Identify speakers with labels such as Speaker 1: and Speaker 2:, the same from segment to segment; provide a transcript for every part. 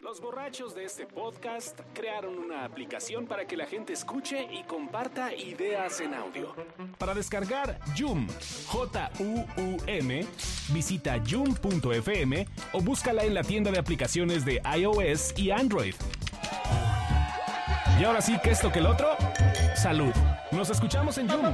Speaker 1: Los borrachos de este podcast crearon una aplicación para que la gente escuche y comparta ideas en audio. Para descargar Joom, J-U-U-M, visita joom.fm o búscala en la tienda de aplicaciones de iOS y Android. Y ahora sí que esto que el otro, salud. Nos escuchamos en Joom.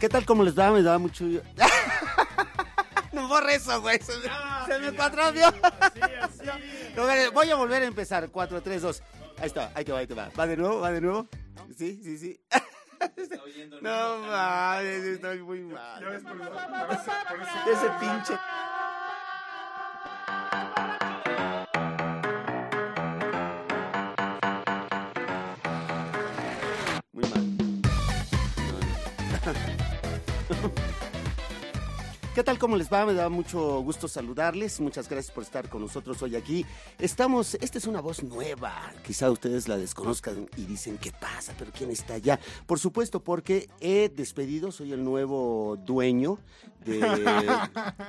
Speaker 2: ¿Qué tal como les daba? Me daba mucho... no borre eso, güey. Se me, se me cuatrapeó. No, espere, Voy a volver a empezar. 4, 3, 2. Ahí está, ahí te va, ahí te va. ¿Va de nuevo? ¿Va de nuevo? Sí, sí, sí. No mames, estoy muy mal. Ese pinche. Muy mal. ¿Qué tal? ¿Cómo les va? Me da mucho gusto saludarles. Muchas gracias por estar con nosotros hoy aquí. Estamos, esta es una voz nueva. Quizá ustedes la desconozcan y dicen, ¿qué pasa? ¿Pero quién está allá? Por supuesto, porque he despedido, soy el nuevo dueño de...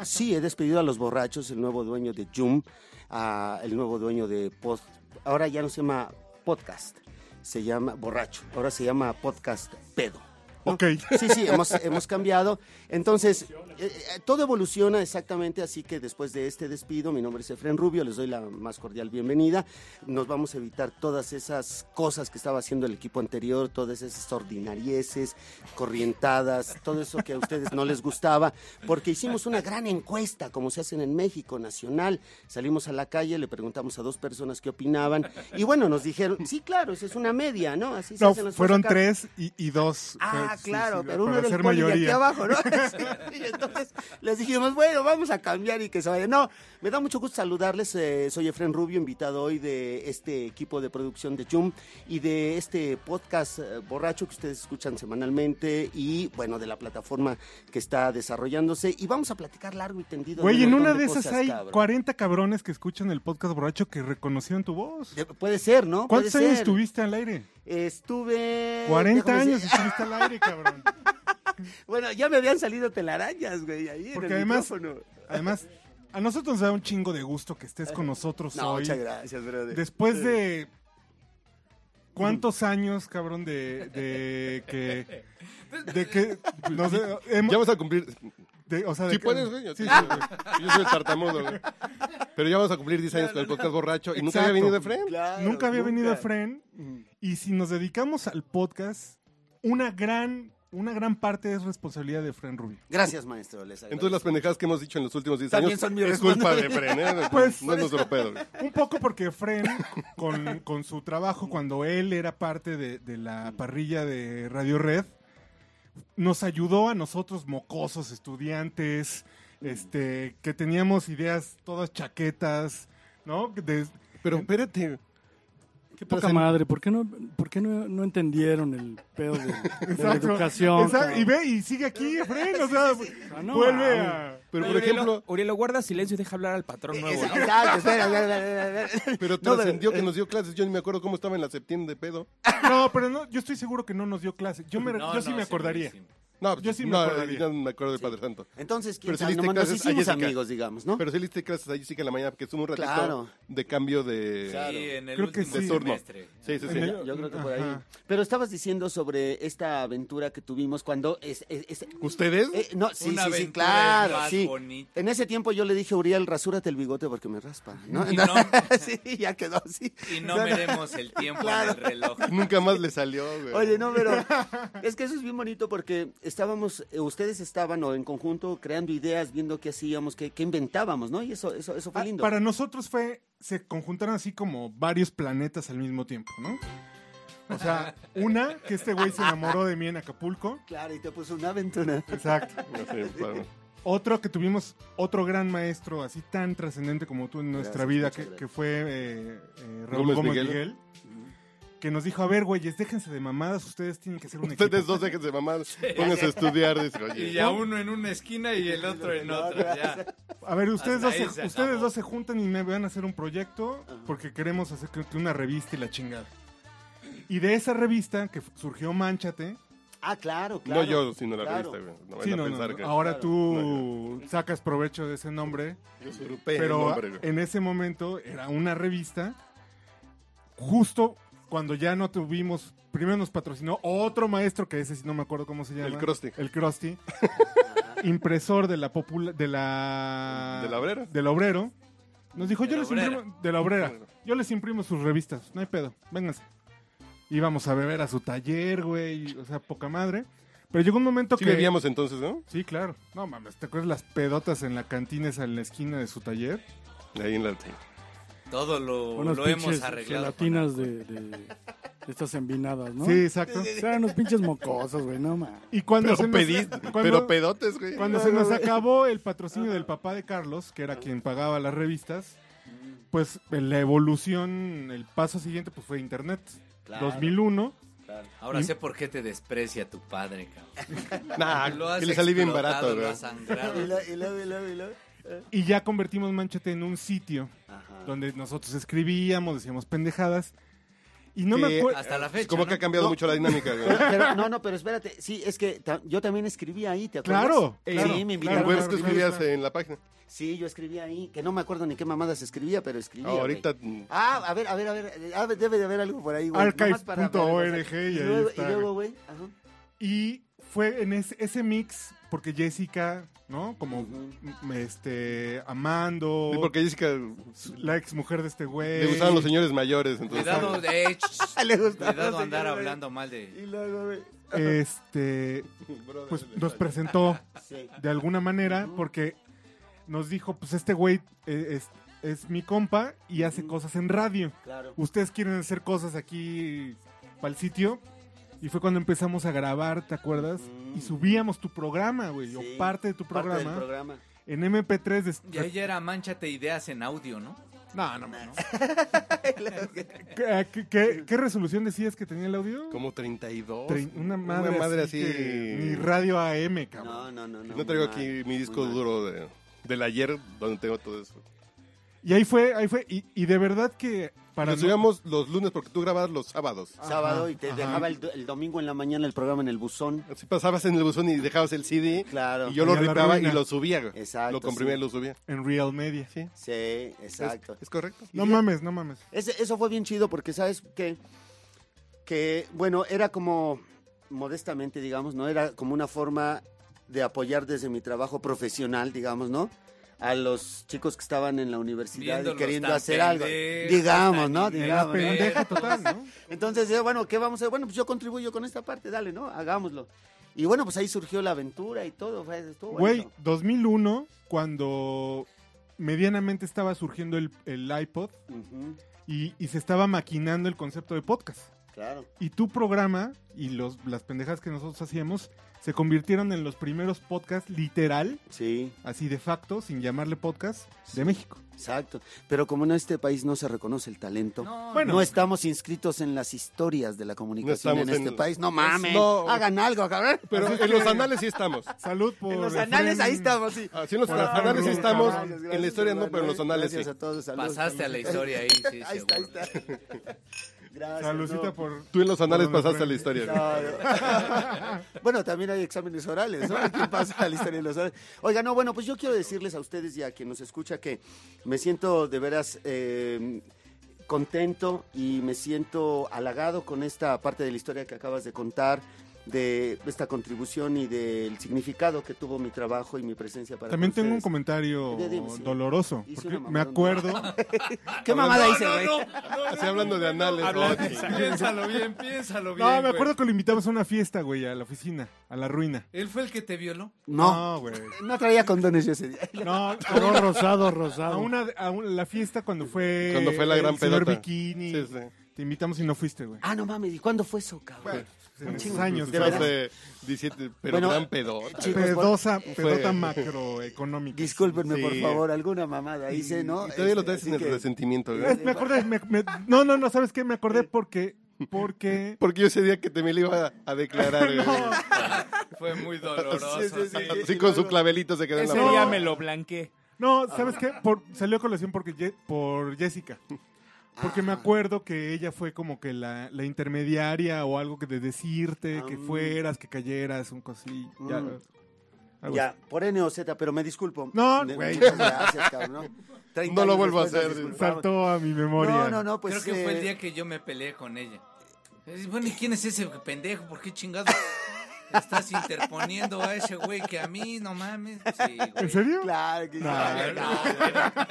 Speaker 2: sí, he despedido a los borrachos, el nuevo dueño de Joom, ah, el nuevo dueño de Post... Ahora ya no se llama podcast, se llama borracho. Ahora se llama podcast pedo. ¿no?
Speaker 3: Ok.
Speaker 2: Sí, sí, hemos, hemos cambiado. Entonces, eh, eh, todo evoluciona exactamente, así que después de este despido, mi nombre es Efren Rubio, les doy la más cordial bienvenida. Nos vamos a evitar todas esas cosas que estaba haciendo el equipo anterior, todas esas ordinarieces, corrientadas, todo eso que a ustedes no les gustaba, porque hicimos una gran encuesta, como se hacen en México, nacional. Salimos a la calle, le preguntamos a dos personas qué opinaban, y bueno, nos dijeron, sí, claro, esa es una media, ¿no? Así se
Speaker 3: No,
Speaker 2: hacen las
Speaker 3: fueron
Speaker 2: cosas acá".
Speaker 3: tres y, y dos.
Speaker 2: Ah,
Speaker 3: fue- sí,
Speaker 2: claro,
Speaker 3: sí,
Speaker 2: pero uno
Speaker 3: para
Speaker 2: era el
Speaker 3: ser
Speaker 2: poli de aquí
Speaker 3: mayoría.
Speaker 2: abajo, ¿no? Sí, y entonces les dijimos, bueno, vamos a cambiar y que se vaya. No, me da mucho gusto saludarles. eh, soy Efren Rubio, invitado hoy de este equipo de producción de Chum y de este podcast eh, borracho que ustedes escuchan semanalmente y, bueno, de la plataforma que está desarrollándose. Y vamos a platicar largo y tendido. de
Speaker 3: Güey,
Speaker 2: un
Speaker 3: en
Speaker 2: montón
Speaker 3: una de esas
Speaker 2: cosas,
Speaker 3: hay
Speaker 2: cabrón.
Speaker 3: 40 cabrones que escuchan el podcast borracho que reconocieron tu voz.
Speaker 2: Eh, Puede ser, ¿no? Puede
Speaker 3: ¿Cuántos años
Speaker 2: ser.
Speaker 3: estuviste al
Speaker 2: Eh,
Speaker 3: aire?
Speaker 2: Estuve...
Speaker 3: 40
Speaker 2: déjame
Speaker 3: años
Speaker 2: decir-
Speaker 3: estuviste al aire, cabrón.
Speaker 2: Bueno, ya me habían salido telarañas, güey, ahí en
Speaker 3: Porque
Speaker 2: el
Speaker 3: además,
Speaker 2: micrófono.
Speaker 3: además, a nosotros nos da un chingo de gusto que estés con nosotros
Speaker 2: No,
Speaker 3: hoy.
Speaker 2: muchas gracias, brother.
Speaker 3: Después de. ¿Cuántos años, cabrón, de, de que. De que. nos- hemos-
Speaker 4: Ya vas a cumplir.
Speaker 3: de- o sea, de
Speaker 4: Si
Speaker 3: que-
Speaker 4: puedes, güey. Yo,
Speaker 3: Sí,
Speaker 4: sí,
Speaker 3: sí, güey.
Speaker 4: güey. Yo soy el tartamudo, güey. Pero ya vas a cumplir 10 años con el podcast borracho. Y nunca había
Speaker 3: Exacto.
Speaker 4: venido de frente.
Speaker 2: Claro,
Speaker 3: nunca había venido a
Speaker 2: nunca. Mm.
Speaker 3: Fren. Y si nos dedicamos al podcast, una gran, una gran parte es responsabilidad de Fren Rubio.
Speaker 2: Gracias, maestro. Les
Speaker 4: Entonces, las
Speaker 2: agradezco.
Speaker 4: pendejadas que hemos dicho en los últimos 10
Speaker 2: También
Speaker 4: años
Speaker 2: son mi
Speaker 4: es culpa de
Speaker 2: responsabilidad.
Speaker 4: Fren, ¿eh?
Speaker 3: Pues-
Speaker 4: no es nuestro pedo. güey.
Speaker 3: Un poco porque Fren, con, con su trabajo, cuando él era parte de, de la parrilla de Radio Red, nos ayudó a nosotros, mocosos, estudiantes, este, que teníamos ideas todas chaquetas, ¿no? De-
Speaker 4: Pero espérate.
Speaker 5: Qué poca madre, ¿por qué no, por qué no, no entendieron el pedo de, de la
Speaker 3: Exacto.
Speaker 5: educación?
Speaker 3: Exacto,
Speaker 5: cabrón?
Speaker 3: Y ve, y sigue aquí, Fren, o sea,
Speaker 5: Ah, no
Speaker 3: vuelve
Speaker 5: mames.
Speaker 3: a...
Speaker 4: Pero, por
Speaker 6: Urielo-
Speaker 4: ejemplo,
Speaker 6: Urielo, guarda silencio y deja hablar al patrón nuevo.
Speaker 2: Esa- Exacto, espera, espera, espera, espera.
Speaker 4: pero
Speaker 2: No,
Speaker 4: trascendió
Speaker 3: eh,
Speaker 2: pero-
Speaker 4: que nos dio clases. Yo ni me acuerdo cómo estaba en la septiembre de pedo.
Speaker 3: No, pero no, yo estoy seguro que no nos dio clase. Yo, me, yo sí me acordaría.
Speaker 4: No,
Speaker 3: Yo sí me
Speaker 4: no,
Speaker 3: acordaría.
Speaker 4: ya me acuerdo del Padre Santo.
Speaker 2: Entonces, ¿quién
Speaker 4: Pero sí
Speaker 2: sabe?
Speaker 4: diste
Speaker 2: Nomás nos
Speaker 4: clases a
Speaker 2: hicimos
Speaker 4: Jessica.
Speaker 2: amigos, digamos, ¿no?
Speaker 4: Pero sí le diste clases a Jessica en la mañana porque estuvo un ratito
Speaker 2: Claro.
Speaker 4: de cambio de,
Speaker 6: Sí, en el
Speaker 3: Creo que
Speaker 4: de
Speaker 3: sí.
Speaker 6: último
Speaker 4: turno.
Speaker 6: semestre.
Speaker 4: Sí, sí, sí.
Speaker 3: En el-
Speaker 2: yo creo que por ahí.
Speaker 3: Ajá.
Speaker 2: Pero estabas diciendo sobre esta aventura que tuvimos cuando es, es- es-
Speaker 4: ¿Ustedes?
Speaker 2: eh, no, sí,
Speaker 6: Una
Speaker 2: sí, sí,
Speaker 6: aventura
Speaker 2: claro,
Speaker 6: es más
Speaker 2: sí.
Speaker 6: bonita.
Speaker 2: En ese tiempo yo le dije a Uriel, rasúrate el bigote porque me raspa, ¿no?
Speaker 6: Y no-
Speaker 2: sí, ya quedó así.
Speaker 6: Y no veremos el tiempo en el reloj.
Speaker 4: Nunca más le salió, güey.
Speaker 2: Oye, no, pero es que eso es bien bonito porque estábamos, eh, ustedes estaban o en conjunto creando ideas, viendo qué hacíamos, qué, qué inventábamos, ¿no? Y eso, eso, eso fue
Speaker 3: Ah,
Speaker 2: lindo.
Speaker 3: Para nosotros fue, se conjuntaron así como varios planetas al mismo tiempo, ¿no? O sea, una, que este güey se enamoró de mí en Acapulco.
Speaker 2: Claro, y te puso una aventura.
Speaker 3: Exacto.
Speaker 4: No sé, claro.
Speaker 3: Otro que tuvimos, otro gran maestro así tan trascendente como tú en nuestra
Speaker 2: Gracias,
Speaker 3: vida,
Speaker 2: muchas
Speaker 3: que,
Speaker 2: gracias.
Speaker 3: que fue eh, eh, Raúl
Speaker 4: Gómez
Speaker 3: Gómez Miguel.
Speaker 4: Miguel.
Speaker 3: que nos dijo, a ver, güeyes, déjense de mamadas, ustedes tienen que ser un equipo.
Speaker 4: Ustedes dos déjense mamar, pónganse a estudiar. Dice, oye,
Speaker 6: Y a uno en una esquina y el otro en otra. Ya.
Speaker 3: A ver, ustedes,
Speaker 6: Hasta
Speaker 3: dos
Speaker 6: ahí
Speaker 3: se,
Speaker 6: se
Speaker 3: ustedes
Speaker 6: acabó.
Speaker 3: dos se juntan y me van a hacer un proyecto porque queremos hacer creo que una revista y la chingada. Y de esa revista que f- surgió Manchate,
Speaker 2: Ah, claro,
Speaker 4: no
Speaker 2: claro.
Speaker 4: yo, sino la
Speaker 2: claro.
Speaker 4: revista, güey. No
Speaker 3: sí,
Speaker 4: vayan a
Speaker 3: no, no,
Speaker 4: pensar
Speaker 3: no,
Speaker 4: que
Speaker 3: ahora
Speaker 2: claro.
Speaker 3: tú sacas provecho de ese nombre,
Speaker 4: yo surupé el
Speaker 3: pero
Speaker 4: nombre, güey.
Speaker 3: en ese momento era una revista justo cuando ya no tuvimos, primero nos patrocinó otro maestro que ese sí no me acuerdo cómo se llama.
Speaker 4: El Krusty.
Speaker 3: El Krusty. impresor de la popula- de la
Speaker 4: ¿De la obrera?
Speaker 3: del obrero. Nos dijo,
Speaker 6: De
Speaker 3: "Yo
Speaker 6: la
Speaker 3: les
Speaker 6: obrera.
Speaker 3: imprimo de la obrera. Yo les imprimo sus revistas, no hay pedo. Vénganse." Íbamos a beber a su taller, güey, o sea, poca madre. Pero llegó un momento
Speaker 4: Sí
Speaker 3: que
Speaker 4: vivíamos entonces, ¿no?
Speaker 3: Sí, claro. No mames, ¿te acuerdas las pedotas en la cantina esa en la esquina de su taller?
Speaker 4: Ahí en la...
Speaker 6: Todo lo,
Speaker 5: Unas
Speaker 6: lo
Speaker 5: pinches
Speaker 6: hemos arreglado.
Speaker 5: gelatinas de, de- de estas envinadas, ¿no?
Speaker 3: Sí, exacto.
Speaker 5: O sea, unos pinches mocosos, güey, no mames.
Speaker 3: Y cuando
Speaker 4: Pero,
Speaker 3: se nos-
Speaker 4: pedí-
Speaker 3: Pues cuando-
Speaker 4: pero pedotes, güey.
Speaker 3: Cuando se nos acabó el patrocinio del papá de Carlos, que era quien pagaba las revistas, pues en la evolución, el paso siguiente pues fue internet.
Speaker 2: Claro.
Speaker 3: 2001.
Speaker 6: Ahora sé por qué te desprecia tu padre, cabrón.
Speaker 4: Nah,
Speaker 6: Lo has
Speaker 4: Ah, que le salí bien
Speaker 6: explotado,
Speaker 4: barato,
Speaker 6: Lo
Speaker 4: güey.
Speaker 6: has sangrado.
Speaker 2: Y luego, y luego, y luego, y luego.
Speaker 3: Y ya convertimos Manchete en un sitio
Speaker 2: Ajá.
Speaker 3: donde nosotros escribíamos, decíamos pendejadas. Y no me
Speaker 4: Que
Speaker 3: acuerdo.
Speaker 6: Hasta la fecha.
Speaker 4: Como
Speaker 6: ¿no?
Speaker 4: que ha cambiado mucho la dinámica, güey.
Speaker 2: Pero, no, no, pero espérate. Sí, es que ta- yo también escribí ahí, ¿te acuerdas?
Speaker 3: Claro,
Speaker 2: Eh,
Speaker 3: claro,
Speaker 2: sí, me
Speaker 3: claro.
Speaker 2: invitaron.
Speaker 4: Güey, es
Speaker 3: claro,
Speaker 4: que
Speaker 3: claro.
Speaker 4: escribías en la página.
Speaker 2: Sí, yo escribí ahí, que no me acuerdo ni qué mamadas escribía, pero escribía. güey.
Speaker 4: Ahorita mm,
Speaker 2: Ah, a ver, a ver, a ver, a ver, debe de haber algo por ahí, güey.
Speaker 3: Archive
Speaker 2: Nomás para ver,
Speaker 3: punto
Speaker 2: o sea,
Speaker 3: org, y
Speaker 2: y
Speaker 3: ahí
Speaker 2: luego,
Speaker 3: está,
Speaker 2: y luego, güey, ajá.
Speaker 3: Y fue en ese, ese mix, porque Jessica, ¿no? Como
Speaker 2: Ujú.
Speaker 3: m- este, amando.
Speaker 4: sí, porque Jessica
Speaker 3: La ex mujer de este güey.
Speaker 4: le gustaban los señores mayores, entonces.
Speaker 6: Cuidado de eh, ch-
Speaker 2: Le gustaba,
Speaker 6: Cuidado
Speaker 2: señora,
Speaker 6: andar
Speaker 2: güey.
Speaker 6: hablando mal de.
Speaker 2: Y luego, güey.
Speaker 3: Este,
Speaker 4: Brother,
Speaker 3: pues nos presentó
Speaker 2: Sí.
Speaker 3: de alguna manera
Speaker 2: Ujú.
Speaker 3: porque nos dijo, pues este güey eh, es, es mi compa y hace
Speaker 2: Ujú.
Speaker 3: cosas en radio.
Speaker 2: Claro.
Speaker 3: Ustedes quieren hacer cosas aquí para el sitio. Y fue cuando empezamos a grabar, ¿te acuerdas?
Speaker 2: Ujú.
Speaker 3: Y subíamos tu programa, güey,
Speaker 2: Sí,
Speaker 3: o parte de tu
Speaker 2: Parte
Speaker 3: programa,
Speaker 2: del programa.
Speaker 3: en MP3. de-
Speaker 6: Y ahí ya era manchate ideas en audio, ¿no?
Speaker 3: No, no, no. ¿Qué, qué- qué- qué resolución decías que tenía el audio?
Speaker 4: Como 32.
Speaker 3: Tre- Una madre, así. que Ni
Speaker 4: que-
Speaker 3: radio AM, cabrón.
Speaker 2: No, no, no, no.
Speaker 4: No traigo
Speaker 2: muy
Speaker 4: aquí
Speaker 2: mal,
Speaker 4: mi disco
Speaker 2: muy mal.
Speaker 4: duro de, del ayer, donde tengo todo eso.
Speaker 3: Y ahí fue, ahí fue. Y, y de verdad que para.
Speaker 4: Nos
Speaker 3: no-
Speaker 4: subíamos los lunes porque tú grababas los sábados.
Speaker 2: Sábado y te
Speaker 3: ajá.
Speaker 2: dejaba el, do- el domingo en la mañana el programa en el buzón.
Speaker 4: Así pasabas en el buzón y dejabas el CD.
Speaker 2: Claro.
Speaker 4: Y yo lo
Speaker 3: Y a la
Speaker 4: ripaba y
Speaker 3: ruina.
Speaker 4: lo subía. güey.
Speaker 2: Exacto,
Speaker 4: Lo comprimía
Speaker 2: sí.
Speaker 4: y lo subía.
Speaker 3: En Real Media.
Speaker 4: Sí.
Speaker 2: Sí, exacto.
Speaker 4: Es, es correcto.
Speaker 3: No mames, no mames.
Speaker 2: Ese- eso fue bien chido porque, ¿sabes qué? Que, bueno, era como, modestamente, digamos, ¿no? Era como una forma de apoyar desde mi trabajo profesional, digamos, ¿no? A los chicos que estaban en la universidad
Speaker 6: Viéndolos
Speaker 2: y queriendo
Speaker 6: tan
Speaker 2: hacer algo.
Speaker 6: pendejos,
Speaker 2: Digamos,
Speaker 6: tan
Speaker 2: ¿no?
Speaker 3: La
Speaker 2: Digamos. ¿no?
Speaker 3: pendeja total, ¿no?
Speaker 2: Entonces, eh, bueno, ¿qué vamos a hacer? Bueno, pues yo contribuyo con esta parte, dale, ¿no? Hagámoslo. Y bueno, pues ahí surgió la aventura y todo. fue- estuvo
Speaker 3: Güey,
Speaker 2: bonito.
Speaker 3: 2001, cuando medianamente estaba surgiendo el, el iPod
Speaker 2: Ujú,
Speaker 3: y, y se estaba maquinando el concepto de podcast.
Speaker 2: claro.
Speaker 3: Y tu programa y los, las pendejas que nosotros hacíamos se convirtieron en los primeros podcasts literal,
Speaker 2: Sí,
Speaker 3: así de facto, sin llamarle podcast, de México.
Speaker 2: exacto. Pero como en este país no se reconoce el talento.
Speaker 6: No,
Speaker 3: Bueno.
Speaker 2: no estamos inscritos en las historias de la comunicación
Speaker 4: No
Speaker 2: en
Speaker 4: estamos
Speaker 2: este
Speaker 4: en-
Speaker 2: país. No mames.
Speaker 4: No.
Speaker 2: Hagan algo, cabrón.
Speaker 4: Pero
Speaker 3: Así
Speaker 4: en
Speaker 3: que-
Speaker 4: los anales sí estamos.
Speaker 3: Salud por.
Speaker 2: En los anales ahí estamos, sí.
Speaker 4: Así en Oh, los
Speaker 3: Ah,
Speaker 4: anales sí
Speaker 3: Rulo,
Speaker 4: estamos.
Speaker 3: gracias,
Speaker 4: en la historia no, pero en los anales
Speaker 2: Gracias
Speaker 4: sí.
Speaker 2: a todos. saludos.
Speaker 6: pasaste a la historia ahí, sí,
Speaker 2: Ahí está, ahí
Speaker 6: seguro.
Speaker 2: está. Gracias.
Speaker 3: Saludcita
Speaker 2: no.
Speaker 3: por.
Speaker 4: Tú en los anales
Speaker 3: por donde
Speaker 4: pasaste a la
Speaker 3: aprendí.
Speaker 4: historia. güey.
Speaker 2: No, no. bueno, también hay exámenes orales, ¿no? ¿Quién pasa a la historia de los orales? Oiga, no, bueno, pues yo quiero decirles a ustedes y a quien nos escucha que me siento de veras eh, contento y me siento halagado con esta parte de la historia que acabas de contar, de esta contribución y del significado que tuvo mi trabajo y mi presencia para
Speaker 3: También
Speaker 2: con
Speaker 3: tengo un
Speaker 2: ustedes.
Speaker 3: comentario
Speaker 2: Dime, dime, sí.
Speaker 3: doloroso.
Speaker 2: Hice
Speaker 3: Porque
Speaker 2: una
Speaker 3: me
Speaker 2: mamadona.
Speaker 3: acuerdo.
Speaker 2: ¿Qué mamada hice,
Speaker 6: Ah, No,
Speaker 2: güey?
Speaker 6: no, no,
Speaker 4: Así hablando de anales.
Speaker 6: Hablando-
Speaker 4: ¿no?
Speaker 6: piénsalo bien, piénsalo bien.
Speaker 3: No, me
Speaker 6: güey.
Speaker 3: acuerdo que lo invitamos a una fiesta, güey, a la oficina, a la ruina.
Speaker 6: Él fue el que te violó.
Speaker 2: No,
Speaker 3: güey.
Speaker 2: no traía condones yo ese día.
Speaker 3: No,
Speaker 5: Todo rosado,
Speaker 3: a
Speaker 5: rosado.
Speaker 3: una, a un- la fiesta cuando fue.
Speaker 4: Cuando fue la gran
Speaker 3: el señor
Speaker 4: pedota.
Speaker 3: Bikini.
Speaker 4: Sí, sí.
Speaker 3: Te invitamos y no fuiste, güey.
Speaker 2: Ah, no mames, ¿y cuándo fue eso, cabrón?
Speaker 3: En esos
Speaker 2: chingo.
Speaker 3: años,
Speaker 2: De
Speaker 3: güey.
Speaker 2: verdad.
Speaker 4: Hace 17, pero
Speaker 2: Bueno,
Speaker 4: gran pedota.
Speaker 2: chicos,
Speaker 3: Pedosa, pedota
Speaker 4: Fue-
Speaker 3: macroeconómica.
Speaker 2: Discúlpenme, por
Speaker 4: Sí.
Speaker 2: favor, alguna mamada hice, ¿no?
Speaker 4: Y todavía lo traes
Speaker 2: Este,
Speaker 4: en el
Speaker 2: así que-
Speaker 4: resentimiento, güey.
Speaker 3: Es- me acordé, me- me- no, no, no, ¿sabes qué? Me acordé porque porque
Speaker 4: Porque yo ese día que también le iba a, a declarar. güey.
Speaker 6: Fue muy doloroso.
Speaker 4: Sí, sí, sí,
Speaker 6: sí.
Speaker 4: Así con su clavelito se quedó en la
Speaker 7: Ese
Speaker 4: mano.
Speaker 7: día me lo blanqueé.
Speaker 3: no, ¿sabes qué? Por- salió a colación porque Ye- por Jessica. Porque
Speaker 2: Ah.
Speaker 3: me acuerdo que ella fue como que la, la intermediaria o algo que de decirte que
Speaker 2: Ah.
Speaker 3: fueras, que cayeras, un cosí. ya.
Speaker 2: Mm.
Speaker 3: Algo
Speaker 2: Ya, por N o Z, pero me disculpo.
Speaker 3: No,
Speaker 2: Me-
Speaker 3: güey.
Speaker 2: Muchas gracias, cabrón. Treinta
Speaker 4: No lo
Speaker 2: años
Speaker 4: vuelvo a
Speaker 2: después me
Speaker 4: hacer.
Speaker 3: así.
Speaker 2: disculparon.
Speaker 3: Saltó a mi memoria.
Speaker 2: No, no, no, pues.
Speaker 6: Creo que fue
Speaker 2: eh,
Speaker 6: el día que yo me peleé con ella. Es, Bueno, ¿y quién es ese pendejo? ¿Por qué chingado estás interponiendo a ese güey que a mí? No mames. Sí, güey.
Speaker 3: ¿En serio?
Speaker 2: Claro que
Speaker 6: No,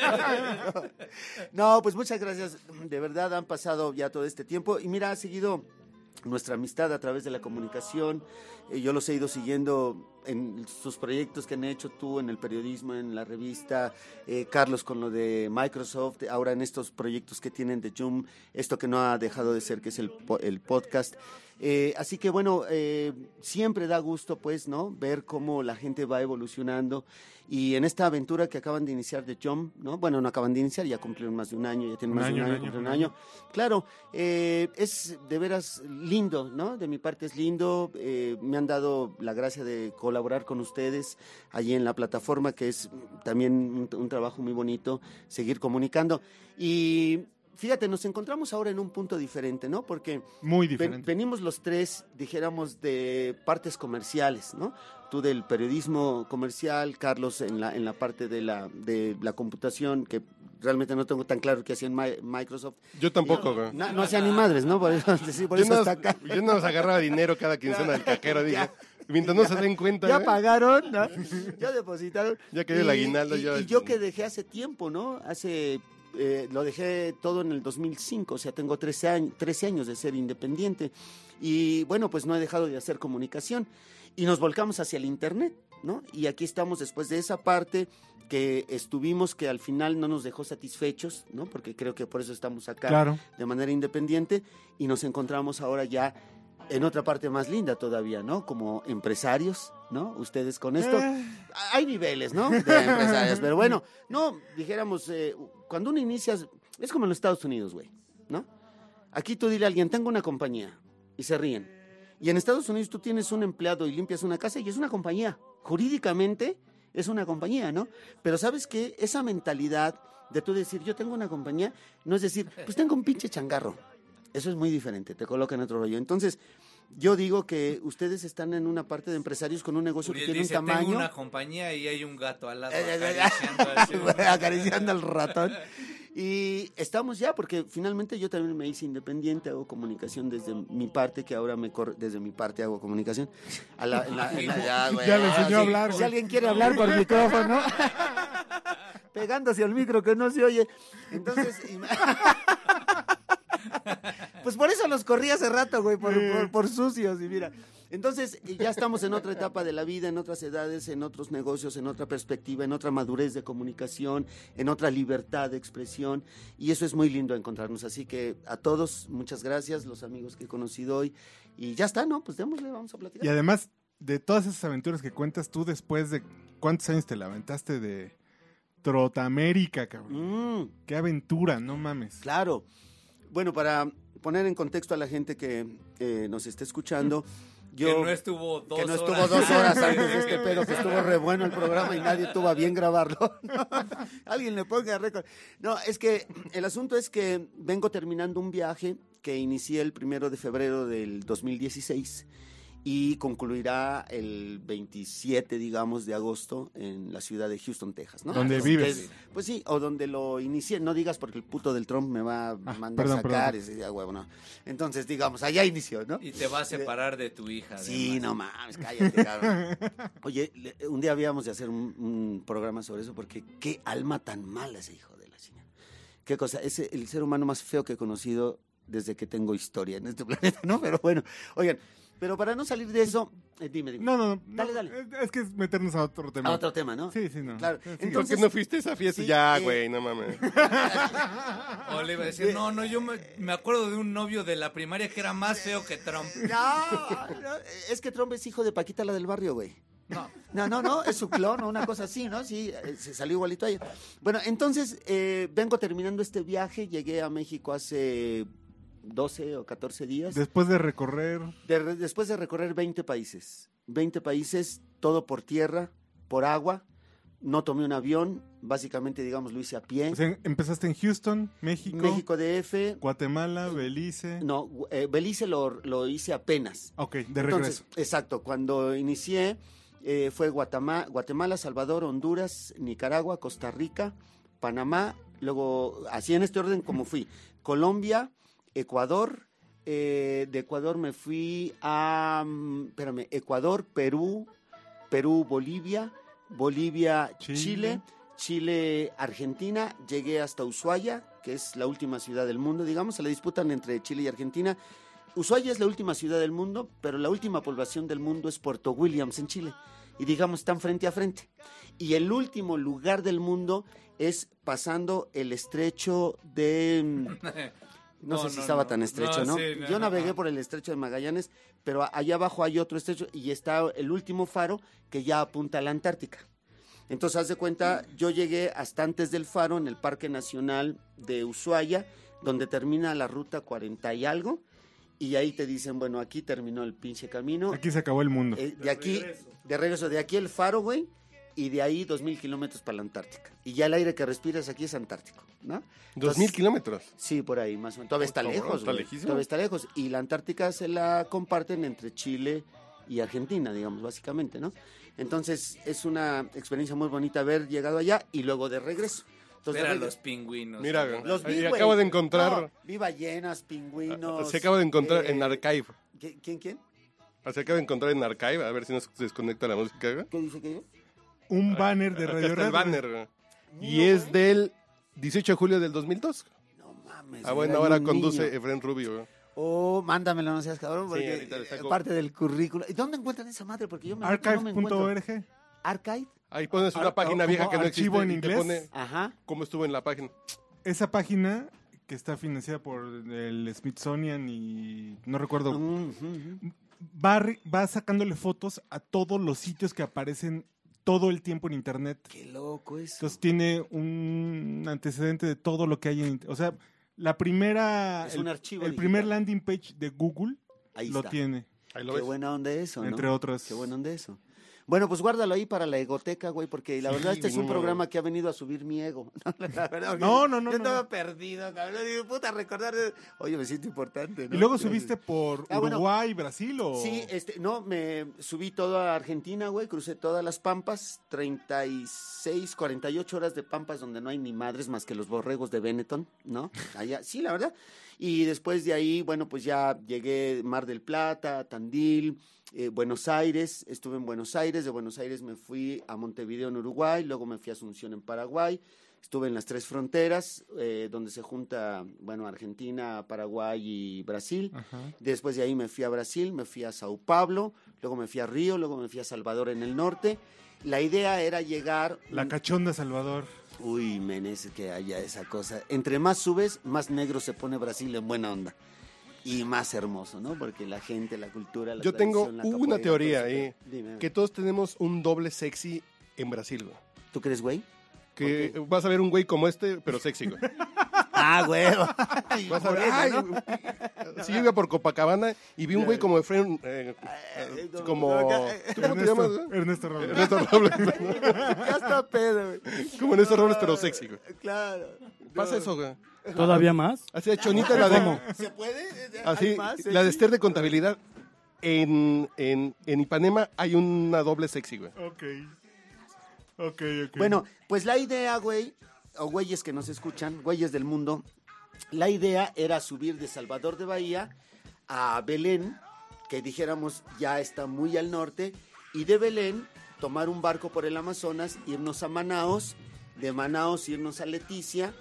Speaker 2: No, pues muchas gracias. De verdad han pasado ya todo este tiempo. Y mira, ha seguido nuestra amistad a través de la comunicación. Eh, yo los he ido siguiendo en sus proyectos que han hecho tú, en el periodismo, en la revista. Eh, Carlos con lo de Microsoft. Ahora en estos proyectos que tienen de Zoom. Esto que no ha dejado de ser, que es el, po- el podcast. Eh, así que bueno, eh, siempre da gusto, pues, ¿no? Ver cómo la gente va evolucionando. Y en esta aventura que acaban de iniciar de Jump, ¿no? Bueno, no acaban de iniciar, ya cumplieron más de un año, ya tienen
Speaker 3: Un
Speaker 2: más
Speaker 3: año,
Speaker 2: de un
Speaker 3: un
Speaker 2: año,
Speaker 3: año,
Speaker 2: cumplieron
Speaker 3: un
Speaker 2: un año. Claro, eh, es de veras lindo, ¿no? De mi parte es lindo. eh, me han dado la gracia de colaborar con ustedes allí en la plataforma, que es mm, también un, un trabajo muy bonito, seguir comunicando. Y fíjate, nos encontramos ahora en un punto diferente, ¿no? Porque...
Speaker 3: Muy
Speaker 2: Ven-
Speaker 3: diferente.
Speaker 2: venimos los tres, dijéramos, de partes comerciales, ¿no? Tú del periodismo comercial, Carlos en la, en la parte de la, de la computación, que realmente no tengo tan claro qué hacía en Mi- Microsoft.
Speaker 4: Yo tampoco, güey.
Speaker 2: No, no hacía ni madres, ¿no? Por eso, sí, por
Speaker 4: Ah. yo,
Speaker 2: eso
Speaker 4: no,
Speaker 2: está acá.
Speaker 4: yo no nos agarraba dinero cada quincena del cajero, dije. Mientras no se den cuenta, ¿eh?
Speaker 2: Ya
Speaker 4: güey,
Speaker 2: pagaron, ¿no? ya depositaron.
Speaker 4: Ya cayó el
Speaker 2: Y-
Speaker 4: aguinaldo,
Speaker 2: Y,
Speaker 4: yo-
Speaker 2: y yo que dejé hace tiempo, ¿no? Hace. eh, lo dejé todo en el 2005, o sea, tengo 13 años, 13 años de ser independiente. Y bueno, pues no he dejado de hacer comunicación. Y nos volcamos hacia el Internet, ¿no? Y aquí estamos después de esa parte que estuvimos, que al final no nos dejó satisfechos, ¿no? Porque creo que por eso estamos acá
Speaker 3: Claro.
Speaker 2: de manera independiente y nos encontramos ahora ya en otra parte más linda todavía, ¿no? Como empresarios, ¿no? Ustedes con esto.
Speaker 3: Eh,
Speaker 2: Hay niveles, ¿no? De empresarios, pero bueno, no, dijéramos, eh, cuando uno inicia, es como en los Estados Unidos, güey, ¿no? Aquí tú dile a alguien, tengo una compañía, y se ríen. Y en Estados Unidos tú tienes un empleado y limpias una casa y es una compañía. Jurídicamente es una compañía, ¿no? Pero sabes que esa mentalidad de tú decir, yo tengo una compañía, no es decir, pues tengo un pinche changarro. Eso es muy diferente, te coloca en otro rollo. Entonces, yo digo que ustedes están en una parte de empresarios con un negocio que
Speaker 6: Uriel
Speaker 2: tiene
Speaker 6: dice,
Speaker 2: un tamaño
Speaker 6: tengo una compañía y hay un gato al lado.
Speaker 2: Eh, eh, eh,
Speaker 6: acariciando así, güey.
Speaker 2: acariciando al ratón. Y estamos ya, porque finalmente yo también me hice independiente, hago comunicación desde mi parte, que ahora me corre, desde mi parte hago comunicación. A la- en la- en la- ya, güey,
Speaker 3: Ya le enseñó
Speaker 2: sí.
Speaker 3: a hablar,
Speaker 2: Si
Speaker 3: güey.
Speaker 2: alguien quiere hablar por micrófono, pegándose al micro que no se oye. Entonces, im- pues por eso los corrí hace rato, güey, por, por- por sucios y mira. Entonces, eh, ya estamos en otra etapa de la vida, en otras edades, en otros negocios, en otra perspectiva, en otra madurez de comunicación, en otra libertad de expresión. Y eso es muy lindo encontrarnos. Así que a todos, muchas gracias, los amigos que he conocido hoy. Y ya está, ¿no? Pues démosle, vamos a platicar.
Speaker 3: Y además, de todas esas aventuras que cuentas tú después de cuántos años te la aventaste de Trotamérica, cabrón.
Speaker 2: Mm.
Speaker 3: Qué aventura, no mames.
Speaker 2: Claro. Bueno, para poner en contexto a la gente que eh, nos está escuchando, yo
Speaker 6: que no estuvo dos
Speaker 2: que no estuvo
Speaker 6: horas
Speaker 2: dos horas
Speaker 6: antes
Speaker 2: antes de este pedo, que estuvo re bueno el programa y nadie tuvo a bien grabarlo. Alguien le ponga récord. No, es que el asunto es que vengo terminando un viaje que inicié el primero de febrero del 2016 y concluirá el 27, digamos, de agosto en la ciudad de Houston, Texas, ¿no?
Speaker 3: Donde
Speaker 2: Así
Speaker 3: vives.
Speaker 2: que, pues sí, o donde lo inicié. No digas porque el puto del Trump me va a mandar
Speaker 3: Ah, perdón,
Speaker 2: sacar.
Speaker 3: perdón.
Speaker 2: ese día, "Ah, huevo, no. Entonces, digamos, allá inició, ¿no?
Speaker 6: Y te va a separar de tu hija.
Speaker 2: Sí,
Speaker 6: además.
Speaker 2: no mames, cállate, cabrón. Oye, le- un día habíamos de hacer un, un programa sobre eso porque qué alma tan mala ese hijo de la chingada. Qué cosa, es el ser humano más feo que he conocido desde que tengo historia en este planeta, ¿no? Pero bueno, oigan, pero para no salir de eso, eh, dime, dime.
Speaker 3: No, no, no.
Speaker 2: Dale,
Speaker 3: no,
Speaker 2: dale.
Speaker 3: Es que es meternos a otro tema.
Speaker 2: A otro tema, ¿no?
Speaker 3: Sí, sí, no.
Speaker 2: Claro.
Speaker 3: Sí,
Speaker 4: ¿Por qué
Speaker 2: Entonces,
Speaker 4: no fuiste a esa fiesta?
Speaker 2: Sí,
Speaker 4: ya,
Speaker 2: eh.
Speaker 4: güey, no mames.
Speaker 6: O le iba a decir, no, no, yo me, me acuerdo de un novio de la primaria que era más feo que Trump.
Speaker 2: no, no, es que Trump es hijo de Paquita, la del barrio, güey.
Speaker 6: No.
Speaker 2: No, no, no, es su clon o una cosa así, ¿no? Sí, eh, se salió igualito a ella. Bueno, entonces eh, vengo terminando este viaje, llegué a México hace 12 o 14 días.
Speaker 3: Después de recorrer.
Speaker 2: De re- después de recorrer 20 países, 20 países, todo por tierra, por agua, no tomé un avión, básicamente, digamos, lo hice a pie.
Speaker 3: o sea, empezaste Pues en Houston, México,
Speaker 2: México DF,
Speaker 3: Guatemala, Belice.
Speaker 2: no, eh, Belice lo, lo hice apenas.
Speaker 3: Ok, de
Speaker 2: Entonces,
Speaker 3: regreso.
Speaker 2: exacto, cuando inicié eh, fue Guatemala, Guatemala, Salvador, Honduras, Nicaragua, Costa Rica, Panamá, luego, así en este orden como fui, Colombia, Ecuador, eh, de Ecuador me fui a, mm, espérame, Ecuador, Perú, Perú, Bolivia, Bolivia,
Speaker 3: Chile.
Speaker 2: Chile. Chile, Argentina, llegué hasta Ushuaia, que es la última ciudad del mundo, digamos, se la disputan entre Chile y Argentina. Ushuaia es la última ciudad del mundo, pero la última población del mundo es Puerto Williams en Chile. Y digamos, están frente a frente. Y el último lugar del mundo es pasando el estrecho de... mm, No,
Speaker 6: No,
Speaker 2: sé si
Speaker 6: no,
Speaker 2: estaba
Speaker 6: no.
Speaker 2: tan estrecho,
Speaker 6: No,
Speaker 2: ¿no?
Speaker 6: sí, no,
Speaker 2: Yo
Speaker 6: no,
Speaker 2: navegué
Speaker 6: no.
Speaker 2: por el estrecho de Magallanes, pero a- allá abajo hay otro estrecho y está el último faro que ya apunta a la Antártica. Entonces, haz de cuenta,
Speaker 6: Mm.
Speaker 2: yo llegué hasta antes del faro en el Parque Nacional de Ushuaia, donde termina la ruta 40 y algo, y ahí te dicen, bueno, aquí terminó el pinche camino.
Speaker 3: Aquí se acabó el mundo.
Speaker 2: eh, de aquí, de regreso, de aquí el faro, güey, y de ahí 2.000 kilómetros para la Antártica. Y ya el aire que respiras aquí es antártico, ¿no?
Speaker 4: Dos mil
Speaker 2: Entonces-
Speaker 4: kilómetros.
Speaker 2: Sí, por ahí, más o menos. Todavía está
Speaker 4: cabrón,
Speaker 2: lejos,
Speaker 4: está
Speaker 2: güey.
Speaker 4: lejísimo.
Speaker 2: Todavía está lejos. Y la Antártica se la comparten entre Chile y Argentina, digamos, básicamente, ¿no? Entonces, es una experiencia muy bonita haber llegado allá y luego de regreso. Entonces,
Speaker 6: Ver a
Speaker 2: de
Speaker 6: los
Speaker 2: regreso-
Speaker 6: pingüinos.
Speaker 4: Mira,
Speaker 6: ¿no?
Speaker 4: los-
Speaker 2: vi,
Speaker 4: ahí
Speaker 2: güey.
Speaker 4: acabo de encontrar-
Speaker 2: No, vi ballenas, pingüinos.
Speaker 4: Ah, Se acaba de encontrar en
Speaker 2: eh,
Speaker 4: Archive. Ah,
Speaker 2: ¿qui- ¿Quién, quién?
Speaker 4: Se acaba de encontrar en Archive. A ver si no se desconecta la música.
Speaker 2: ¿Qué dice que
Speaker 3: Un banner de eh,
Speaker 4: Acá
Speaker 3: Radio
Speaker 4: está el
Speaker 3: Red.
Speaker 4: banner. güey. Y es del 18 de julio del 2002.
Speaker 2: No mames.
Speaker 4: Ah,
Speaker 2: güey, hay
Speaker 4: bueno, ahora
Speaker 2: un
Speaker 4: conduce
Speaker 2: niño.
Speaker 4: Efren Rubio. güey.
Speaker 2: Oh, mándamelo, no seas cabrón,
Speaker 4: Sí,
Speaker 2: porque
Speaker 4: ahorita le
Speaker 2: eh,
Speaker 4: saco.
Speaker 2: parte del currículo. ¿Y dónde encuentran esa madre? Porque yo me no me encuentro.
Speaker 3: Archive.org.
Speaker 2: Archive.
Speaker 4: Ahí pones una
Speaker 3: Ar-
Speaker 4: página
Speaker 3: como
Speaker 4: vieja que no existe.
Speaker 3: archivo en
Speaker 4: y te
Speaker 3: inglés.
Speaker 4: pone
Speaker 2: Ajá.
Speaker 4: cómo estuvo en la página.
Speaker 3: Esa página que está financiada por el Smithsonian y no recuerdo
Speaker 2: Mm, mm, mm.
Speaker 3: va, re- va sacándole fotos a todos los sitios que aparecen todo el tiempo en internet.
Speaker 2: Qué loco eso.
Speaker 3: Entonces tiene un antecedente de todo lo que hay en inter- O sea, la primera.
Speaker 2: Es
Speaker 3: el,
Speaker 2: un archivo
Speaker 3: El
Speaker 2: digital.
Speaker 3: primer landing page de Google
Speaker 2: Ahí
Speaker 3: lo
Speaker 2: está.
Speaker 3: tiene,
Speaker 4: Ahí lo
Speaker 2: Qué
Speaker 4: ves.
Speaker 2: buena onda eso, ¿no?
Speaker 3: entre otros.
Speaker 2: Qué buena onda eso. Bueno, pues guárdalo ahí para la egoteca, güey, porque la verdad este es un
Speaker 4: no,
Speaker 2: programa que ha venido a subir mi ego. La verdad,
Speaker 3: No,
Speaker 2: porque
Speaker 3: no, no,
Speaker 2: Yo
Speaker 3: no.
Speaker 2: estaba perdido, cabrón. Digo, puta, recordar. Oye, me siento importante. ¿no?
Speaker 3: Y luego subiste por
Speaker 2: Ah, bueno.
Speaker 3: Uruguay, Brasil o.
Speaker 2: Sí, este, no, me subí toda Argentina, güey, crucé todas las pampas, 36, 48 horas de pampas donde no hay ni madres más que los borregos de Benetton, ¿no? Allá, sí, la verdad. Y después de ahí, bueno, pues ya llegué Mar del Plata, Tandil, eh, Buenos Aires, estuve en Buenos Aires, de Buenos Aires me fui a Montevideo en Uruguay, luego me fui a Asunción en Paraguay, estuve en las tres fronteras, eh, donde se junta, bueno, Argentina, Paraguay y Brasil.
Speaker 3: Ajá.
Speaker 2: Después de ahí me fui a Brasil, me fui a Sao Paulo, luego me fui a Río, luego me fui a Salvador en el norte. La idea era llegar.
Speaker 3: La cachonda Salvador.
Speaker 2: Uy, men, es que haya esa cosa. Entre más subes, más negro se pone Brasil en buena onda. Y más hermoso, ¿no? Porque la gente, la cultura, la
Speaker 4: Yo tengo
Speaker 2: tradición, la
Speaker 4: una
Speaker 2: capoeira,
Speaker 4: teoría
Speaker 2: todo eso.
Speaker 4: ahí.
Speaker 2: Dime,
Speaker 4: Que todos tenemos un doble sexy en Brasil, güey.
Speaker 2: ¿tú crees, güey?
Speaker 4: Que
Speaker 2: ¿Por qué?
Speaker 4: vas a ver un güey como este, pero sexy, güey.
Speaker 2: Ah, güey.
Speaker 4: Vas a ver, ay, güey. Sí, yo iba por Copacabana y vi un güey como Efren, eh, eh, como... ¿Tú cómo te
Speaker 3: Ernesto,
Speaker 4: llamas, güey?
Speaker 3: Ernesto Robles.
Speaker 4: Ernesto Robles, güey.
Speaker 2: Ya está pedo, güey.
Speaker 4: Como Ernesto Robles, pero sexy, güey.
Speaker 2: Claro.
Speaker 4: Pasa eso, güey.
Speaker 5: ¿Todavía más?
Speaker 4: Así a Chonita la de...
Speaker 2: ¿Se puede? ¿Hay
Speaker 4: Así,
Speaker 2: más?
Speaker 4: la de Esther de Contabilidad. En, en, en Ipanema hay una doble sexy, güey.
Speaker 3: Ok. Ok, ok.
Speaker 2: Bueno, pues la idea, güey, o güeyes que nos escuchan, güeyes del mundo, la idea era subir de Salvador de Bahía a Belén, que dijéramos ya está muy al norte, y de Belén tomar un barco por el Amazonas, irnos a Manaos, de Manaos irnos a Leticia,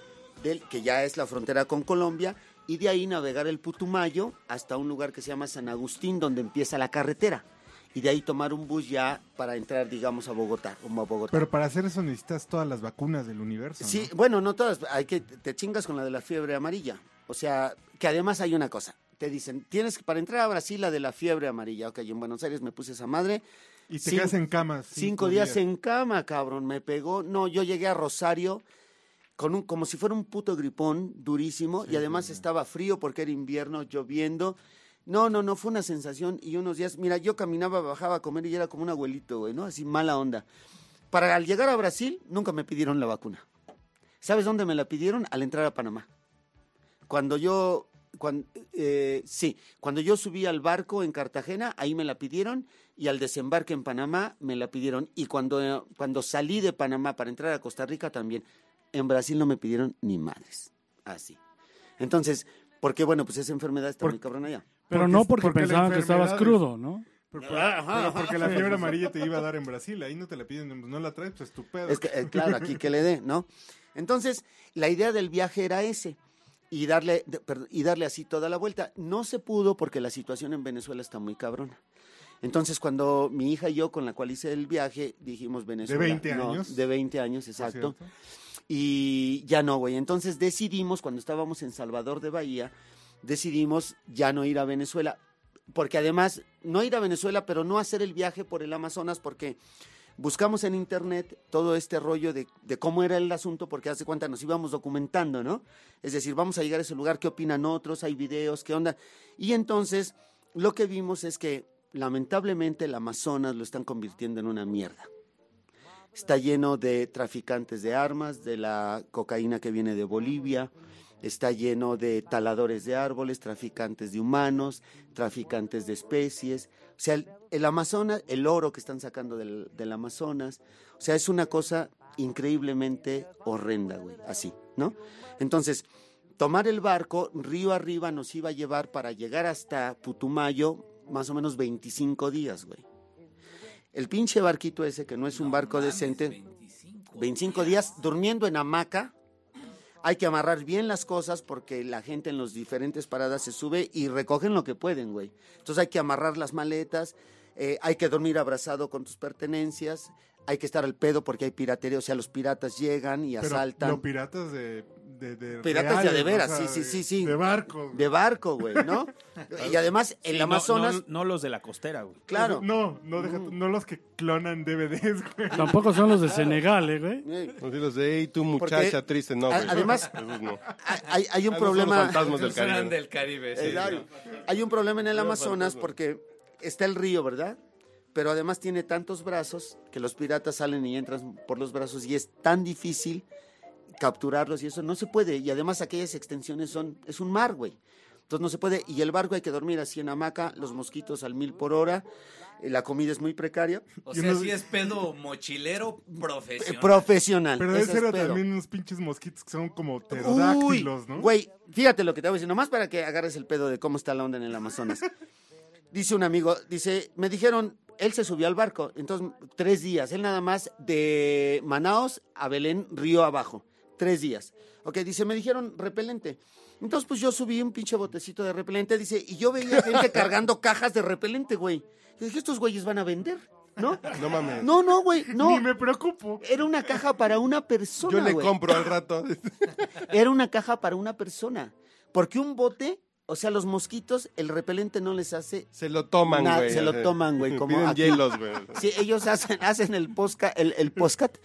Speaker 2: del, que ya es la frontera con Colombia, y de ahí navegar el Putumayo hasta un lugar que se llama San Agustín, donde empieza la carretera. Y de ahí tomar un bus ya para entrar, digamos, a Bogotá, como a Bogotá.
Speaker 3: Pero para hacer eso necesitas todas las vacunas del universo.
Speaker 2: Sí,
Speaker 3: ¿no?
Speaker 2: bueno, no todas. Hay que te chingas con la de la fiebre amarilla. O sea, que además hay una cosa. Te dicen, tienes que- para entrar a Brasil la de la fiebre amarilla. Ok, en Buenos Aires me puse esa madre.
Speaker 3: Y te
Speaker 2: cinco-
Speaker 3: quedas en camas.
Speaker 2: Cinco días en cama, cabrón. Me pegó. No, yo llegué a Rosario con un, como si fuera un puto gripón durísimo y además estaba frío porque era invierno, lloviendo. No, no, no, fue una sensación y unos días, mira, yo caminaba, bajaba a comer y era como un abuelito, güey, ¿no? Así mala onda. Para al llegar a Brasil, nunca me pidieron la vacuna. ¿Sabes dónde me la pidieron? Al entrar a Panamá. Cuando yo, cuan- eh, sí, cuando yo subí al barco en Cartagena, ahí me la pidieron y al desembarque en Panamá me la pidieron. Y cuando, eh, cuando salí de Panamá para entrar a Costa Rica también, en Brasil no me pidieron ni madres. Así. Entonces, porque bueno, pues esa enfermedad está
Speaker 3: Por-
Speaker 2: muy cabrona allá.
Speaker 5: Pero
Speaker 3: Porque-
Speaker 5: no porque,
Speaker 3: porque la
Speaker 5: pensaban que estabas
Speaker 3: enfermedad es-
Speaker 5: crudo, ¿no?
Speaker 3: Pero, pero- pero porque la fiebre amarilla te iba a dar en Brasil, ahí no te la piden, pues no la traes, pues es tu pedo.
Speaker 2: Es que, eh, claro, aquí que le dé, ¿no? Entonces, la idea del viaje era ese. Y darle, de- perdón, y darle así toda la vuelta. No se pudo porque la situación en Venezuela está muy cabrona. Entonces, cuando mi hija y yo, con la cual hice el viaje, dijimos Venezuela.
Speaker 3: 20
Speaker 2: no,
Speaker 3: años.
Speaker 2: de 20 años,
Speaker 3: por
Speaker 2: exacto.
Speaker 3: cierto.
Speaker 2: Y ya no, güey. Entonces decidimos, cuando estábamos en Salvador de Bahía, decidimos ya no ir a Venezuela. Porque además, no ir a Venezuela, pero no hacer el viaje por el Amazonas, porque buscamos en internet todo este rollo de, de cómo era el asunto, porque hace cuenta nos íbamos documentando, ¿no? Es decir, vamos a llegar a ese lugar, qué opinan otros, hay videos, qué onda. Y entonces, lo que vimos es que lamentablemente el Amazonas lo están convirtiendo en una mierda está lleno de traficantes de armas, de la cocaína que viene de Bolivia, está lleno de taladores de árboles, traficantes de humanos, traficantes de especies. O sea, el, el Amazonas, el oro que están sacando del, del Amazonas, o sea, es una cosa increíblemente horrenda, güey, así, ¿no? Entonces, tomar el barco río arriba nos iba a llevar para llegar hasta Putumayo más o menos 25 días, güey. El pinche barquito ese, que no es un barco decente,
Speaker 6: 25.
Speaker 2: 25 días durmiendo en hamaca. Hay que amarrar bien las cosas porque la gente en las diferentes paradas se sube y recogen lo que pueden, güey. Entonces hay que amarrar las maletas, eh, hay que dormir abrazado con tus pertenencias, hay que estar al pedo porque hay piratería, o sea, los piratas llegan y
Speaker 3: Pero
Speaker 2: asaltan.
Speaker 3: Los piratas de. de, de
Speaker 2: Piratas ya de veras, sí, sí,
Speaker 3: de-
Speaker 2: sí, sí.
Speaker 3: De barcos.
Speaker 2: De barco, güey, ¿no? y además, el
Speaker 7: Sí, no-
Speaker 2: Amazonas,
Speaker 7: No, no los de la costera, güey.
Speaker 2: claro. Mm.
Speaker 3: No, no, deja, no los que clonan DVDs, güey.
Speaker 5: Tampoco son los de Senegal, ¿eh, güey.
Speaker 2: Eh,
Speaker 4: Los hilos de, "Ey, tú muchacha
Speaker 2: Porque-
Speaker 4: triste, no.
Speaker 2: a-
Speaker 4: güey.
Speaker 2: además-
Speaker 4: Esos no.
Speaker 2: hay, hay un
Speaker 4: Ah, no son los
Speaker 2: problema.
Speaker 4: fantasmas del
Speaker 6: Esos eran
Speaker 4: Caribe.
Speaker 6: del Caribe. sí.
Speaker 2: Exacto. Hay un problema en el Amazonas
Speaker 4: fantasma.
Speaker 2: porque está el río, ¿verdad? Pero además tiene tantos brazos que los piratas salen y entran por los brazos y es tan difícil capturarlos y eso no se puede. Y además aquellas extensiones son, es un mar, güey. Entonces no se puede. Y el barco hay que dormir así en hamaca, los mosquitos al mil por hora, eh, la comida es muy precaria.
Speaker 6: O
Speaker 3: Yo
Speaker 6: sea,
Speaker 3: no-
Speaker 6: sí es pedo mochilero profesional.
Speaker 2: Eh, profesional.
Speaker 3: Pero
Speaker 2: ese
Speaker 3: debe
Speaker 2: es
Speaker 3: ser
Speaker 2: pedo.
Speaker 3: también unos pinches mosquitos que son como
Speaker 2: Uy,
Speaker 3: pterodáctilos, ¿no?
Speaker 2: Güey, fíjate lo que te voy a decir, nomás para que agarres el pedo de cómo está la onda en el Amazonas. dice un amigo, dice, me dijeron, él se subió al barco, entonces tres días, él nada más de Manaos a Belén, río abajo, tres días. Ok, dice, me dijeron repelente. Entonces, pues yo subí un pinche botecito de repelente, dice, y yo veía gente cargando cajas de repelente, güey. Yo dije, estos güeyes van a vender, ¿no?
Speaker 4: No mames.
Speaker 2: No, no, güey, no.
Speaker 3: Ni me preocupo.
Speaker 2: Era una caja para una persona,
Speaker 4: Yo le
Speaker 2: güey.
Speaker 4: compro al rato.
Speaker 2: Era una caja para una persona. Porque un bote, o sea, los mosquitos, el repelente no les hace.
Speaker 4: Se lo toman,
Speaker 2: Nah,
Speaker 4: güey.
Speaker 2: se lo toman, güey, como
Speaker 4: Piden
Speaker 2: aquí.
Speaker 4: hielos, güey.
Speaker 2: Sí, ellos hacen, hacen el podcast, el, el podcast.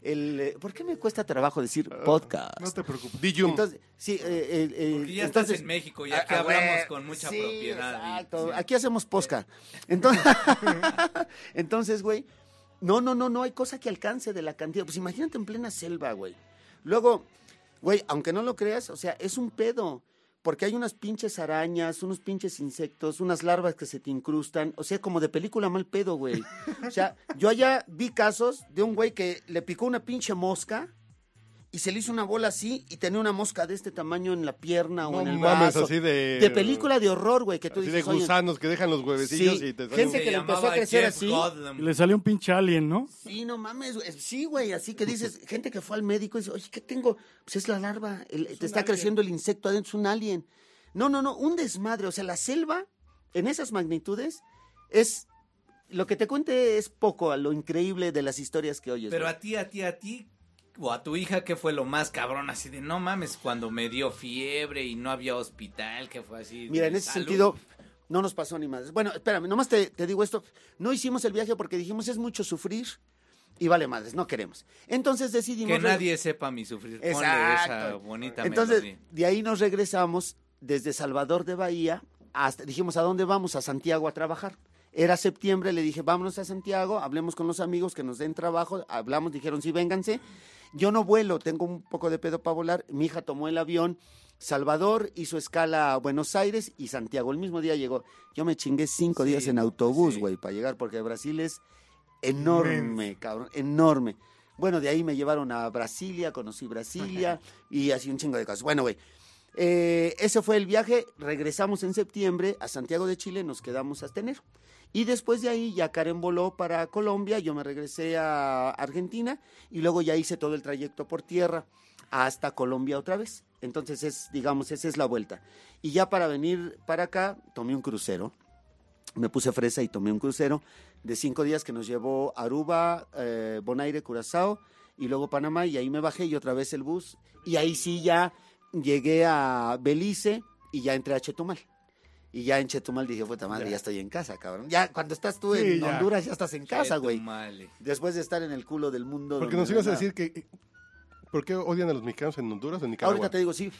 Speaker 2: El, eh, ¿Por qué me cuesta trabajo decir
Speaker 6: Ah,
Speaker 2: podcast?
Speaker 3: No te preocupes.
Speaker 4: Dijum.
Speaker 2: Entonces, sí, eh, eh, eh,
Speaker 6: Porque ya
Speaker 2: entonces,
Speaker 6: estás en México y aquí
Speaker 2: Ah, güey,
Speaker 6: hablamos con mucha
Speaker 2: sí,
Speaker 6: propiedad. y-
Speaker 2: exacto.
Speaker 6: sí.
Speaker 2: Aquí hacemos posca. Entonces, entonces, güey, no, no, no, no hay cosa que alcance de la cantidad. Pues imagínate en plena selva, güey. Luego, güey, aunque no lo creas, o sea, es un pedo. Porque hay unas pinches arañas, unos pinches insectos, unas larvas que se te incrustan. O sea, como de película mal pedo, güey. O sea, yo allá vi casos de un güey que le picó una pinche mosca y se le hizo una bola así y tenía una mosca de este tamaño en la pierna o
Speaker 4: No
Speaker 2: en el
Speaker 4: mames,
Speaker 2: brazo.
Speaker 4: así de.
Speaker 2: De película de horror, güey, que tú
Speaker 4: Así de
Speaker 2: dices, oye,
Speaker 4: gusanos que dejan los huevecillos
Speaker 2: Sí,
Speaker 4: y te
Speaker 2: gente
Speaker 6: Se
Speaker 2: que le empezó
Speaker 6: llamaba
Speaker 2: a crecer
Speaker 6: Jeff
Speaker 2: así.
Speaker 6: Goldblum.
Speaker 5: Y le salió un pinche alien, ¿no?
Speaker 2: sí, no mames, güey. sí, güey, así que dices, gente que fue al médico y dice, oye, ¿qué tengo? Pues es la larva, el- te está creciendo el insecto adentro, es un alien. No, no, no, un desmadre, o sea, la selva, en esas magnitudes, es, lo que te cuente es poco a lo increíble de las historias que oyes.
Speaker 6: Pero
Speaker 2: güey.
Speaker 6: a ti, a ti, a ti, o a tu hija, ¿qué fue lo más cabrón? Así de, no mames, cuando me dio fiebre y no había hospital, que fue así. de
Speaker 2: Mira, en ese
Speaker 6: salud.
Speaker 2: sentido, no nos pasó ni madres. Bueno, espérame, nomás te, te digo esto. No hicimos el viaje porque dijimos es mucho sufrir. Y vale madres, no queremos. Entonces decidimos...
Speaker 6: Que nadie sepa mi sufrir. Ponle esa
Speaker 2: Exacto.
Speaker 6: bonita
Speaker 2: Entonces,
Speaker 6: melodía.
Speaker 2: de ahí nos regresamos desde Salvador de Bahía hasta dijimos a dónde vamos, a Santiago a trabajar. Era septiembre, le dije, vámonos a Santiago, hablemos con los amigos que nos den trabajo, hablamos, dijeron, sí, vénganse. Yo no vuelo, tengo un poco de pedo para volar, mi hija tomó el avión, Salvador hizo escala a Buenos Aires y Santiago, el mismo día llegó. Yo me chingué cinco
Speaker 6: Sí,
Speaker 2: días en autobús,
Speaker 6: sí.
Speaker 2: güey, para llegar, porque Brasil es enorme, cabrón, enorme. Bueno, de ahí me llevaron a Brasilia, conocí Brasilia y así un chingo de cosas. Bueno, güey, eh, ese fue el viaje. Regresamos en septiembre a Santiago de Chile, nos quedamos hasta enero. Y después de ahí ya Karen voló para Colombia, yo me regresé a Argentina y luego ya hice todo el trayecto por tierra hasta Colombia otra vez. Entonces es, digamos, esa es la vuelta. Y ya para venir para acá tomé un crucero, me puse fresa y tomé un crucero de cinco días que nos llevó Aruba, eh, Bonaire, Curazao y luego Panamá y ahí me bajé y otra vez el bus y ahí sí ya llegué a Belice y ya entré a Chetumal. Y ya en Chetumal dije, puta madre, ya, estoy en casa, cabrón. Ya cuando estás tú
Speaker 3: Sí,
Speaker 2: en
Speaker 3: ya.
Speaker 2: Honduras ya estás en casa, güey.
Speaker 6: Chetumale.
Speaker 2: Después de estar en el culo del mundo.
Speaker 4: Porque
Speaker 2: donde
Speaker 4: nos
Speaker 2: no
Speaker 4: ibas a
Speaker 2: hay nada.
Speaker 4: decir que. eh, ¿Por qué odian a los mexicanos en Honduras o en Nicaragua?
Speaker 2: Ahorita te digo, sí.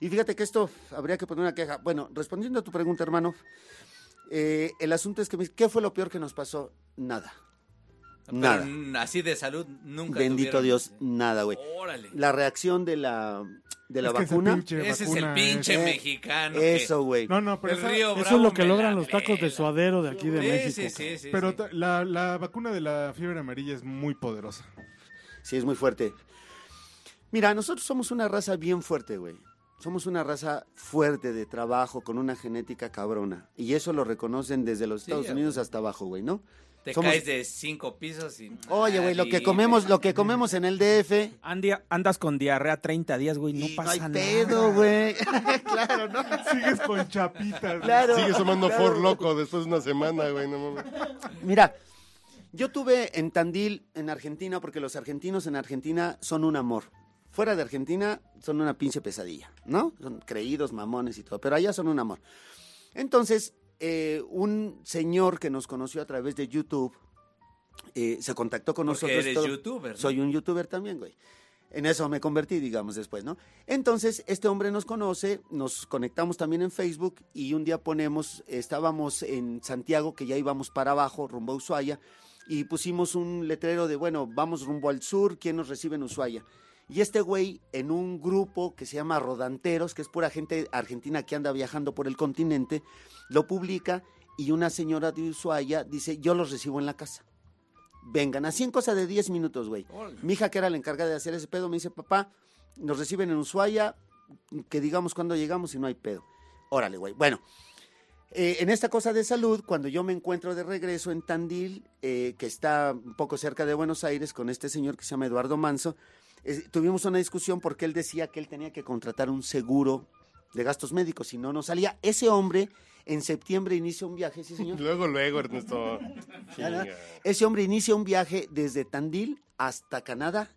Speaker 2: Y fíjate que esto habría que poner una queja. Bueno, respondiendo a tu pregunta, hermano, eh, el asunto es que, me- ¿qué fue lo peor que nos pasó? Nada.
Speaker 6: Pero
Speaker 2: Nada.
Speaker 6: n- así de salud nunca
Speaker 2: Bendito
Speaker 6: tuvieron.
Speaker 2: Dios, nada, güey.
Speaker 6: Órale.
Speaker 2: La reacción de la, de la
Speaker 3: Es que esa
Speaker 2: vacuna.
Speaker 3: pinche
Speaker 6: Ese es el
Speaker 3: vacuna
Speaker 6: pinche
Speaker 2: eh,
Speaker 6: mexicano. que-
Speaker 2: Eso, güey.
Speaker 3: No, no, pero,
Speaker 6: el
Speaker 3: esa-
Speaker 6: río Bravo
Speaker 5: Eso es lo que
Speaker 6: me la
Speaker 5: logran los tacos de
Speaker 6: pela.
Speaker 5: suadero de aquí de México.
Speaker 6: Sí, sí, sí.
Speaker 3: pero
Speaker 6: sí.
Speaker 3: ta- la, la vacuna de la fiebre amarilla es muy poderosa.
Speaker 2: Sí, es muy fuerte. Mira, nosotros somos una raza bien fuerte, güey. Somos una raza fuerte de trabajo, con una genética cabrona. Y eso lo reconocen desde los
Speaker 6: Sí,
Speaker 2: Estados
Speaker 6: ya,
Speaker 2: Unidos hasta abajo, güey, ¿no?
Speaker 6: Te
Speaker 2: somos-
Speaker 6: caes de cinco pisos y.
Speaker 2: Oye, güey, lo que comemos, lo que comemos en el DF,
Speaker 7: Andy, andas con diarrea 30 días, güey, no
Speaker 2: Y
Speaker 7: pasa
Speaker 2: hay
Speaker 7: nada.
Speaker 2: pedo, güey. claro, ¿no?
Speaker 3: Sigues con chapitas.
Speaker 2: Claro.
Speaker 4: Sigues tomando
Speaker 2: claro.
Speaker 4: for loco después de una semana, güey. No mames.
Speaker 2: Mira, yo tuve en Tandil, en Argentina, porque los argentinos en Argentina son un amor. Fuera de Argentina son una pinche pesadilla, ¿no? Son creídos, mamones y todo, pero allá son un amor. Entonces, eh, un señor que nos conoció a través de YouTube eh, se contactó con
Speaker 6: Porque
Speaker 2: nosotros.
Speaker 6: eres
Speaker 2: todo-
Speaker 6: youtuber, ¿no?
Speaker 2: Soy un youtuber también, güey. En eso me convertí, digamos, después, ¿no? Entonces, este hombre nos conoce, nos conectamos también en Facebook y un día ponemos, estábamos en Santiago, que ya íbamos para abajo, rumbo a Ushuaia, y pusimos un letrero de, bueno, vamos rumbo al sur, ¿quién nos recibe en Ushuaia? Y este güey, en un grupo que se llama Rodanteros, que es pura gente argentina que anda viajando por el continente, lo publica y una señora de Ushuaia dice, yo los recibo en la casa. Vengan, así en cosa de 10 minutos, güey.
Speaker 6: Órale.
Speaker 2: Mi hija, que era la encargada de hacer ese pedo, me dice, papá, nos reciben en Ushuaia, que digamos cuando llegamos y no hay pedo. Órale, güey. Bueno, eh, en esta cosa de salud, cuando yo me encuentro de regreso en Tandil, eh, que está un poco cerca de Buenos Aires, con este señor que se llama Eduardo Manso, eh, tuvimos una discusión porque él decía que él tenía que contratar un seguro de gastos médicos, si no, no salía. Ese hombre en septiembre inicia un viaje, sí, señor.
Speaker 4: Luego, luego, Ernesto.
Speaker 2: Ya,
Speaker 4: Chinga.
Speaker 2: ¿no? Ese hombre inicia un viaje desde Tandil hasta Canadá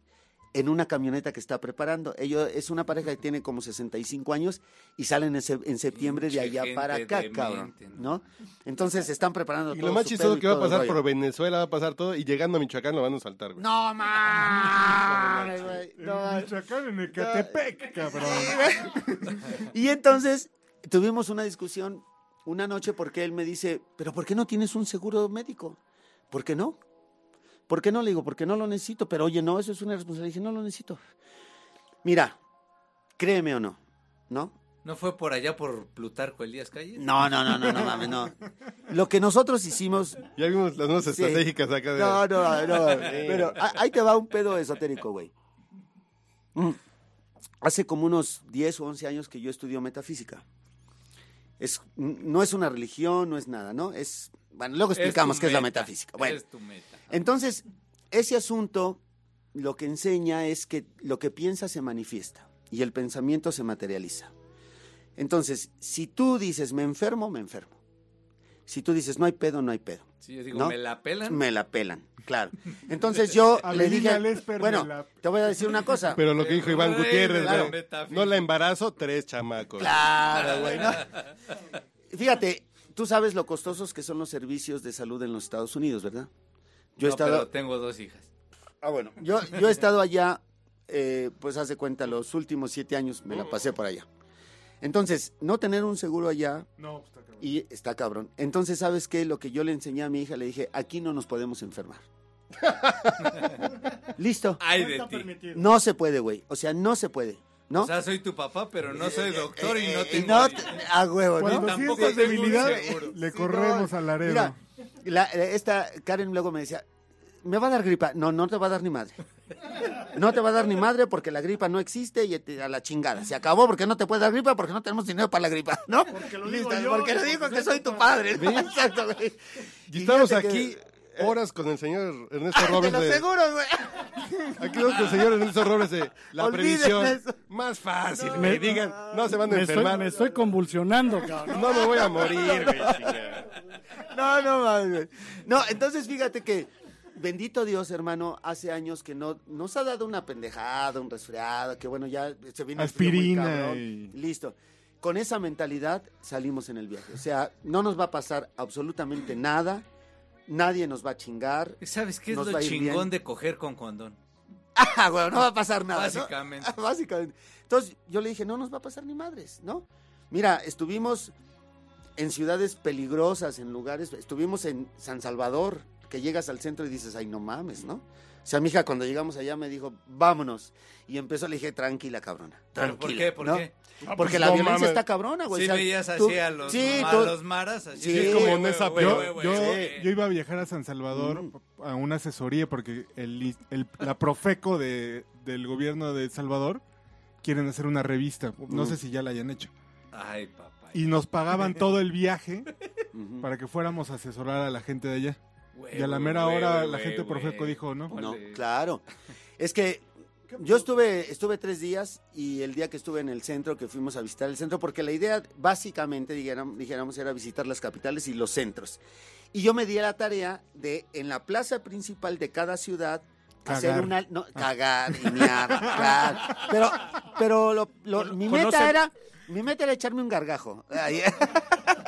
Speaker 2: en una camioneta que está preparando. Ellos es una pareja que tiene como 65 años y salen en, se- en septiembre de
Speaker 6: Pinche
Speaker 2: allá
Speaker 6: gente
Speaker 2: para acá,
Speaker 6: demente,
Speaker 2: cabrón,
Speaker 6: ¿no?
Speaker 2: ¿no? Entonces están preparando
Speaker 4: Y
Speaker 2: todo
Speaker 4: lo más
Speaker 2: su
Speaker 4: chistoso
Speaker 2: pedo y
Speaker 4: que va a
Speaker 2: todo el
Speaker 4: pasar
Speaker 2: rollo.
Speaker 4: por Venezuela, va a pasar todo. Y llegando a Michoacán lo van a saltar, güey.
Speaker 2: No mames, güey, no
Speaker 3: En
Speaker 2: mames.
Speaker 3: Michoacán, en Ecatepec, cabrón.
Speaker 2: Y entonces tuvimos una discusión una noche porque él me dice, pero ¿por qué no tienes un seguro médico? ¿Por qué no? ¿Por qué no? Le digo, porque no lo necesito. Pero oye, no, eso es una responsabilidad. Dije, no lo necesito. Mira, créeme o no, ¿no?
Speaker 6: ¿No fue por allá por Plutarco Elías Calles?
Speaker 2: No, no, no, no, no mames, no. Lo que nosotros hicimos.
Speaker 4: Ya vimos las nuevas
Speaker 2: Sí.
Speaker 4: estratégicas acá de.
Speaker 2: No, no, no. Pero a- ahí te va un pedo esotérico, güey. Mm. Hace como unos 10 o 11 años que yo estudio metafísica. Es, n- no es una religión, no es nada, ¿no? Es. Bueno, luego explicamos
Speaker 6: tu
Speaker 2: qué es la
Speaker 6: meta,
Speaker 2: metafísica. Bueno.
Speaker 6: Es tu meta.
Speaker 2: Entonces, ese asunto lo que enseña es que lo que piensas se manifiesta y el pensamiento se materializa. Entonces, si tú dices me enfermo, me enfermo. Si tú dices no hay pedo, no hay pedo.
Speaker 6: Sí, yo digo,
Speaker 2: ¿No?
Speaker 6: ¿me la pelan?
Speaker 2: Me la pelan, claro. Entonces yo
Speaker 3: A
Speaker 2: le
Speaker 3: Belina
Speaker 2: dije,
Speaker 3: Lesper
Speaker 2: bueno,
Speaker 3: me la-
Speaker 2: te voy a decir una cosa.
Speaker 4: Pero lo que dijo Iván
Speaker 6: Ay,
Speaker 4: Gutiérrez,
Speaker 6: claro.
Speaker 4: güey, No la embarazo, tres chamacos.
Speaker 2: Claro, güey. ¿no? Fíjate, tú sabes lo costosos que son los servicios de salud en los Estados Unidos, ¿verdad? Yo he
Speaker 6: No,
Speaker 2: estado
Speaker 6: pero tengo dos hijas.
Speaker 8: Ah, bueno.
Speaker 2: Yo, yo he estado allá, eh, pues hace cuenta, los últimos siete años me la pasé por allá. Entonces, no tener un seguro allá
Speaker 3: No, pues, está cabrón.
Speaker 2: y está cabrón. Entonces, ¿sabes qué? Lo que yo le enseñé a mi hija, le dije, aquí no nos podemos enfermar. Listo.
Speaker 6: Ay de
Speaker 5: está
Speaker 6: ti.
Speaker 5: permitido.
Speaker 2: No se puede, güey. O sea, no se puede. ¿No?
Speaker 6: O sea, soy tu papá, pero no soy doctor y no
Speaker 2: Eh,
Speaker 6: tengo.
Speaker 2: no
Speaker 6: dinero.
Speaker 2: te- a huevo, ¿no?
Speaker 3: Cuando
Speaker 6: tampoco
Speaker 3: sientas
Speaker 6: tengo un
Speaker 3: debilidad,
Speaker 6: seguro.
Speaker 3: le
Speaker 2: Sí,
Speaker 3: corremos
Speaker 2: no,
Speaker 3: al arero.
Speaker 2: Mira, la- eh, esta Karen luego me decía, me va a dar gripa. No, no te va a dar ni madre. No te va a dar ni madre porque la gripa no existe y te- a la chingada. Se acabó porque no te puede dar gripa porque no tenemos dinero para la gripa, ¿no? Porque
Speaker 5: lo digo yo,
Speaker 2: porque lo
Speaker 5: porque
Speaker 2: digo
Speaker 5: soy
Speaker 2: que
Speaker 5: tu
Speaker 2: soy tu padre. ¿no? Exacto, güey.
Speaker 4: Y estamos
Speaker 2: fíjate que- eh,
Speaker 4: aquí horas con el señor Ernesto
Speaker 2: Te
Speaker 4: Robles.
Speaker 2: lo
Speaker 4: de-
Speaker 2: aseguro, güey.
Speaker 4: aquí estamos con el señor Ernesto Robles de la
Speaker 2: Olviden
Speaker 4: previsión.
Speaker 2: eso.
Speaker 4: Más fácil. que
Speaker 5: Me-
Speaker 4: digan, no se van a
Speaker 5: Me estoy,
Speaker 4: enfermar.
Speaker 5: me estoy convulsionando, cabrón.
Speaker 4: No me voy a morir, güey.
Speaker 2: No, no mames. güey. No, entonces fíjate que bendito Dios, hermano, hace años que no nos ha dado una pendejada, un resfriado, que bueno, ya se vino el frío muy
Speaker 3: Aspirina
Speaker 2: cabrón.
Speaker 3: y-
Speaker 2: listo. Con esa mentalidad salimos en el viaje. O sea, no nos va a pasar absolutamente nada. Nadie nos va a chingar.
Speaker 6: ¿Sabes qué es
Speaker 2: Nos
Speaker 6: lo
Speaker 2: va a ir
Speaker 6: chingón
Speaker 2: bien.
Speaker 6: de coger con condón?
Speaker 2: Ah, bueno, no va a pasar nada. ¿no?
Speaker 6: Básicamente.
Speaker 2: Básicamente. Entonces yo le dije, no nos va a pasar ni madres, ¿no? Mira, estuvimos en ciudades peligrosas, en lugares, estuvimos en San Salvador, que llegas al centro y dices, ay, no mames, ¿no? O sea, mi hija cuando llegamos allá me dijo, vámonos. Y empezó, le dije, tranquila, cabrona.
Speaker 6: ¿Pero por
Speaker 2: tranquila",
Speaker 6: qué? ¿Por
Speaker 2: ¿no?
Speaker 6: qué? Ah, pues
Speaker 2: Porque la
Speaker 4: no
Speaker 2: violencia
Speaker 4: mames.
Speaker 2: está cabrona, güey.
Speaker 6: Sí,
Speaker 2: o sea,
Speaker 6: veías así
Speaker 2: tú-
Speaker 6: a los,
Speaker 2: Sí,
Speaker 6: a
Speaker 2: tú-
Speaker 6: los maras. Así
Speaker 2: Sí,
Speaker 6: de,
Speaker 2: como
Speaker 6: güey,
Speaker 4: en
Speaker 6: güey,
Speaker 4: esa
Speaker 6: güey,
Speaker 4: Pero,
Speaker 3: Yo,
Speaker 6: güey, güey,
Speaker 3: yo-
Speaker 6: güey.
Speaker 3: yo iba a viajar a San Salvador
Speaker 2: Mm.
Speaker 3: a una asesoría porque el, el- la Profeco de- del gobierno de El Salvador quieren hacer una revista. No
Speaker 2: Mm.
Speaker 3: sé si ya la hayan hecho.
Speaker 6: Ay, papá.
Speaker 3: Y nos pagaban todo el viaje
Speaker 2: Ujú.
Speaker 3: para que fuéramos a asesorar a la gente de allá.
Speaker 6: Güey,
Speaker 3: Y a la
Speaker 6: güey,
Speaker 3: mera
Speaker 6: güey,
Speaker 3: hora
Speaker 6: güey,
Speaker 3: la gente
Speaker 6: güey.
Speaker 3: Profeco dijo, ¿no?
Speaker 2: Pues No,
Speaker 6: Órale.
Speaker 2: claro. Es que yo estuve, estuve tres días y el día que estuve en el centro, que fuimos a visitar el centro, porque la idea básicamente, dijéram- dijéramos, era visitar las capitales y los centros. Y yo me di a la tarea de, en la plaza principal de cada ciudad, hacer
Speaker 3: Cagar. Ah.
Speaker 2: una... No, cagar, y mear, claro. Pero, pero lo- lo- mi meta
Speaker 3: em
Speaker 7: Conoce-
Speaker 2: era... Mi meta era echarme un gargajo. Ahí.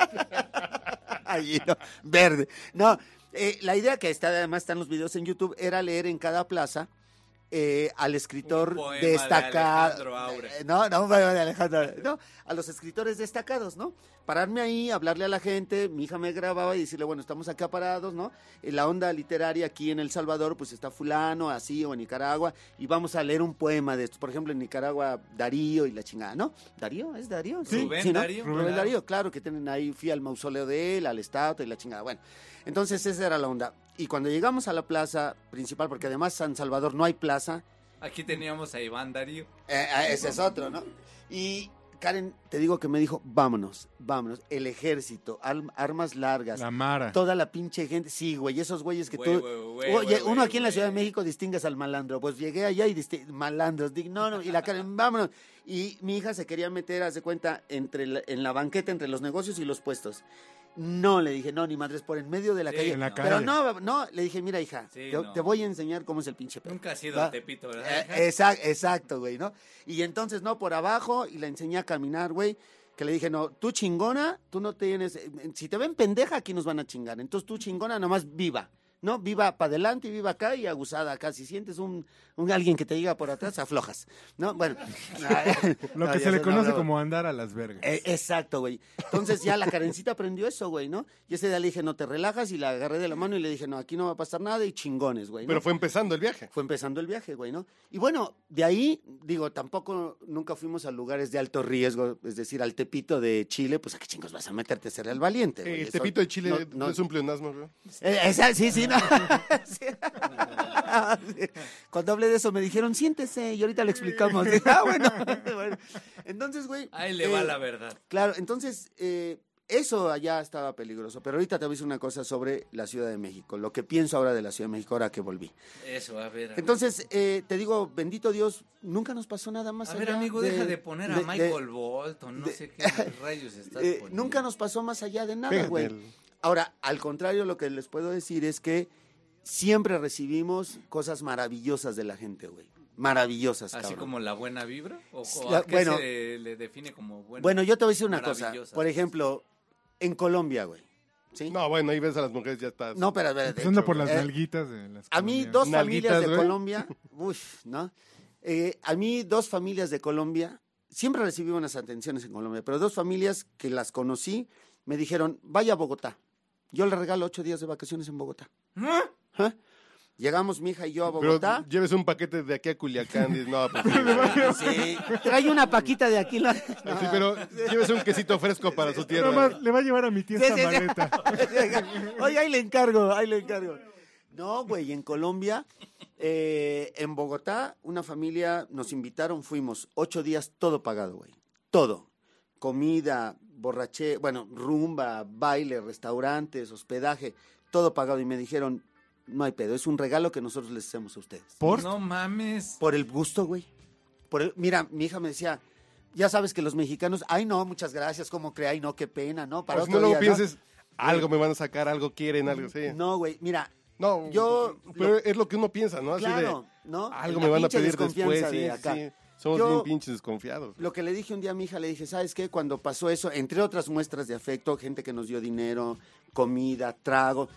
Speaker 2: Ahí, no, verde. No, eh, la idea que está, además están los videos en YouTube, era leer en cada plaza eh, al
Speaker 6: Un
Speaker 2: escritor
Speaker 6: poema de
Speaker 2: destacado.
Speaker 6: Alejandro Aura.
Speaker 2: Eh, no, no, un poema de Alejandro. No, a los escritores destacados, ¿no? Pararme ahí, hablarle a la gente, mi hija me grababa y decirle, bueno, estamos acá parados, ¿no? En eh, la onda literaria aquí en El Salvador, pues está fulano, así, o en Nicaragua, y vamos a leer un poema de estos. Por ejemplo, en Nicaragua, Darío y la chingada, ¿no? Darío, ¿es Darío?
Speaker 6: Rubén
Speaker 2: ¿no?
Speaker 6: Darío,
Speaker 2: Rubén
Speaker 6: claro.
Speaker 2: Darío, claro, que tienen ahí, fui al mausoleo de él, al estatua y la chingada. Bueno, entonces esa era la onda. Y cuando llegamos a la plaza principal, porque además San Salvador no hay plaza,
Speaker 6: Aquí teníamos a Iván Darío.
Speaker 2: eh, ah, ese es otro, ¿no? Y Karen, te digo que me dijo, vámonos, vámonos, el ejército, arm- armas largas,
Speaker 3: La Mara.
Speaker 2: toda la pinche gente, sí, güey, esos güeyes que
Speaker 6: Güey,
Speaker 2: tú...
Speaker 6: güey, güey,
Speaker 2: Oye,
Speaker 6: güey,
Speaker 2: uno
Speaker 6: güey,
Speaker 2: aquí en la Ciudad de
Speaker 6: güey.
Speaker 2: México distingues al malandro. Pues llegué allá y disti- malandros. Digo, no, no, y la Karen, vámonos. Y mi hija se quería meter, haz de cuenta, entre la- en la banqueta, entre los negocios y los puestos. No, le dije, no, ni madres, por en medio de la
Speaker 6: Sí,
Speaker 2: calle.
Speaker 6: en la
Speaker 2: Pero
Speaker 3: calle.
Speaker 2: no, no, le dije, mira, hija,
Speaker 6: Sí,
Speaker 2: te,
Speaker 6: no.
Speaker 2: te voy a enseñar cómo es el pinche pedo.
Speaker 6: Nunca ha sido
Speaker 2: Va.
Speaker 6: a Tepito,
Speaker 2: Eh,
Speaker 6: ¿verdad?
Speaker 2: exac- exacto, güey, ¿no? Y entonces, no, por abajo, y la enseñé a caminar, güey, que le dije, no, tú chingona, tú no tienes, eh, si te ven pendeja, aquí nos van a chingar, entonces tú chingona, nomás viva, ¿no? Viva para adelante y viva acá y aguzada acá, si sientes un, un alguien que te diga por atrás, aflojas, ¿no? Bueno.
Speaker 3: Lo
Speaker 2: No,
Speaker 3: que
Speaker 2: ya
Speaker 3: se
Speaker 2: sé,
Speaker 3: le
Speaker 2: no,
Speaker 3: conoce
Speaker 2: no,
Speaker 3: como andar a las vergas.
Speaker 2: eh, exacto, güey. Entonces ya la carencita aprendió eso, güey, ¿no? Y ese día le dije, no te relajas, y la agarré de la mano y le dije, no, aquí no va a pasar nada y chingones, güey. ¿no?
Speaker 4: Pero fue empezando el viaje.
Speaker 2: fue empezando el viaje, güey, ¿no? Y bueno, de ahí, digo, tampoco nunca fuimos a lugares de alto riesgo, es decir, al Tepito de Chile, pues a qué chingos vas a meterte a ser el valiente, güey.
Speaker 4: El
Speaker 2: Eso
Speaker 4: tepito de Chile
Speaker 2: no-
Speaker 4: no,
Speaker 2: no-
Speaker 4: es un pleonasmo, güey.
Speaker 2: Eh, esa- sí, sí, no. Sí. Sí. Cuando hablé de eso me dijeron, siéntese, y ahorita le explicamos. Ah, bueno. Bueno. Entonces, güey.
Speaker 6: Ahí le
Speaker 2: eh,
Speaker 6: va la verdad.
Speaker 2: Claro, entonces eh, eso allá estaba peligroso. Pero ahorita te voy a decir una cosa sobre la Ciudad de México, lo que pienso ahora de la Ciudad de México, ahora que volví.
Speaker 6: Eso, a ver. a ver.
Speaker 2: Entonces, eh, te digo, bendito Dios, nunca nos pasó nada más
Speaker 6: A
Speaker 2: allá.
Speaker 6: ver, amigo, deja de poner a
Speaker 2: de-
Speaker 6: Michael Bolton. No
Speaker 2: de-
Speaker 6: sé qué rayos
Speaker 2: de-
Speaker 6: estás
Speaker 2: eh,
Speaker 6: poniendo.
Speaker 2: nunca nos pasó más allá de nada,
Speaker 4: Pégate
Speaker 2: Ah, güey.
Speaker 4: el-
Speaker 2: Ahora, al contrario, lo que les puedo decir es que siempre recibimos cosas maravillosas de la gente, güey. Maravillosas,
Speaker 6: Así
Speaker 2: cabrón.
Speaker 6: como la buena vibra. ¿O, o
Speaker 2: La-
Speaker 6: a qué
Speaker 2: bueno.
Speaker 6: se le define como buena?
Speaker 2: Bueno, yo te voy a decir una cosa.
Speaker 6: Maravillosas.
Speaker 2: Por ejemplo, en Colombia, güey. ¿sí?
Speaker 4: No, pues bueno, ahí ves a las mujeres, ya estás.
Speaker 2: No, pero, pero de
Speaker 3: Empezando
Speaker 2: hecho,
Speaker 3: por las
Speaker 2: eh,
Speaker 3: nalguitas de las
Speaker 2: A mí
Speaker 3: colombianas.
Speaker 2: dos
Speaker 4: Nalguitas,
Speaker 2: familias de
Speaker 4: güey.
Speaker 2: Colombia, uff, ¿no? Eh, a mí dos familias de Colombia, siempre recibí unas atenciones en Colombia, pero dos familias que las conocí me dijeron, vaya a Bogotá, yo le regalo ocho días de vacaciones en Bogotá. ¿Ah? Llegamos mi hija y yo a
Speaker 4: Pero
Speaker 2: Bogotá.
Speaker 4: lleves un paquete de aquí a Culiacán. dices, no, pues, sí,
Speaker 2: Sí, trae una paquita de aquí. la-
Speaker 4: Sí, pero lleves un quesito fresco para su tierra.
Speaker 3: Nada más le va a llevar a mi tía
Speaker 2: Sí,
Speaker 3: esta
Speaker 2: sí, sí.
Speaker 3: maleta.
Speaker 2: Oye, ahí le encargo, ahí le encargo. No, güey, en Colombia, eh, en Bogotá, una familia nos invitaron, fuimos ocho días, todo pagado, güey. Todo. Comida, borraché, bueno, rumba, baile, restaurantes, hospedaje, todo pagado. Y me dijeron, no hay pedo, es un regalo que nosotros les hacemos a ustedes.
Speaker 3: ¿Por?
Speaker 6: No mames.
Speaker 2: Por el gusto, güey. Por el- mira, mi hija me decía, ya sabes que los mexicanos, ay no, muchas gracias, como crea, ay no, qué pena, ¿no? Para
Speaker 4: Pues
Speaker 2: otro
Speaker 4: no luego
Speaker 2: día,
Speaker 4: pienses, algo me van a sacar, algo quieren, algo sí.
Speaker 2: No, güey, mira,
Speaker 4: No,
Speaker 2: Yo-
Speaker 4: Pero es lo que uno piensa, ¿no? Así
Speaker 2: claro,
Speaker 4: de.
Speaker 2: ¿no?
Speaker 4: Algo
Speaker 2: La
Speaker 4: me van a
Speaker 2: pinche
Speaker 4: pedir
Speaker 2: desconfianza
Speaker 4: después. Sí,
Speaker 2: de acá.
Speaker 4: sí. Somos
Speaker 2: Yo-
Speaker 4: bien pinches desconfiados.
Speaker 2: Lo que le dije un día a mi hija, le dije, ¿sabes qué? Cuando pasó eso, entre otras muestras de afecto, gente que nos dio dinero, comida, trago,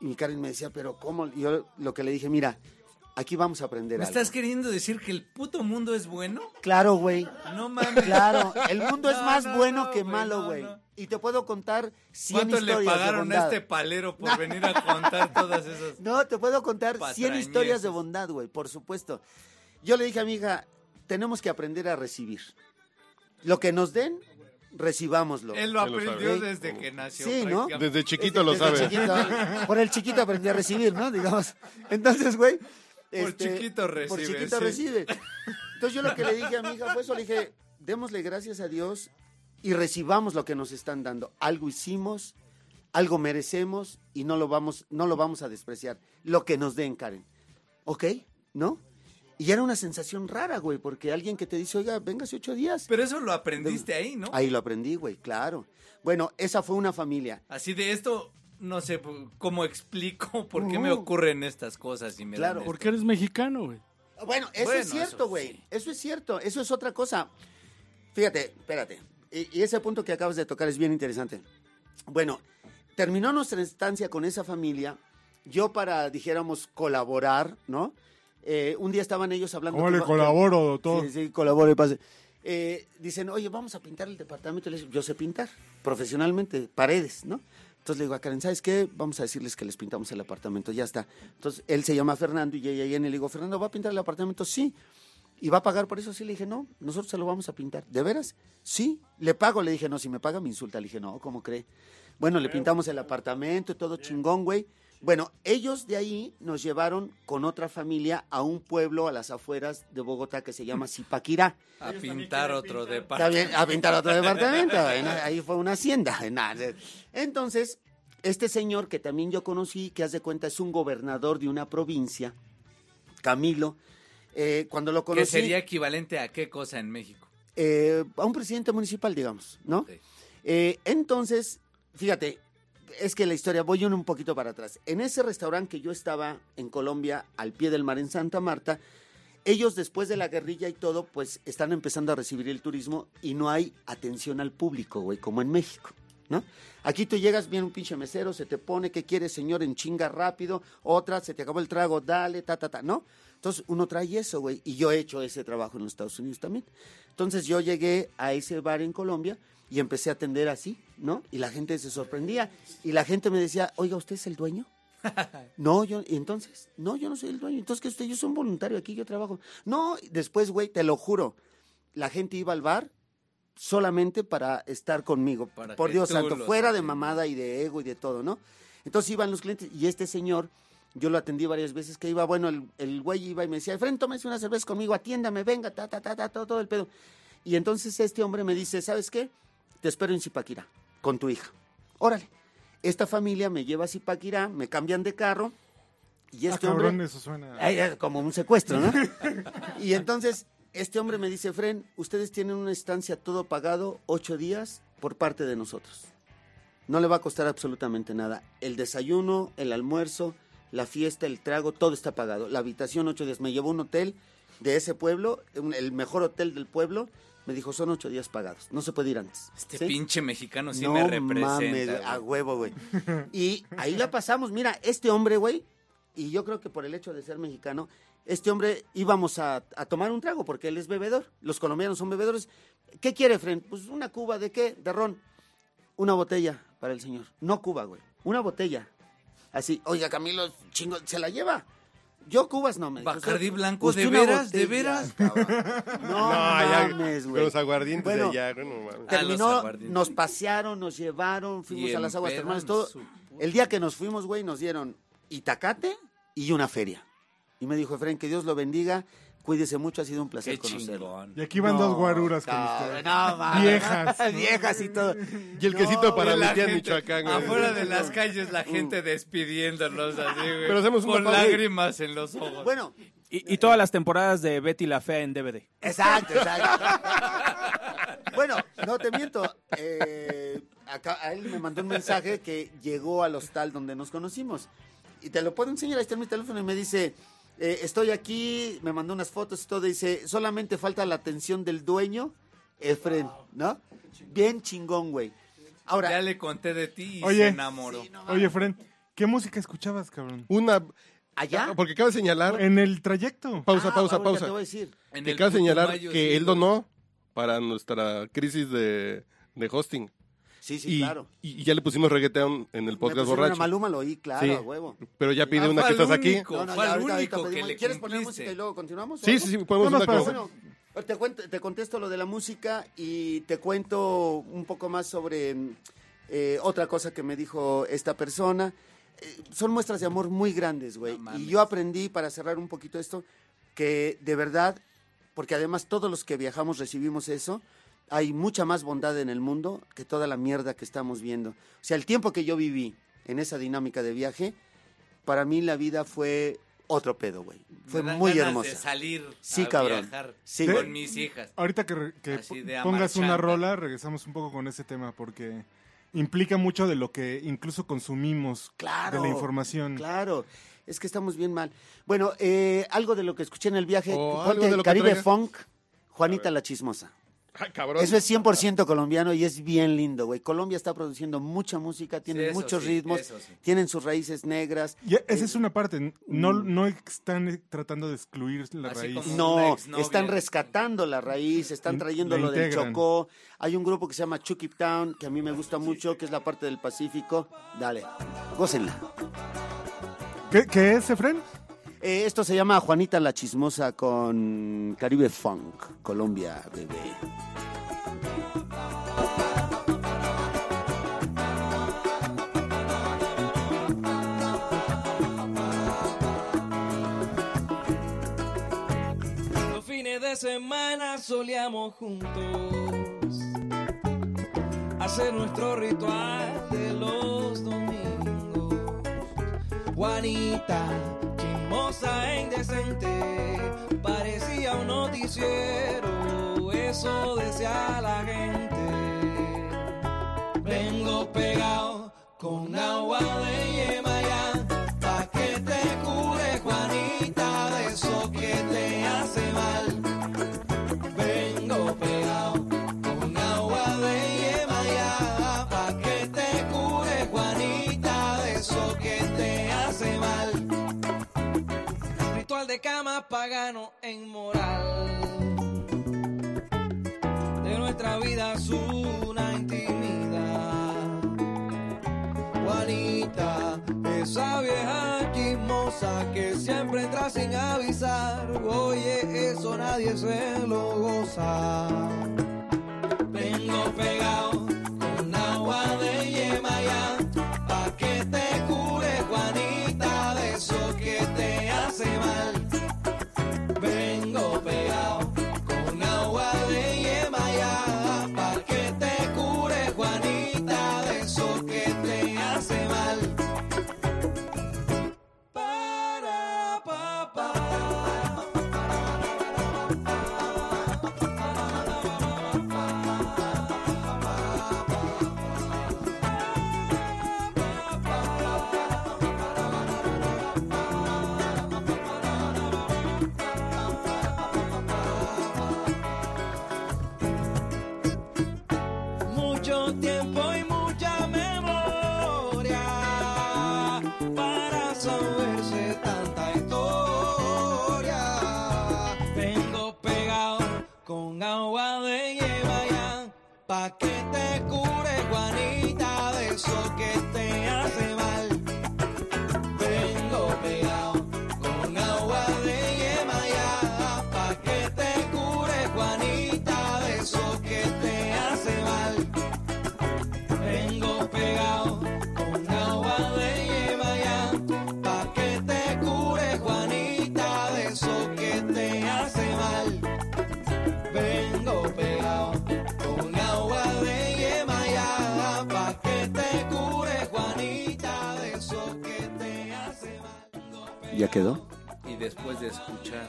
Speaker 2: y mi Karen me decía, pero ¿cómo? Y Yo lo que le dije, mira, aquí vamos a aprender
Speaker 6: ¿Me
Speaker 2: algo.
Speaker 6: estás queriendo decir que el puto mundo es bueno?
Speaker 2: Claro, güey.
Speaker 6: No mames.
Speaker 2: Claro, el mundo es
Speaker 6: No,
Speaker 2: más
Speaker 6: no,
Speaker 2: bueno
Speaker 6: no,
Speaker 2: que
Speaker 6: güey,
Speaker 2: malo,
Speaker 6: no,
Speaker 2: güey.
Speaker 6: no.
Speaker 2: Y te puedo contar 100
Speaker 6: ¿Cuánto
Speaker 2: historias
Speaker 6: le
Speaker 2: de
Speaker 6: pagaron a
Speaker 2: bondad.
Speaker 6: este palero por venir a contar todas esas?
Speaker 2: No, te puedo contar 100
Speaker 6: Patrañeces.
Speaker 2: historias de bondad, güey, por supuesto. Yo le dije a mi hija, tenemos que aprender a recibir. Lo que nos den, recibámoslo.
Speaker 6: Él lo
Speaker 4: Se lo sabe.
Speaker 6: aprendió desde que nació.
Speaker 2: Sí, ¿no?
Speaker 6: prácticamente.
Speaker 4: Desde chiquito lo
Speaker 2: Desde
Speaker 4: sabes.
Speaker 2: chiquito, por el chiquito aprendí a recibir, ¿no? Digamos. Entonces, güey. este,
Speaker 6: chiquito
Speaker 2: Por
Speaker 6: recibe,
Speaker 2: chiquito
Speaker 6: sí.
Speaker 2: recibe. Entonces, yo lo que le dije a mi hija fue eso: le dije, démosle gracias a Dios y recibamos lo que nos están dando. Algo hicimos, algo merecemos y no lo vamos, no lo vamos a despreciar. Lo que nos den, Karen. ¿Ok? ¿No? Y era una sensación rara, güey, porque alguien que te dice, oiga, véngase ocho días.
Speaker 6: Pero eso lo aprendiste ahí, ¿no?
Speaker 2: Ahí lo aprendí, güey, claro. Bueno, esa fue una familia.
Speaker 6: Así de esto, no sé pu- cómo explico por qué me ocurren estas cosas y me
Speaker 2: Claro,
Speaker 6: dan esto.
Speaker 5: Porque eres mexicano, güey.
Speaker 2: Bueno, eso
Speaker 6: Bueno,
Speaker 2: es
Speaker 6: eso
Speaker 2: cierto, güey. Eso,
Speaker 6: sí.
Speaker 2: es cierto. Eso es otra cosa. Fíjate, espérate. Y, y ese punto que acabas de tocar es bien interesante. Bueno, terminó nuestra instancia con esa familia. Yo para, dijéramos, colaborar, ¿no? Eh, un día estaban ellos hablando...
Speaker 3: ¿Cómo
Speaker 2: que
Speaker 3: le
Speaker 2: iba-
Speaker 3: colaboro, doctor?
Speaker 2: Sí, sí, colaboro y pase. Eh, dicen, oye, vamos a pintar el departamento. Y les digo, yo sé pintar profesionalmente, paredes, ¿no? Entonces le digo a Karen, ¿sabes qué? Vamos a decirles que les pintamos el apartamento, ya está. Entonces él se llama Fernando y ella viene y le digo, Fernando, ¿va a pintar el apartamento? Sí. ¿Y va a pagar por eso? Sí, le dije, no, nosotros se lo vamos a pintar. ¿De veras? Sí, le pago. Le dije, no, si me paga me insulta. Le dije, no, ¿cómo cree? Bueno, le pintamos el apartamento, todo chingón, güey. Bueno, ellos de ahí nos llevaron con otra familia a un pueblo a las afueras de Bogotá que se llama Zipaquirá.
Speaker 6: A pintar otro de
Speaker 2: Está bien, a pintar otro departamento. bueno, ahí fue una hacienda. nada. Entonces, este señor que también yo conocí, que haz de cuenta es un gobernador de una provincia, Camilo, eh, cuando lo
Speaker 6: Que
Speaker 2: conocí...
Speaker 6: sería equivalente a qué cosa en México.
Speaker 2: eh, a un presidente municipal, digamos, ¿no?
Speaker 6: Ok.
Speaker 2: Eh, entonces, fíjate, es que la historia, voy un, un poquito para atrás. En ese restaurante que yo estaba en Colombia, al pie del mar en Santa Marta, ellos después de la guerrilla y todo, pues están empezando a recibir el turismo y no hay atención al público, güey, como en México. ¿No? Aquí tú llegas, viene un pinche mesero, se te pone, ¿qué quieres, señor? En chinga rápido, otra, se te acabó el trago, dale, ta, ta, ta, ¿no? Entonces uno trae eso, güey, y yo he hecho ese trabajo en los Estados Unidos también. Entonces yo llegué a ese bar en Colombia y empecé a atender así, ¿no? Y la gente se sorprendía y la gente me decía, oiga, ¿usted es el dueño? No, yo, y entonces, no, yo no soy el dueño. Entonces, ¿qué usted? Yo soy un voluntario aquí, yo trabajo. No, y después, güey, te lo juro, la gente iba al bar solamente para estar conmigo.
Speaker 6: Para
Speaker 2: por
Speaker 6: que
Speaker 2: Dios
Speaker 6: tú
Speaker 2: santo,
Speaker 6: los
Speaker 2: fuera de
Speaker 6: atiendas.
Speaker 2: mamada y de ego y de todo, ¿no? Entonces iban los clientes y este señor, yo lo atendí varias veces que iba, bueno, el, el güey iba y me decía, Efren, tómese una cerveza conmigo, atiéndame, venga, ta, ta, ta, ta, todo, todo el pedo. Y entonces este hombre me dice, ¿sabes qué? Te espero en Zipaquirá, con tu hija. Órale. Esta familia me lleva a Zipaquirá, me cambian de carro y
Speaker 3: Ah,
Speaker 2: este hombre...
Speaker 3: cabrón, eso suena.
Speaker 2: Ay, ay, Eh, como un secuestro, ¿no? y entonces este hombre me dice, Fren, ustedes tienen una estancia todo pagado, ocho días, por parte de nosotros. No le va a costar absolutamente nada. El desayuno, el almuerzo, la fiesta, el trago, todo está pagado. La habitación, ocho días. Me llevó a un hotel de ese pueblo, un- el mejor hotel del pueblo, me dijo, son ocho días pagados, no se puede ir antes.
Speaker 6: Este
Speaker 2: ¿Sí?
Speaker 6: pinche mexicano sí
Speaker 2: no
Speaker 6: me representa.
Speaker 2: mames,
Speaker 6: güey.
Speaker 2: a huevo, güey. Y ahí la pasamos. Mira, este hombre, güey, y yo creo que por el hecho de ser mexicano, este hombre íbamos a, a tomar un trago porque él es bebedor. Los colombianos son bebedores. ¿Qué quiere, Fren? Pues una cuba de qué? De ron. Una botella para el señor. No cuba, güey. Una botella. Así, oiga, Camilo, chingo, se la lleva. Yo cubas no me dijo,
Speaker 6: Bacardí
Speaker 2: usted-
Speaker 6: blanco,
Speaker 2: usted
Speaker 6: ¿de
Speaker 2: una
Speaker 6: veras? ¿De veras?
Speaker 2: cabrón. No,
Speaker 4: ya,
Speaker 2: mames,
Speaker 4: con
Speaker 2: güey.
Speaker 4: los aguardientes
Speaker 2: Bueno,
Speaker 4: de allá, güey, no mames.
Speaker 6: Ah, los
Speaker 2: Terminó,
Speaker 6: aguardientes.
Speaker 2: nos pasearon, nos llevaron, fuimos
Speaker 6: Y
Speaker 2: a las aguas
Speaker 6: empedan
Speaker 2: termales, todo.
Speaker 6: su puta.
Speaker 2: El día que nos fuimos, güey, nos dieron itacate y una feria. Y me dijo Efraín, que Dios lo bendiga, cuídese mucho, ha sido un placer
Speaker 6: Qué
Speaker 2: conocerlo.
Speaker 6: chingón.
Speaker 3: Y aquí van dos guaruras con
Speaker 2: No,
Speaker 3: usted.
Speaker 2: no, mames.
Speaker 3: Viejas.
Speaker 2: Viejas y todo.
Speaker 4: Y el quesito para
Speaker 6: Y la
Speaker 4: mi tía en
Speaker 6: gente-
Speaker 4: Michoacán, güey.
Speaker 6: Afuera de las calles la gente despidiéndonos así, güey.
Speaker 4: Pero hacemos una
Speaker 6: con
Speaker 4: pausa.
Speaker 6: lágrimas en los ojos.
Speaker 2: Bueno,
Speaker 7: Y, y todas las temporadas de Betty la Fea en DVD.
Speaker 2: Exacto, exacto. bueno, no te miento. eh, acá, a él me mandó un mensaje que llegó al hostal donde nos conocimos. Y te lo puedo enseñar, ahí está en mi teléfono y me dice, eh, estoy aquí, me mandó unas fotos y todo, dice, solamente falta la atención del dueño, Efren, ¿no? Bien chingón, güey. Ahora,
Speaker 6: ya le conté de ti y
Speaker 3: Oye.
Speaker 6: se enamoró.
Speaker 3: Oye, Fren, ¿qué música escuchabas, cabrón?
Speaker 4: Una.
Speaker 2: allá...
Speaker 4: Porque cabe señalar.
Speaker 3: En el trayecto.
Speaker 4: Pausa,
Speaker 2: Ah,
Speaker 4: pausa,
Speaker 2: ahorita
Speaker 4: pausa.
Speaker 2: Te voy a decir.
Speaker 6: En
Speaker 4: Que
Speaker 6: el
Speaker 4: cabe
Speaker 6: puto
Speaker 4: señalar
Speaker 6: mayo,
Speaker 4: que
Speaker 6: sí,
Speaker 4: él
Speaker 6: güey.
Speaker 4: donó para nuestra crisis de, de hosting.
Speaker 2: Sí, sí,
Speaker 4: y,
Speaker 2: claro.
Speaker 4: y ya le pusimos reggaetón en el
Speaker 2: Me
Speaker 4: podcast
Speaker 2: pusieron
Speaker 4: borracho.
Speaker 2: una Maluma lo oí, claro,
Speaker 4: Sí.
Speaker 2: a huevo.
Speaker 4: Pero ya pide
Speaker 6: Ah,
Speaker 4: una
Speaker 6: fue
Speaker 4: que
Speaker 6: al
Speaker 4: estás aquí.
Speaker 6: único, fue al
Speaker 2: ya, ahorita,
Speaker 6: único
Speaker 2: ahorita
Speaker 6: que
Speaker 2: pedimos.
Speaker 6: le
Speaker 2: ¿Quieres poner
Speaker 6: cumpliste?
Speaker 2: música y luego continuamos? o
Speaker 4: Sí,
Speaker 2: algo?
Speaker 4: sí, sí, podemos
Speaker 3: Nada
Speaker 4: una
Speaker 3: más
Speaker 4: como-
Speaker 3: para
Speaker 2: Bueno, te, cuento- te contesto lo de la música y te cuento un poco más sobre mm, eh, otra cosa que me dijo esta persona. Eh, son muestras de amor muy grandes, güey.
Speaker 6: No mames.
Speaker 2: y yo aprendí, para cerrar un poquito esto, que de verdad, porque además todos los que viajamos recibimos eso, hay mucha más bondad en el mundo que toda la mierda que estamos viendo. O sea, el tiempo que yo viví en esa dinámica de viaje, para mí la vida fue otro pedo, güey. Fue
Speaker 6: Me dan
Speaker 2: muy
Speaker 6: ganas
Speaker 2: hermosa.
Speaker 6: De salir
Speaker 2: Sí,
Speaker 6: a
Speaker 2: cabrón.
Speaker 6: viajar
Speaker 2: Sí,
Speaker 6: con
Speaker 2: güey.
Speaker 6: mis hijas.
Speaker 3: Ahorita que, re- que
Speaker 6: Así de
Speaker 3: pongas
Speaker 6: amarchanta.
Speaker 3: una rola, regresamos un poco con ese tema, porque implica mucho de lo que incluso consumimos
Speaker 2: Claro.
Speaker 3: de la
Speaker 4: Mm.
Speaker 3: información.
Speaker 2: Claro, es que estamos bien mal. Bueno, eh, algo de lo que escuché en el viaje,
Speaker 4: O
Speaker 2: ponte
Speaker 4: Oh, algo de lo que
Speaker 2: Caribe
Speaker 4: traiga.
Speaker 2: Funk, Juanita la Chismosa.
Speaker 4: Ay, cabrón.
Speaker 2: Eso es 100% colombiano y es bien lindo, güey. Colombia está produciendo mucha música, tienen
Speaker 6: eso
Speaker 2: muchos
Speaker 6: sí,
Speaker 2: ritmos,
Speaker 6: eso sí.
Speaker 2: tienen sus raíces negras.
Speaker 3: Y e, esa es una parte, no, no están eh, tratando de excluir la
Speaker 6: Mm. Así
Speaker 3: raíz.
Speaker 6: como- una
Speaker 2: No,
Speaker 6: exnovia.
Speaker 2: están rescatando la raíz, están
Speaker 3: In-
Speaker 2: trayendo
Speaker 3: la
Speaker 2: lo del
Speaker 3: integran.
Speaker 2: Chocó. Hay un grupo que se llama Chucky Town, que a mí me
Speaker 4: Ah,
Speaker 2: gusta mucho, que es la parte del Pacífico. Dale, gócenla.
Speaker 3: ¿Qué, qué es, Efren?
Speaker 2: Eh, esto se llama Juanita la Chismosa con Caribe Funk, Colombia, bebé.
Speaker 8: Los fines de semana solíamos juntos hacer nuestro ritual de los domingos. Juanita, chismosa e indecente, parecía un noticiero, eso decía la gente. Vengo pegado con agua de Yemayá, pa' que te cure Juanita de eso que te hace mal. Vengo pegado con agua de Yemayá, pa' que te cure Juanita de eso que te hace mal. Ritual de cama pagano en moral de nuestra vida es una intimidad. Juanita, esa vieja chismosa que siempre entra sin avisar. Oye, eso nadie se lo goza. Vengo pegado con agua de Yemayá, pa' que te cure, Juanita, de eso que te hace mal. Vengo pegado con agua de Yemayá para que te cure Juanita de eso que te hace mal. Para papá. saberse tanta historia. Vengo pegado con agua de lleva ya, pa' que te cure, Juanita, de eso que te hace mal. Vengo pegado con agua de yema ya, pa' que te cure, Juanita, de eso que te hace mal. Vengo pegado con agua de yema ya, pa' que te cure, Juanita, de eso que te hace mal. Vengo pegado con agua de yema ya, pa' que te cure, Juanita, de eso que te hace mal.
Speaker 2: ¿Ya quedó?
Speaker 6: Y después de escuchar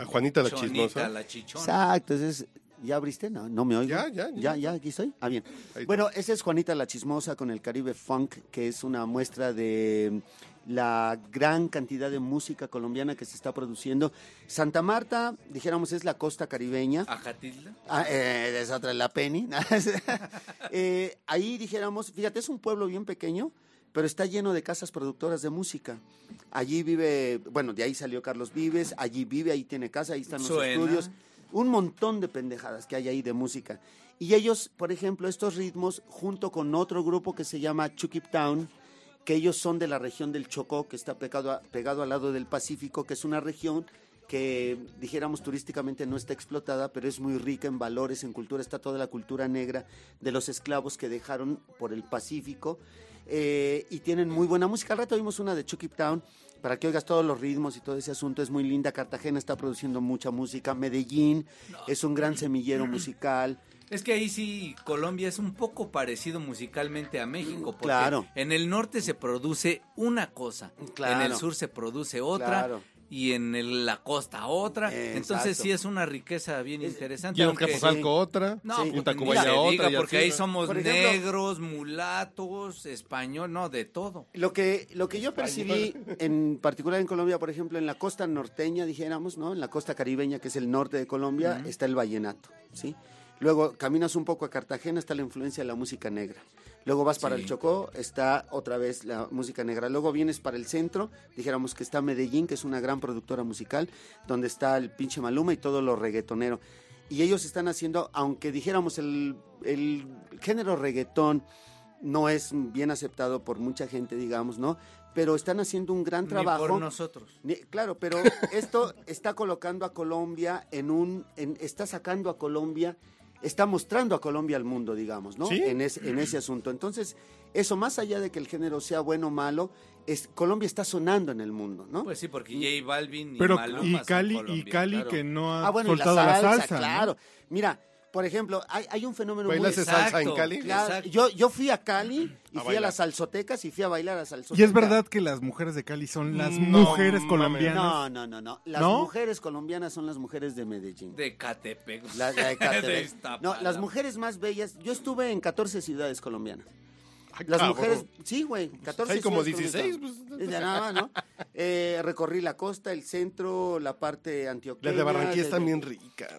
Speaker 4: A Juanita la
Speaker 6: Chonita,
Speaker 4: chismosa.
Speaker 6: la chichona.
Speaker 2: Exacto, entonces, ¿ya abriste? No, no me oigo.
Speaker 4: Ya, ya,
Speaker 2: ya.
Speaker 4: ya.
Speaker 2: aquí estoy. Ah, bien.
Speaker 4: Ahí está.
Speaker 2: Bueno, esa es Juanita la Chismosa con el Caribe Funk, que es una muestra de la gran cantidad de música colombiana que se está produciendo. Santa Marta, dijéramos, es la costa caribeña.
Speaker 6: Ajatilda.
Speaker 2: Ah, eh, esa otra es la Penny. Eh, ahí dijéramos, fíjate, es un pueblo bien pequeño, pero está lleno de casas productoras de música. Allí vive, bueno, de ahí salió Carlos Vives, allí vive, ahí tiene casa, ahí están los
Speaker 6: Suena.
Speaker 2: estudios. Un montón de pendejadas que hay ahí de música. Y ellos, por ejemplo, estos ritmos, junto con otro grupo que se llama Chukip Town, que ellos son de la región del Chocó, que está pegado, a- pegado al lado del Pacífico, que es una región que, dijéramos, turísticamente no está explotada, pero es muy rica en valores, en cultura, está toda la cultura negra de los esclavos que dejaron por el Pacífico, eh, y tienen muy buena música. Al rato vimos una de Chucky Town, para que oigas todos los ritmos y todo ese asunto, es muy linda. Cartagena está produciendo mucha música, Medellín es un gran semillero musical.
Speaker 6: Es que ahí sí Colombia es un poco parecido musicalmente a México. Porque
Speaker 2: Claro.
Speaker 6: En el norte se produce una cosa,
Speaker 2: Claro.
Speaker 6: en el sur se produce otra
Speaker 2: Claro.
Speaker 6: y en el- la costa otra.
Speaker 2: Exacto.
Speaker 6: Entonces sí es una riqueza bien interesante.
Speaker 4: Y en
Speaker 6: aunque-
Speaker 3: pues,
Speaker 4: Capozalco otra.
Speaker 6: No,
Speaker 2: Sí.
Speaker 6: pues,
Speaker 4: En
Speaker 6: ni se
Speaker 4: Tacubaya otra.
Speaker 6: diga,
Speaker 4: y
Speaker 6: porque
Speaker 4: así,
Speaker 6: ahí
Speaker 4: ¿no?
Speaker 6: somos
Speaker 2: Por ejemplo-
Speaker 6: negros, mulatos, español, no, de todo.
Speaker 2: Lo que, lo que yo percibí, en particular en Colombia, por ejemplo, en la costa norteña, dijéramos, ¿no? En la costa caribeña, que es el norte de Colombia, está el vallenato, ¿sí? Luego caminas un poco a Cartagena, está la influencia de la música negra. Luego vas para el Chocó, está otra vez la música negra. Luego vienes para el centro, dijéramos que está Medellín, que es una gran productora musical, donde está el pinche Maluma y todo lo reggaetonero. Y ellos están haciendo, aunque dijéramos el, el género reggaetón, no es bien aceptado por mucha gente, digamos, ¿no? Pero están haciendo un gran
Speaker 6: Ni
Speaker 2: trabajo.
Speaker 6: por nosotros.
Speaker 2: Ni- Claro, pero esto está colocando a Colombia en un, en- está sacando a Colombia, está mostrando a Colombia al mundo, digamos, ¿no?
Speaker 4: Sí.
Speaker 2: En, es- en ese asunto. Entonces, eso más allá de que el género sea bueno o malo, es, Colombia está sonando en el mundo, ¿no?
Speaker 6: Pues sí, porque J Balvin y
Speaker 3: Pero
Speaker 6: Maluma
Speaker 3: y
Speaker 6: son
Speaker 3: Cali, y
Speaker 6: colombianos,
Speaker 3: Cali
Speaker 6: claro.
Speaker 3: que no ha
Speaker 2: ah, bueno, y la
Speaker 3: soltado
Speaker 2: salsa,
Speaker 3: ¿no?
Speaker 2: claro. Mira, por ejemplo, hay, hay un fenómeno muy...
Speaker 4: ¿Bailas salsa en
Speaker 6: Exacto.
Speaker 4: Cali?
Speaker 2: Claro,
Speaker 6: Exacto.
Speaker 2: yo, yo fui a Cali y fui
Speaker 4: A
Speaker 2: a
Speaker 4: bailar.
Speaker 2: las salsotecas y fui a bailar a salsotecas.
Speaker 3: Y es verdad que las mujeres de Cali son las
Speaker 4: No,
Speaker 3: mujeres
Speaker 4: mames.
Speaker 2: Mm,
Speaker 3: colombianas.
Speaker 2: No, no, no, no. Las
Speaker 3: ¿No?
Speaker 2: mujeres colombianas son las mujeres de Medellín.
Speaker 6: De Catepec.
Speaker 2: La- la de Catepec. no,
Speaker 6: Iztapalapa.
Speaker 2: las mujeres más bellas. Yo estuve en 14 ciudades colombianas.
Speaker 4: Ay,
Speaker 2: Las
Speaker 4: cabrón.
Speaker 2: mujeres, sí, güey, 14
Speaker 4: Hay como
Speaker 2: ciudades
Speaker 4: 16,
Speaker 2: colombianas.
Speaker 4: pues.
Speaker 2: Es de nada más, ¿no? Eh, recorrí la costa, el centro, la parte antioqueña.
Speaker 4: Las de Barranquilla están bien
Speaker 2: también
Speaker 4: ricas.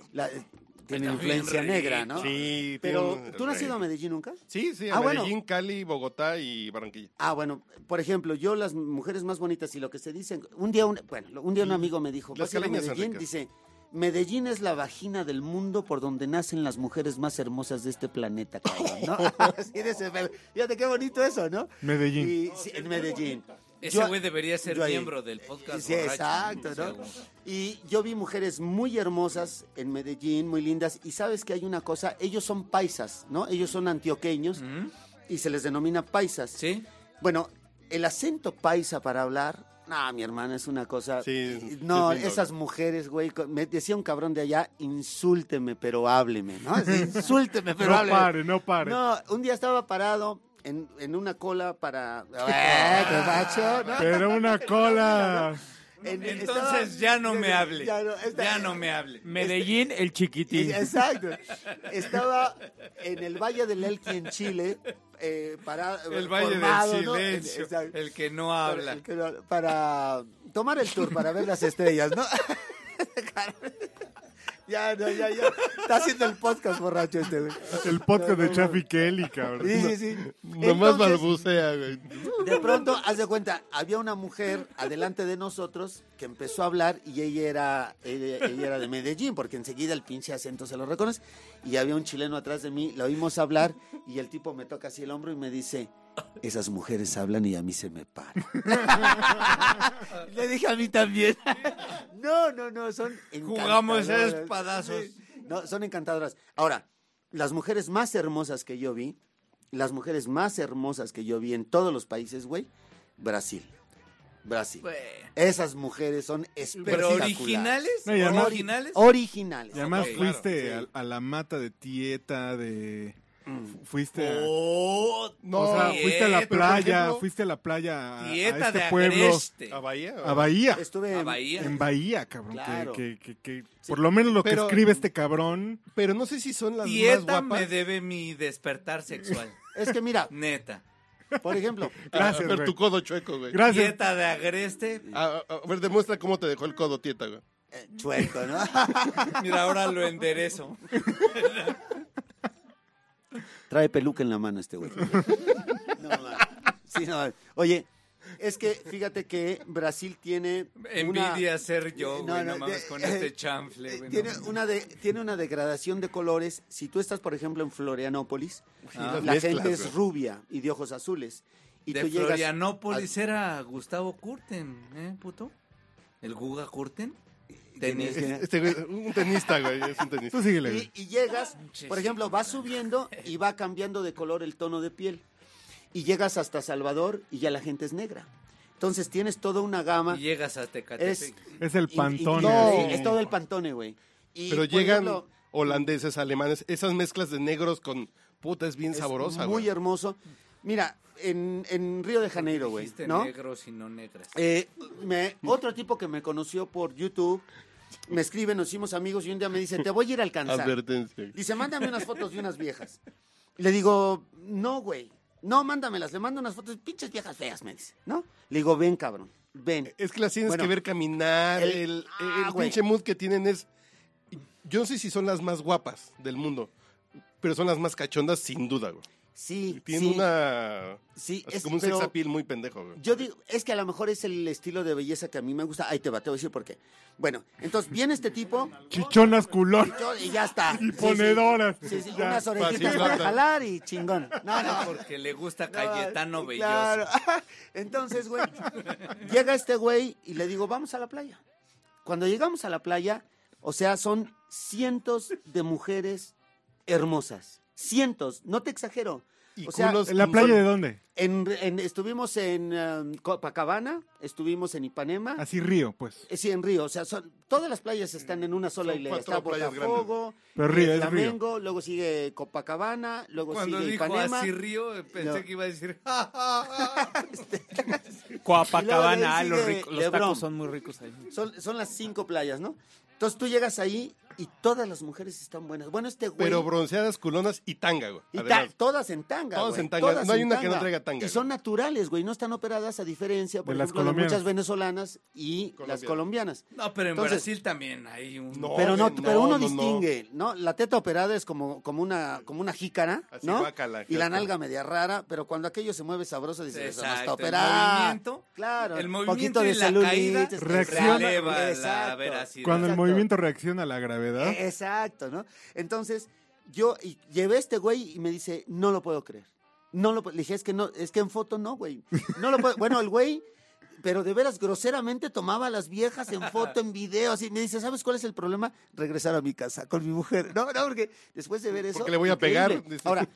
Speaker 2: tiene
Speaker 6: bien
Speaker 2: eh, influencia
Speaker 6: rico.
Speaker 2: negra, ¿no?
Speaker 4: Sí,
Speaker 2: Pero,
Speaker 4: tienen-
Speaker 2: ¿tú no has ido a Medellín nunca?
Speaker 4: Sí, sí, a
Speaker 2: Ah, bueno.
Speaker 4: Medellín, Cali, Bogotá y Barranquilla.
Speaker 2: Ah, bueno, por ejemplo, yo las mujeres más bonitas y lo que se dicen, un día un, bueno, lo- un día un amigo me dijo,
Speaker 4: Las
Speaker 2: "Vas a ir a
Speaker 4: caleñas son
Speaker 2: Medellín,
Speaker 4: ricas.
Speaker 2: dice, Medellín es la vagina del mundo por donde nacen las mujeres más hermosas de este planeta, cabrón", ¿no? Así de ese pedo. Fíjate qué bonito eso, ¿no?
Speaker 3: Medellín.
Speaker 2: Y, sí, en Medellín.
Speaker 6: Ese
Speaker 2: Yo-
Speaker 6: güey debería ser
Speaker 2: yo ahí-
Speaker 6: miembro del podcast.
Speaker 2: Sí,
Speaker 6: borracho,
Speaker 2: exacto, ¿no?
Speaker 6: seguro.
Speaker 2: Y yo vi mujeres muy hermosas en Medellín, muy lindas, y sabes que hay una cosa, ellos son paisas, ¿no? Ellos son antioqueños
Speaker 6: ¿Mm?
Speaker 2: y se les denomina paisas.
Speaker 6: Sí.
Speaker 2: Bueno, el acento paisa para hablar, no, mi hermana, es una cosa. eh,
Speaker 4: Sí,
Speaker 2: no,
Speaker 4: sí es lindo.
Speaker 2: esas mujeres, güey, co- me decía un cabrón de allá, insúlteme, pero hábleme, ¿no? Así, Insúlteme, pero
Speaker 3: no
Speaker 2: hábleme.
Speaker 3: pare, no pare.
Speaker 2: No, un día estaba parado en, en una cola para. ¡Eh, qué macho! ¿no?
Speaker 3: Pero una cola.
Speaker 2: En-
Speaker 6: Entonces
Speaker 2: estaba-
Speaker 6: ya no me hable.
Speaker 2: Ya no, esta-
Speaker 6: Ya no me hable.
Speaker 7: Medellín, el chiquitín.
Speaker 2: Exacto. Estaba en el Valle del Elqui en Chile, eh, parado.
Speaker 6: El Valle
Speaker 2: formado,
Speaker 6: del
Speaker 2: ¿no? En-
Speaker 6: Silencio.
Speaker 2: exacto.
Speaker 6: El que no habla.
Speaker 2: Para, que- para tomar el tour, para ver las estrellas, ¿no? Ya, no, ya, ya. Está haciendo el podcast borracho este, güey.
Speaker 3: El
Speaker 2: No,
Speaker 3: podcast
Speaker 2: no,
Speaker 3: de Chaffy Kelly, cabrón.
Speaker 2: Sí, sí, sí.
Speaker 4: Nomás
Speaker 2: Entonces,
Speaker 4: balbucea, güey.
Speaker 2: De pronto, haz de cuenta, había una mujer adelante de nosotros que empezó a hablar y ella era, ella, ella era de Medellín, porque enseguida el pinche acento se lo reconoce. Y había un chileno atrás de mí, la oímos hablar y el tipo me toca así el hombro y me dice, esas mujeres hablan y a mí se me para. Le dije a mí también. no, no, no, son
Speaker 6: Jugamos a
Speaker 2: encantadoras.
Speaker 6: espadazos.
Speaker 2: Sí. No, son encantadoras. Ahora, las mujeres más hermosas que yo vi, las mujeres más hermosas que yo vi en todos los países, güey, Brasil. Brasil.
Speaker 6: Bueno.
Speaker 2: Esas mujeres son espectaculares.
Speaker 6: Pero originales,
Speaker 3: No, y además- oh,
Speaker 6: originales.
Speaker 2: Originales.
Speaker 3: Y además
Speaker 6: Ok, claro,
Speaker 3: fuiste
Speaker 2: sí. Mm.
Speaker 3: al- a, la mata de Tieta, de... fu- Fuiste a...
Speaker 6: Oh,
Speaker 4: No,
Speaker 3: o sea,
Speaker 6: Tieta,
Speaker 3: fuiste a la
Speaker 6: por
Speaker 3: playa,
Speaker 4: ejemplo,
Speaker 3: fuiste a la playa a, a
Speaker 6: dieta
Speaker 3: este
Speaker 6: de
Speaker 3: pueblo,
Speaker 6: agreste.
Speaker 4: A Bahía.
Speaker 3: a Bahía.
Speaker 2: Estuve
Speaker 6: A
Speaker 2: en-
Speaker 6: Bahía.
Speaker 3: En Bahía, cabrón. que-
Speaker 2: Claro.
Speaker 3: Que, que- que por lo menos lo
Speaker 4: Pero-
Speaker 3: que escribe este cabrón.
Speaker 4: Pero no sé si son las
Speaker 6: Dieta
Speaker 4: más
Speaker 6: me
Speaker 4: guapas.
Speaker 6: debe mi despertar sexual.
Speaker 2: Es que mira,
Speaker 6: Neta.
Speaker 2: por ejemplo,
Speaker 3: Gracias,
Speaker 4: a ver
Speaker 3: güey.
Speaker 4: tu codo chueco, güey.
Speaker 3: Gracias.
Speaker 6: Dieta de agreste.
Speaker 4: A, a- a ver, demuestra cómo te dejó el codo, tieta, güey.
Speaker 2: eh, chueco, ¿no?
Speaker 6: Mira, ahora lo enderezo.
Speaker 2: Trae peluca en la mano este güey. No, mames. Sí, no, mames. Oye, es que fíjate que Brasil tiene una-
Speaker 6: Envidia ser yo,
Speaker 2: No,
Speaker 6: güey.
Speaker 2: no,
Speaker 6: No, mames
Speaker 2: de-
Speaker 6: con
Speaker 2: eh,
Speaker 6: este chanfle,
Speaker 2: Eh,
Speaker 6: güey.
Speaker 2: tiene,
Speaker 6: no.
Speaker 2: una de- tiene una degradación de colores. Si tú estás, por ejemplo, en Florianópolis, ah,
Speaker 4: las
Speaker 2: la
Speaker 4: mezclas,
Speaker 2: gente
Speaker 4: güey.
Speaker 2: es rubia y de ojos azules. Y
Speaker 6: de
Speaker 2: tú llegas.
Speaker 6: Florianópolis era Gustavo Curten, ¿eh, puto? ¿El Guga Curten? Tenis.
Speaker 2: ¿Quién
Speaker 4: Este güey, un tenista, güey, es un tenista.
Speaker 3: Tú síguele, güey.
Speaker 2: Y, y llegas,
Speaker 6: Manches,
Speaker 2: por ejemplo, va subiendo y va cambiando de color el tono de piel. Y llegas hasta Salvador y ya la gente es negra. Entonces tienes toda una gama.
Speaker 6: Y llegas a Tecatepec.
Speaker 2: Es-
Speaker 3: Es el
Speaker 2: in-
Speaker 3: pantone.
Speaker 2: in-
Speaker 4: No.
Speaker 2: sí, es todo el pantone, güey. Y,
Speaker 4: Pero
Speaker 2: por
Speaker 4: llegan
Speaker 2: ejemplo,
Speaker 4: holandeses, alemanes, esas mezclas de negros con puta es bien
Speaker 2: es
Speaker 4: sabrosa,
Speaker 2: Muy
Speaker 4: güey.
Speaker 2: hermoso. Mira, en, en Río de Janeiro, güey.
Speaker 6: Dijiste
Speaker 2: ¿no?
Speaker 6: negros y no negras.
Speaker 2: Eh, me- otro tipo que me conoció por YouTube me escribe, nos hicimos amigos y un día me dice, te voy a ir a alcanzar.
Speaker 4: Advertencia. güey.
Speaker 2: Dice, mándame unas fotos de unas viejas. Le digo, no, güey. No, mándamelas. Le mando unas fotos de pinches viejas feas, me dice, ¿no? Le digo, ven, cabrón, ven.
Speaker 4: Es que las tienes
Speaker 2: Bueno,
Speaker 4: que ver caminar,
Speaker 2: el-
Speaker 4: el, el,
Speaker 2: ah,
Speaker 4: el
Speaker 2: güey.
Speaker 4: pinche mood que tienen es... Yo no sé si son las más guapas del mundo, pero son las más cachondas sin duda, güey.
Speaker 2: Sí,
Speaker 4: Tienen
Speaker 2: sí,
Speaker 4: una...
Speaker 2: sí.
Speaker 4: así
Speaker 2: Es,
Speaker 4: como un
Speaker 2: pero
Speaker 4: sex appeal muy pendejo, güey.
Speaker 2: yo digo, es que a lo mejor es el estilo de belleza que a mí me gusta. Ahí te va, te voy a decir por qué. Bueno, entonces viene este tipo
Speaker 3: Chichonas culón.
Speaker 2: yo- y ya está.
Speaker 3: Y
Speaker 2: Sí, sí.
Speaker 3: ponedoras.
Speaker 2: Sí, sí,
Speaker 3: Ya.
Speaker 2: unas orejitas
Speaker 4: Facilota.
Speaker 2: para jalar y chingón. No, no,
Speaker 6: Porque le gusta
Speaker 2: No,
Speaker 6: Cayetano Belloso.
Speaker 2: claro. Entonces, güey, llega este güey y le digo, vamos a la playa. Cuando llegamos a la playa, o sea, son cientos de mujeres hermosas. Cientos, no te exagero.
Speaker 4: Y
Speaker 2: O sea,
Speaker 4: culos
Speaker 3: ¿En la playa de
Speaker 4: insol-
Speaker 3: dónde?
Speaker 2: En, en- estuvimos en eh, Copacabana, estuvimos en Ipanema,
Speaker 3: Así río, pues.
Speaker 2: eh, sí, en Río. O sea, son, todas las playas están en una sola
Speaker 4: Son
Speaker 2: isla.
Speaker 4: cuatro
Speaker 2: Está
Speaker 4: playas grandes.
Speaker 2: Botafogo,
Speaker 3: Pero Río,
Speaker 2: eh,
Speaker 3: es Río.
Speaker 2: Flamengo, luego sigue Copacabana, luego
Speaker 6: Cuando
Speaker 2: sigue
Speaker 6: dijo
Speaker 2: Ipanema.
Speaker 6: así río, eh, pensé
Speaker 2: No.
Speaker 6: que iba a decir. "Ja, ja, ja".
Speaker 2: Y luego de
Speaker 7: Coapacabana,
Speaker 2: ahí
Speaker 7: ah, los,
Speaker 2: sigue
Speaker 7: ricos- los
Speaker 2: Lebrón.
Speaker 7: tacos son muy ricos ahí.
Speaker 2: Son, son las cinco playas, ¿no? Entonces tú llegas ahí y todas las mujeres están buenas. Bueno, este güey.
Speaker 4: Pero bronceadas, culonas y tanga, güey.
Speaker 2: y ta-
Speaker 4: además.
Speaker 2: todas en tanga.
Speaker 4: Todas
Speaker 2: güey,
Speaker 4: en tanga. No hay una que no traiga tanga,
Speaker 2: Y son
Speaker 4: güey.
Speaker 2: naturales, güey. No están operadas, a diferencia, por
Speaker 3: De las
Speaker 2: ejemplo, de
Speaker 3: colombianas.
Speaker 2: muchas venezolanas y las
Speaker 4: Colombianas.
Speaker 2: colombianas.
Speaker 6: No, pero en
Speaker 2: Entonces-
Speaker 6: Brasil también hay un.
Speaker 4: No,
Speaker 2: pero no,
Speaker 4: güey,
Speaker 2: pero uno
Speaker 4: no, no.
Speaker 2: distingue, ¿no? La teta operada es como, como una, como una jícara,
Speaker 4: Así,
Speaker 2: ¿no?
Speaker 4: guácala,
Speaker 2: y la
Speaker 4: guácala.
Speaker 2: nalga media rara, pero cuando aquello se mueve sabroso, dices, eso no está
Speaker 6: Exacto, el
Speaker 2: operada.
Speaker 6: movimiento-
Speaker 2: claro,
Speaker 6: el
Speaker 2: un
Speaker 6: movimiento
Speaker 2: poquito
Speaker 6: y
Speaker 2: de
Speaker 6: la
Speaker 2: celulitis,
Speaker 6: caída
Speaker 2: exacto.
Speaker 3: reacciona-
Speaker 6: eleva la
Speaker 2: Exacto.
Speaker 6: veracidad.
Speaker 3: Cuando el
Speaker 2: Exacto.
Speaker 3: movimiento reacciona a la gravedad.
Speaker 2: Eh, Exacto, ¿no? Entonces, yo y llevé a este güey y me dice, no lo puedo creer. No lo pu-". Le dije, es que no, es que en foto no, güey. No lo puedo. Bueno, el güey, pero de veras, groseramente tomaba a las viejas en foto, en videos. Y me dice, ¿sabes cuál es el problema? Regresar a mi casa con mi mujer. No, no, porque después de ver eso.
Speaker 4: Porque le voy a pegar.
Speaker 2: increíble. Ahora,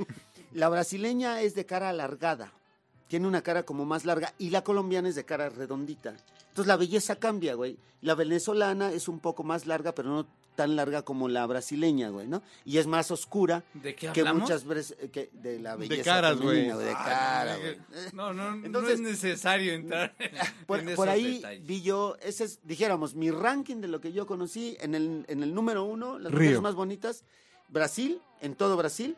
Speaker 2: la brasileña es de cara alargada. Tiene una cara como más larga y la colombiana es de cara redondita. Entonces la belleza cambia, güey. La venezolana es un poco más larga, pero no tan larga como la brasileña, güey, ¿no? Y es más oscura
Speaker 6: ¿De qué
Speaker 2: que
Speaker 6: hablamos?
Speaker 2: muchas veces eh, que de la belleza
Speaker 4: caras,
Speaker 2: femenina,
Speaker 4: güey.
Speaker 2: De
Speaker 6: Ay,
Speaker 2: cara,
Speaker 6: no,
Speaker 2: güey.
Speaker 6: No, no, no
Speaker 2: Entonces-
Speaker 6: es necesario entrar. en
Speaker 2: Por,
Speaker 6: esos
Speaker 2: por ahí
Speaker 6: detalles.
Speaker 2: vi yo, ese es, dijéramos, mi ranking de lo que yo conocí en el, en el número uno, las
Speaker 3: Río.
Speaker 2: mujeres más bonitas, Brasil, en todo Brasil.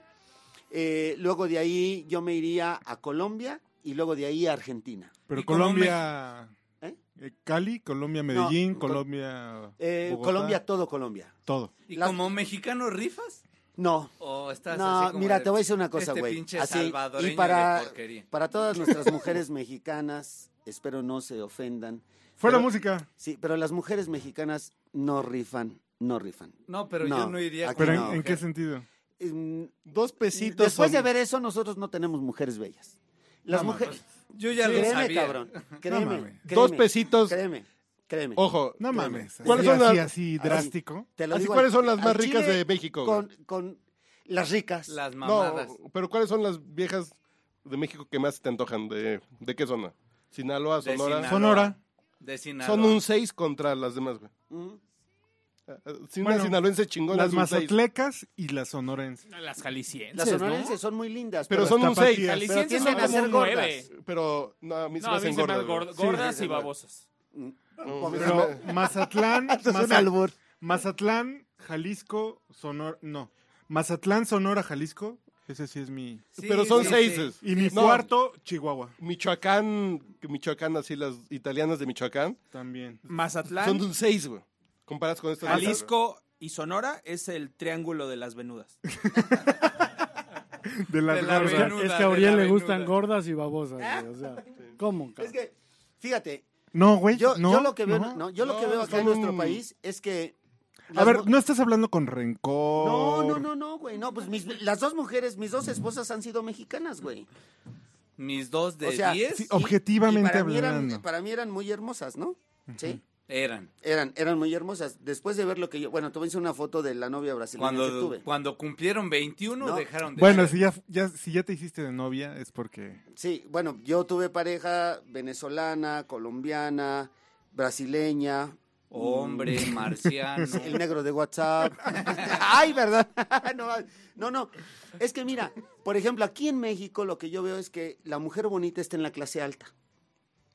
Speaker 2: Eh, luego de ahí yo me iría a Colombia y luego de ahí a Argentina.
Speaker 3: Pero
Speaker 6: Y como
Speaker 3: Colombia.
Speaker 2: Mex- ¿Eh?
Speaker 3: Eh, Cali, Colombia, Medellín,
Speaker 2: No,
Speaker 3: Colombia.
Speaker 2: Eh,
Speaker 3: Bogotá,
Speaker 2: Colombia, todo Colombia.
Speaker 3: Todo.
Speaker 6: ¿Y
Speaker 2: Las-
Speaker 6: como mexicano rifas?
Speaker 2: No.
Speaker 6: ¿O estás
Speaker 2: no,
Speaker 6: así como
Speaker 2: mira,
Speaker 6: de,
Speaker 2: te voy a decir una cosa,
Speaker 6: este
Speaker 2: güey.
Speaker 6: pinche
Speaker 2: Así,
Speaker 6: salvadoreño
Speaker 2: y para,
Speaker 6: de porquería?
Speaker 2: para todas nuestras mujeres mexicanas, espero no se ofendan.
Speaker 3: Fuera
Speaker 2: Pero-
Speaker 3: música.
Speaker 2: Sí, pero las mujeres mexicanas no rifan, no rifan.
Speaker 6: No, pero
Speaker 2: No,
Speaker 6: yo no iría
Speaker 2: aquí
Speaker 3: Pero
Speaker 6: con
Speaker 3: en,
Speaker 2: no.
Speaker 3: en
Speaker 6: mujer.
Speaker 3: qué sentido?
Speaker 2: Mm,
Speaker 4: Dos pesitos.
Speaker 2: Después de
Speaker 4: son-
Speaker 2: ver eso, nosotros no tenemos mujeres bellas. Las
Speaker 3: No,
Speaker 2: mujeres.
Speaker 6: Yo ya lo
Speaker 2: créeme,
Speaker 6: sabía.
Speaker 2: cabrón. Créeme,
Speaker 3: mames.
Speaker 2: créeme,
Speaker 4: Dos pesitos.
Speaker 2: Créeme, créeme.
Speaker 4: Ojo.
Speaker 3: No
Speaker 2: Créeme.
Speaker 3: mames. ¿Cuáles
Speaker 4: ¿Cuáles son
Speaker 3: son eh, así,
Speaker 4: las-
Speaker 3: así
Speaker 2: así.
Speaker 3: drástico?
Speaker 2: Te lo
Speaker 4: Así,
Speaker 2: digo
Speaker 4: ¿cuáles
Speaker 2: al-
Speaker 4: son las
Speaker 2: al
Speaker 4: más ricas
Speaker 2: Chile
Speaker 4: de México? güey?
Speaker 2: Con, con las ricas.
Speaker 6: Las mamadas.
Speaker 4: No, pero ¿cuáles son las viejas de México que más te antojan? ¿De, de qué zona? Sinaloa,
Speaker 6: De
Speaker 4: Sonora.
Speaker 6: Sinaloa.
Speaker 3: Sonora.
Speaker 6: De Sinaloa.
Speaker 4: Son un 6 contra las demás, güey.
Speaker 2: Mm.
Speaker 4: Ah, ah, Si
Speaker 3: Bueno,
Speaker 4: una sinaloense chingona
Speaker 3: Las
Speaker 4: es un 6.
Speaker 3: mazatlecas y las sonorenses.
Speaker 1: Las jaliscienses.
Speaker 2: Las sonorenses
Speaker 1: ¿no?
Speaker 2: son muy lindas.
Speaker 4: Pero son un
Speaker 3: tapatías.
Speaker 4: 6.
Speaker 2: pero
Speaker 1: Jaliscienses
Speaker 2: tienden
Speaker 1: son
Speaker 2: a ser
Speaker 1: como un
Speaker 2: gordas.
Speaker 1: nueve.
Speaker 4: Pero no, a mí se
Speaker 1: No,
Speaker 4: me
Speaker 1: a mí
Speaker 4: hacen
Speaker 1: se me hacen
Speaker 4: gordas.
Speaker 1: gor-
Speaker 4: güey.
Speaker 1: gordas
Speaker 4: Sí,
Speaker 1: y
Speaker 4: sí,
Speaker 1: babosas.
Speaker 4: No, sí,
Speaker 3: Pero
Speaker 4: se me-
Speaker 3: Mazatlán,
Speaker 2: Es un
Speaker 3: Maza-
Speaker 2: albur.
Speaker 3: Mazatlán, Jalisco, Sonora. No. Mazatlán, Sonora, Jalisco. Ese sí es mi.
Speaker 6: Sí,
Speaker 4: Pero son
Speaker 6: sí,
Speaker 4: 6.
Speaker 6: sí.
Speaker 3: Y mi
Speaker 4: No.
Speaker 3: cuarto, Chihuahua.
Speaker 4: Michoacán, que Michoacán, así las italianas de Michoacán,
Speaker 3: También.
Speaker 4: son
Speaker 1: Mazatlán,
Speaker 4: de un 6, güey. Comparas con estas.
Speaker 1: Jalisco y Sonora es el triángulo de las venudas.
Speaker 3: De las
Speaker 6: De la
Speaker 3: gordas.
Speaker 6: Venuda,
Speaker 5: es que
Speaker 6: de
Speaker 5: a Uriel
Speaker 6: la
Speaker 5: le gustan
Speaker 6: Venuda.
Speaker 5: gordas y babosas, güey, O sea, ¿cómo, cabrón?
Speaker 2: Es que, fíjate,
Speaker 3: No, güey.
Speaker 2: yo,
Speaker 3: no,
Speaker 2: yo lo que veo,
Speaker 3: no.
Speaker 2: no, yo lo que
Speaker 4: No,
Speaker 2: veo acá en
Speaker 4: son-
Speaker 2: nuestro país es que.
Speaker 3: A
Speaker 2: las mu-
Speaker 3: ver, no estás hablando con rencor.
Speaker 2: No, no, no, no, güey. No, pues mis, las dos mujeres, mis dos esposas han sido mexicanas, güey.
Speaker 6: Mis dos de
Speaker 2: O sea,
Speaker 6: 10
Speaker 3: sí, objetivamente
Speaker 2: Y para mí eran-
Speaker 3: hablando.
Speaker 2: para mí eran muy hermosas, ¿no? Sí.
Speaker 6: eran.
Speaker 2: Eran, eran muy hermosas. Después de ver lo que yo. Bueno, te voy a hacer una foto de la novia brasileña que
Speaker 6: Cuando,
Speaker 2: tuve.
Speaker 6: cuando cumplieron 21
Speaker 2: No.
Speaker 6: dejaron de
Speaker 3: Bueno,
Speaker 6: ser.
Speaker 3: si ya, ya- si ya te hiciste de novia es porque...
Speaker 2: Sí, bueno, yo tuve pareja venezolana, colombiana, brasileña,
Speaker 6: Hombre, marciano.
Speaker 2: el negro de WhatsApp. Ay, ¿verdad? no, no, no. Es que mira, por ejemplo, aquí en México lo que yo veo es que la mujer bonita está en la clase alta.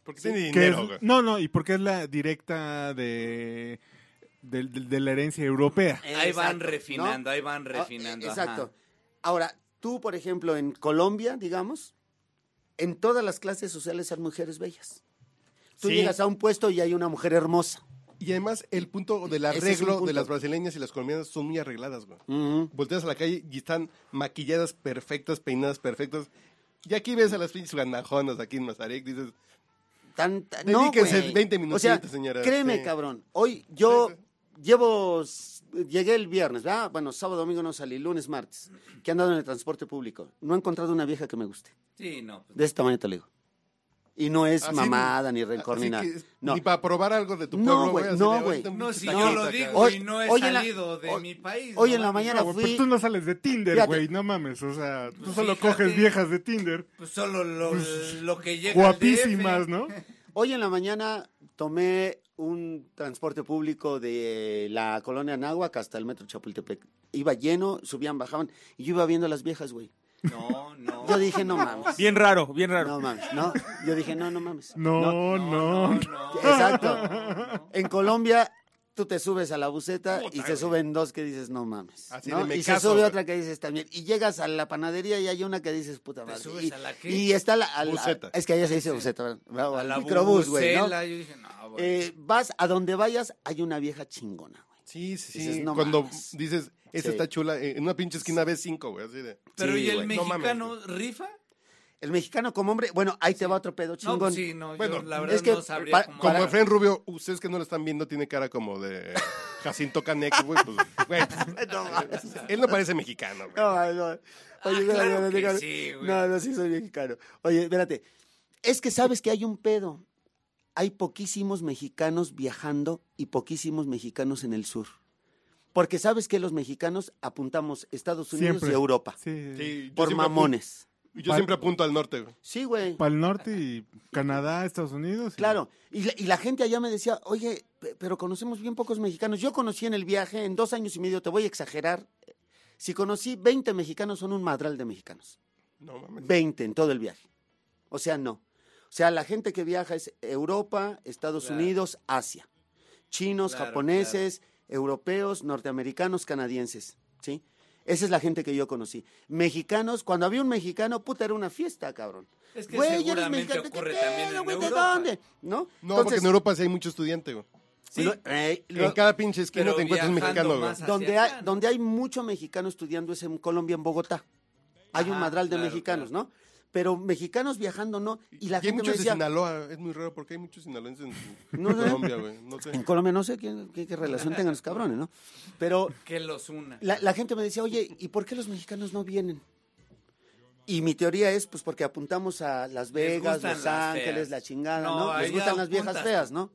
Speaker 4: Porque tiene
Speaker 3: que
Speaker 4: dinero,
Speaker 3: es-
Speaker 4: güey.
Speaker 3: no, no, y porque es la directa de, del- del- de la herencia
Speaker 2: Eh,
Speaker 3: europea.
Speaker 6: Ahí van
Speaker 2: Exacto, ¿no?
Speaker 6: refinando, ahí van
Speaker 2: Ah,
Speaker 6: refinando. ajá.
Speaker 2: Exacto. Ahora, tú, por ejemplo, en Colombia, digamos, en todas las clases sociales hay mujeres bellas. Tú
Speaker 4: Sí.
Speaker 2: llegas a un puesto y hay una mujer hermosa.
Speaker 4: Y además, el punto del
Speaker 2: Ese es un
Speaker 4: arreglo
Speaker 2: punto.
Speaker 4: de las brasileñas y las colombianas son muy arregladas, güey.
Speaker 2: Ujú.
Speaker 4: Volteas a la calle y están maquilladas perfectas, peinadas perfectas. Y aquí ves a las pinches ganajonas aquí en Mazarek, dices,
Speaker 2: Tan- tan- no,
Speaker 4: Dedíquense
Speaker 2: güey.
Speaker 4: 20
Speaker 2: O sea,
Speaker 4: minutitos, señora,
Speaker 2: créeme,
Speaker 4: sí.
Speaker 2: cabrón. Hoy yo llevo... s- Llegué el viernes, ¿verdad? Bueno, sábado, domingo no salí, lunes, martes. Que he andado en el transporte público. No he encontrado una vieja que me guste.
Speaker 6: Sí, no. pues,
Speaker 2: De este tamaño te lo digo. Y no es
Speaker 4: Así-
Speaker 2: mamada, ni rencor, ni
Speaker 4: así
Speaker 2: nada.
Speaker 4: que es-
Speaker 2: No.
Speaker 4: Ni para probar algo de tu
Speaker 2: No,
Speaker 4: pueblo,
Speaker 2: güey,
Speaker 4: así
Speaker 2: no,
Speaker 4: de,
Speaker 2: güey.
Speaker 4: ahorita un
Speaker 6: No,
Speaker 4: pinche
Speaker 6: si
Speaker 4: taquito
Speaker 6: yo lo
Speaker 4: acá.
Speaker 6: digo
Speaker 2: Hoy-
Speaker 6: y no he
Speaker 2: hoy en la-
Speaker 6: salido de
Speaker 2: hoy-
Speaker 6: mi país.
Speaker 2: Hoy
Speaker 6: no
Speaker 2: en la
Speaker 6: mames.
Speaker 2: mañana
Speaker 3: No, Ah, güey,
Speaker 2: fui...
Speaker 3: pero tú no sales de Tinder,
Speaker 2: Fíjate.
Speaker 3: güey, no mames, o sea, tú
Speaker 6: Pues
Speaker 3: solo
Speaker 6: fíjate.
Speaker 3: coges viejas de Tinder,
Speaker 6: Pues solo lo, lo que llega. al
Speaker 3: guapísimas,
Speaker 6: DF.
Speaker 3: ¿no?
Speaker 2: Hoy en la mañana tomé un transporte público de la colonia Náhuac hasta el metro Chapultepec. Iba lleno, subían, bajaban, y yo iba viendo a las viejas, güey.
Speaker 6: No, no.
Speaker 2: Yo dije, no mames.
Speaker 1: Bien raro, bien raro.
Speaker 2: No mames, no. Yo dije, no, no mames.
Speaker 3: No, no,
Speaker 6: no.
Speaker 2: Exacto. En Colombia, tú te subes a la buceta y se suben dos que dices, no mames.
Speaker 4: Así
Speaker 2: ¿no?
Speaker 4: de me
Speaker 2: Y se
Speaker 4: caso,
Speaker 2: sube
Speaker 4: güey.
Speaker 2: otra que dices también. Y llegas a la panadería y hay una que dices, puta madre.
Speaker 6: subes
Speaker 2: y,
Speaker 6: a la qué?
Speaker 2: y está la. a la-
Speaker 4: Buceta.
Speaker 2: Es que allá se dice buceta, ¿verdad? O
Speaker 6: A
Speaker 2: al
Speaker 6: la
Speaker 2: microbús, güey, ¿no?
Speaker 6: bucela, Yo dije, no, güey.
Speaker 2: Eh, vas a donde vayas, hay una vieja chingona, güey.
Speaker 4: Sí, sí, sí.
Speaker 2: Dices, no
Speaker 4: Cuando
Speaker 2: mames.
Speaker 4: dices, esa
Speaker 2: Sí.
Speaker 4: está chula, eh, en una pinche esquina ves 5, güey, así de.
Speaker 6: Pero
Speaker 2: sí,
Speaker 6: ¿y el
Speaker 2: güey,
Speaker 4: no mames,
Speaker 6: mexicano rifa?
Speaker 2: El mexicano como hombre, bueno, ahí te va otro pedo
Speaker 6: No,
Speaker 2: chingón.
Speaker 6: pues sí, no.
Speaker 4: Bueno,
Speaker 6: yo, la verdad
Speaker 2: es que
Speaker 6: no sabría
Speaker 2: pa-
Speaker 6: cómo.
Speaker 4: Como
Speaker 2: Para-
Speaker 4: Efraín Rubio, ustedes que no lo están viendo, tiene cara como de Jacinto Canek, güey. Pues, güey, pues,
Speaker 2: No,
Speaker 6: Ah,
Speaker 2: mames.
Speaker 4: él no parece mexicano, güey.
Speaker 2: No, ay, no. Oye, espérate,
Speaker 6: claro
Speaker 2: espérate,
Speaker 6: que
Speaker 2: espérate.
Speaker 6: sí, güey.
Speaker 2: no, no, sí soy mexicano. Oye, espérate. Es que sabes que hay un pedo. Hay poquísimos mexicanos viajando y poquísimos mexicanos en el sur. Porque sabes que los mexicanos apuntamos Estados Unidos
Speaker 3: Siempre.
Speaker 2: y Europa.
Speaker 3: Sí,
Speaker 4: Sí, yo
Speaker 2: por
Speaker 4: siempre apu-
Speaker 2: mamones.
Speaker 4: yo siempre apunto al norte, güey.
Speaker 2: Sí, güey.
Speaker 3: Para el norte y Canadá, Estados Unidos. y-
Speaker 2: Claro, y la, y la gente allá me decía, oye, pe- pero conocemos bien pocos mexicanos. Yo conocí en el viaje, en dos años y medio, te voy a exagerar. eh, Si conocí 20 mexicanos, son un madral de mexicanos.
Speaker 4: No mames.
Speaker 2: 20 en todo el viaje. O sea, no. O sea, la gente que viaja es Europa, Estados
Speaker 6: Claro.
Speaker 2: Unidos, Asia. Chinos,
Speaker 6: Claro,
Speaker 2: japoneses, europeos, norteamericanos, canadienses. ¿Sí? Esa es la gente que yo conocí. Mexicanos, cuando había un mexicano, puta, era una fiesta, cabrón.
Speaker 6: Es que seguramente ocurre también en
Speaker 2: güey, ¿de
Speaker 6: Europa.
Speaker 2: dónde? ¿No?
Speaker 9: No,
Speaker 2: Entonces,
Speaker 9: porque en Europa sí hay mucho estudiante, güey.
Speaker 6: Sí,
Speaker 2: lo- eh, lo-
Speaker 9: En cada pinche esquina
Speaker 6: Pero
Speaker 9: te encuentras un
Speaker 6: viajando
Speaker 9: mexicano, güey.
Speaker 6: más hacia
Speaker 2: donde,
Speaker 6: acá,
Speaker 2: hay,
Speaker 6: ¿no?
Speaker 2: donde hay mucho mexicano estudiando es en Colombia, en Bogotá. Hay un
Speaker 6: Ajá,
Speaker 2: madral de
Speaker 6: Ah, claro,
Speaker 2: mexicanos, ¿no? Pero mexicanos viajando no. Y la
Speaker 9: Y hay
Speaker 2: gente me
Speaker 9: muchos de
Speaker 2: decía,
Speaker 9: Sinaloa, es muy raro porque hay muchos sinaloenses en, en
Speaker 2: No sé.
Speaker 9: Colombia, güey. No sé.
Speaker 2: en Colombia no sé quién- qué, qué relación tengan los cabrones, ¿no? Pero
Speaker 6: Que los una.
Speaker 2: la, la gente me decía, oye, ¿y por qué los mexicanos no vienen? Y mi teoría es, pues, porque apuntamos a Las Vegas,
Speaker 6: gustan
Speaker 2: Los
Speaker 6: las
Speaker 2: Ángeles,
Speaker 6: feas.
Speaker 2: la chingada,
Speaker 6: No,
Speaker 2: ¿no? Les
Speaker 6: ahí
Speaker 2: gustan las viejas
Speaker 6: apuntas.
Speaker 2: feas, ¿no?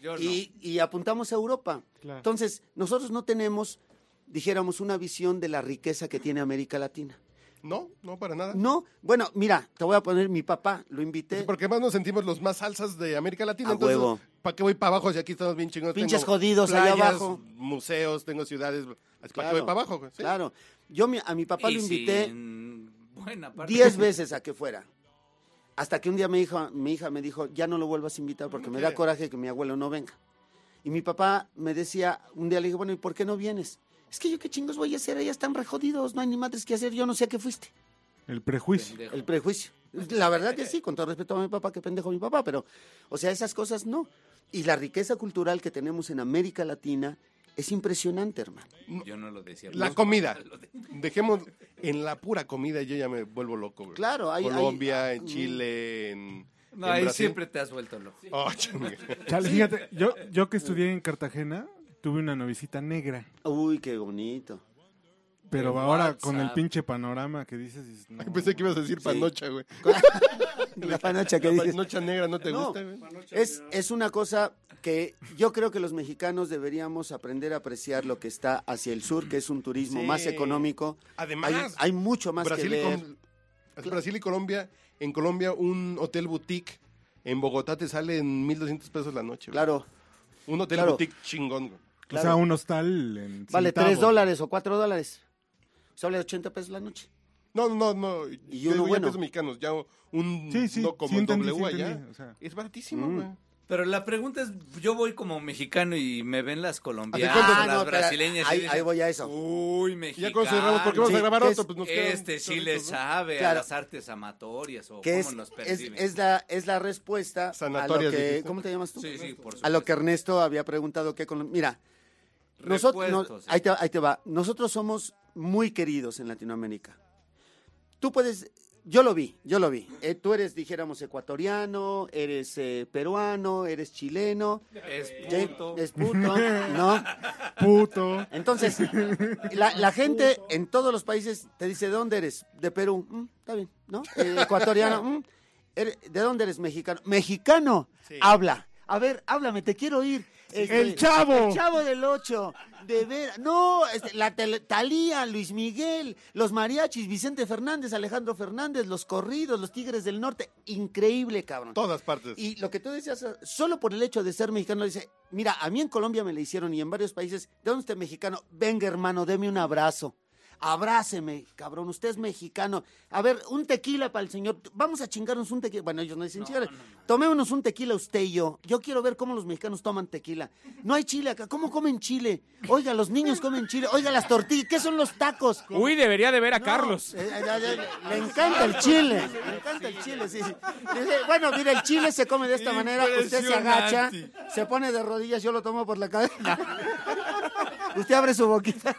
Speaker 6: Yo no.
Speaker 2: y, y apuntamos a Europa.
Speaker 3: Claro.
Speaker 2: Entonces, nosotros no tenemos, dijéramos, una visión de la riqueza que tiene América Latina.
Speaker 9: No, no, para nada.
Speaker 2: No, bueno, mira, te voy a poner mi papá, lo invité.
Speaker 9: Porque más nos sentimos los más salsas de América Latina.
Speaker 2: A
Speaker 9: entonces,
Speaker 2: huevo.
Speaker 9: ¿Para qué voy para abajo si aquí estamos bien chingados?
Speaker 2: Pinches jodidos allá abajo.
Speaker 9: museos, tengo ciudades. ¿Para
Speaker 2: Claro,
Speaker 9: qué voy para abajo? güey? Sí.
Speaker 2: Claro, yo mi- a mi papá
Speaker 6: Y
Speaker 2: lo
Speaker 6: sí,
Speaker 2: invité
Speaker 6: en buena parte.
Speaker 2: diez veces a que fuera. Hasta que un día mi hija, mi hija me dijo, ya no lo vuelvas a invitar porque me da coraje que mi abuelo no venga. Y mi papá me decía, un día le dije, bueno, ¿y por qué no vienes? Es que yo qué chingos voy a hacer, ellas están re jodidos, no hay ni madres que hacer, yo no sé a qué fuiste.
Speaker 3: El prejuicio.
Speaker 6: Pendejo.
Speaker 2: El prejuicio. La verdad que sí, con todo respeto a mi papá, que pendejo mi papá, pero, o sea, esas cosas no. Y la riqueza cultural que tenemos en América Latina es impresionante, hermano.
Speaker 6: Yo no lo decía. pues.
Speaker 9: La
Speaker 6: No.
Speaker 9: comida.
Speaker 6: Lo de-
Speaker 9: Dejemos en la pura comida, yo ya me vuelvo loco. güey.
Speaker 2: Claro, hay-
Speaker 9: Colombia,
Speaker 2: hay- mm.
Speaker 9: en Chile, en.
Speaker 6: No,
Speaker 9: en
Speaker 6: ahí
Speaker 9: Brasil.
Speaker 6: siempre te has vuelto loco.
Speaker 9: Oh, chinga.
Speaker 3: Chale, fíjate, yo, yo que estudié en Cartagena, tuve una novicita negra.
Speaker 2: Uy, qué bonito.
Speaker 3: Pero
Speaker 6: En
Speaker 3: ahora con el
Speaker 6: WhatsApp.
Speaker 3: pinche panorama que dices, dices, no.
Speaker 9: Pensé que ibas a decir panocha, güey.
Speaker 2: La panocha que
Speaker 9: La
Speaker 2: dices.
Speaker 9: panocha negra no te
Speaker 2: No.
Speaker 9: gusta, güey.
Speaker 2: Es, es una cosa que yo creo que los mexicanos deberíamos aprender a apreciar lo que está hacia el sur, que es un turismo
Speaker 9: Sí.
Speaker 2: más económico. Hay,
Speaker 9: Además,
Speaker 2: hay mucho más
Speaker 9: Brasil,
Speaker 2: que
Speaker 9: y
Speaker 2: ver.
Speaker 9: Com- Brasil y Colombia, en Colombia un hotel boutique en Bogotá te sale en 1200 pesos la noche. güey.
Speaker 2: Claro,
Speaker 9: Un hotel
Speaker 2: claro.
Speaker 9: boutique chingón. güey.
Speaker 2: claro.
Speaker 3: O sea, un hostal en
Speaker 2: vale
Speaker 3: centavos.
Speaker 2: 3 dólares o 4 dólares. Se habla de 80 pesos la noche.
Speaker 9: No, no, no.
Speaker 2: Y
Speaker 9: yo digo,
Speaker 2: uno
Speaker 9: ya
Speaker 2: bueno.
Speaker 9: pesos mexicanos, ya un
Speaker 3: Sí, sí,
Speaker 9: no como
Speaker 3: sí entendí,
Speaker 9: W
Speaker 3: sí
Speaker 9: allá. Mm.
Speaker 3: entendí, o sea.
Speaker 9: es baratísimo, güey.
Speaker 6: Pero la pregunta es, yo voy como mexicano y me ven las colombianas,
Speaker 9: ¿A qué
Speaker 2: Ah,
Speaker 9: cuentas?
Speaker 6: las
Speaker 2: no, espera,
Speaker 6: brasileñas. y
Speaker 2: ahí,
Speaker 6: dicen,
Speaker 2: ahí voy a eso.
Speaker 6: Uy,
Speaker 9: Y
Speaker 6: mexicano.
Speaker 9: ya cuando cerramos, ¿por qué vamos
Speaker 2: Sí,
Speaker 9: a grabar
Speaker 2: que es-
Speaker 9: otro? Pues nos quedan
Speaker 6: Este sí
Speaker 9: solitos,
Speaker 6: le
Speaker 9: ¿no?
Speaker 6: sabe
Speaker 2: Claro.
Speaker 6: a las artes amatorias o
Speaker 2: que
Speaker 6: cómo
Speaker 2: es,
Speaker 6: nos
Speaker 2: es,
Speaker 6: perciben.
Speaker 2: es la, es la respuesta a lo
Speaker 9: Sanatorias,
Speaker 2: que...
Speaker 9: dijiste.
Speaker 2: ¿Cómo te llamas tú?
Speaker 6: Sí, sí, por supuesto.
Speaker 2: a lo que Ernesto había preguntado. Que con, mira, nosotros, no-
Speaker 6: Repuestos, sí.
Speaker 2: ahí, te, ahí te va. Nosotros somos muy queridos en Latinoamérica. Tú puedes, yo lo vi, yo lo vi. Eh, tú eres, dijéramos, ecuatoriano, eres eh, peruano, eres chileno,
Speaker 6: Es
Speaker 2: ya-
Speaker 6: punto.
Speaker 2: es puto, ¿no?
Speaker 3: Puto.
Speaker 2: Entonces, la, la gente en todos los países te dice, ¿de dónde eres? De Perú, Mm, está bien, ¿no? Eh, ecuatoriano, mm. Ere- ¿de dónde eres? Mexicano. Mexicano, habla. A ver, háblame, te quiero oír. Este,
Speaker 3: El Chavo.
Speaker 2: El chavo del 8. De ver. No, este, la tele- Talía, Luis Miguel, los mariachis, Vicente Fernández, Alejandro Fernández, los corridos, los Tigres del Norte. Increíble, cabrón.
Speaker 9: Todas partes.
Speaker 2: Y lo que tú decías, solo por el hecho de ser mexicano, dice, mira, a mí en Colombia me le hicieron y en varios países, ¿de dónde usted es mexicano? Venga, hermano, deme un abrazo. Abráceme, cabrón, usted es mexicano. A ver, un tequila para el señor. Vamos a chingarnos un tequila. Bueno, ellos no dicen, señores, tomémonos un tequila usted y yo. Yo quiero ver cómo los mexicanos toman tequila. No hay chile acá. ¿Cómo comen chile? Oiga, los niños comen chile. Oiga, las tortillas. ¿Qué son los tacos?
Speaker 7: Uy, debería de ver a
Speaker 2: No,
Speaker 7: Carlos.
Speaker 2: eh, eh, eh, le encanta el chile. Le encanta el chile, sí, sí. Dice, bueno, mira, el chile se come de esta manera. Usted se agacha, se pone de rodillas, yo lo tomo por la cadena. Usted abre su boquita.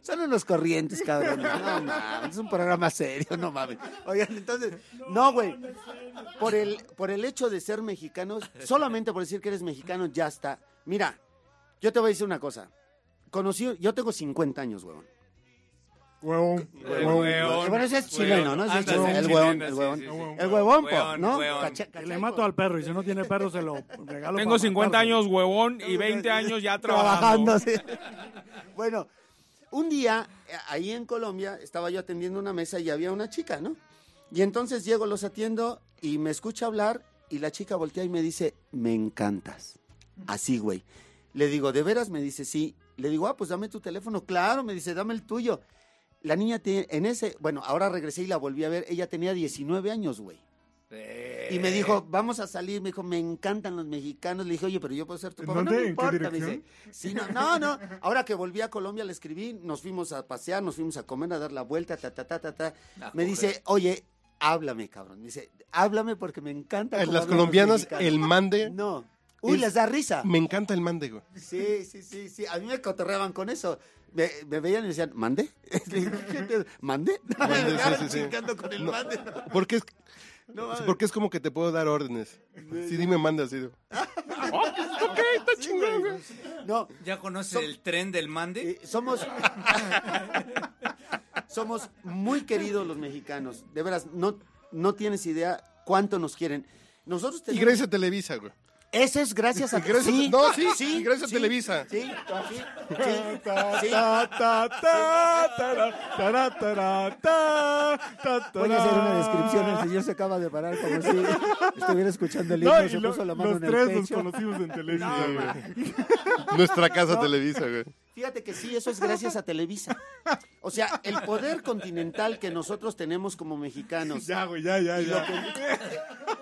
Speaker 2: Son unos corrientes, cabrón. No mames, es un programa serio, no mames. Oigan, entonces, no, güey. Por el, por el hecho de ser mexicano, solamente por decir que eres mexicano, ya está. Mira, yo te voy a decir una cosa. Conocí, yo tengo 50 años, huevón.
Speaker 3: Huevón.
Speaker 2: Bueno, ese es chileno, ¿no? Ese es
Speaker 6: Andas
Speaker 2: chileno.
Speaker 6: en
Speaker 2: El
Speaker 6: chileno,
Speaker 2: huevón, el
Speaker 6: Ah, sí,
Speaker 2: huevón.
Speaker 6: sí, sí.
Speaker 2: El huevón, po,
Speaker 6: Hueón,
Speaker 2: ¿no?
Speaker 6: hueón.
Speaker 2: Cacha- cacha-
Speaker 5: Le mato al perro y si no tiene perro se lo regalo.
Speaker 7: Tengo
Speaker 5: para
Speaker 7: 50
Speaker 5: matarlo.
Speaker 7: años huevón y 20 años ya trabajando.
Speaker 2: sí. Bueno, un día, eh, ahí en Colombia, estaba yo atendiendo una mesa y había una chica, ¿no? Y entonces llego, los atiendo y me escucha hablar y la chica voltea y me dice, me encantas. Así, güey. Le digo, ¿de veras? Me dice, sí. Le digo, ah, pues dame tu teléfono. Claro, me dice, dame el tuyo. La niña tiene, en ese, bueno, ahora regresé y la volví a ver, ella tenía 19 años, güey. Y me
Speaker 3: Eh,
Speaker 2: dijo, vamos a salir. Me dijo, me encantan los mexicanos. Le dije, oye, pero yo puedo ser tu papá. No
Speaker 3: ¿Dónde?
Speaker 2: me
Speaker 3: ¿En qué
Speaker 2: importa. Me dice,
Speaker 3: dirección?
Speaker 2: sí, no, no, no. Ahora que volví a Colombia, le escribí. Nos fuimos a pasear, nos fuimos a comer, a dar la vuelta, ta, ta, ta, ta, ta. Me dice, oye, háblame, cabrón. Me dice, háblame porque me encanta.
Speaker 4: En
Speaker 2: cómo
Speaker 4: las
Speaker 2: hablan los
Speaker 4: colombianas,
Speaker 2: mexicanos".
Speaker 4: el mande.
Speaker 2: No. Uy,
Speaker 4: es-
Speaker 2: les da risa.
Speaker 4: Me encanta el mande, güey.
Speaker 2: Sí, sí, sí, sí. A mí me cotorreaban con eso. Me, me veían y decían, ¿mande? Le digo, "¿Qué te- ¿Mande? Me
Speaker 4: Mande, sí,
Speaker 2: dejaron
Speaker 4: sí, sí.
Speaker 2: chingando con el
Speaker 4: No.
Speaker 2: mande.
Speaker 4: Porque es,
Speaker 2: No, mames.
Speaker 4: porque es como que te puedo dar órdenes. Sí, dime, manda así. de-
Speaker 2: ok, está chingón, No,
Speaker 6: ¿Ya conoces
Speaker 2: Son-
Speaker 6: el tren del mande?
Speaker 2: eh, somos. somos muy queridos los mexicanos. De veras, no, no tienes idea cuánto nos quieren. Nosotros
Speaker 4: Y
Speaker 2: tenemos.
Speaker 4: gracias a Televisa, güey.
Speaker 2: Eso es gracias a
Speaker 4: Y gracias-
Speaker 2: sí,
Speaker 4: no, sí, y gracias a
Speaker 2: sí,
Speaker 4: Televisa.
Speaker 2: Sí, sí, sí, sí. Voy a hacer una descripción. El señor se acaba de parar como si estuviera escuchando el himno.
Speaker 3: No, y
Speaker 2: se
Speaker 3: lo-
Speaker 2: puso la mano
Speaker 3: los
Speaker 2: en el
Speaker 3: tres nos
Speaker 2: pecho.
Speaker 3: conocimos en televisión.
Speaker 4: Nuestra casa Televisa, güey.
Speaker 2: Fíjate que sí, eso es gracias a Televisa. O sea, el poder continental que nosotros tenemos como mexicanos
Speaker 3: Ya, güey, ya, ya, ya.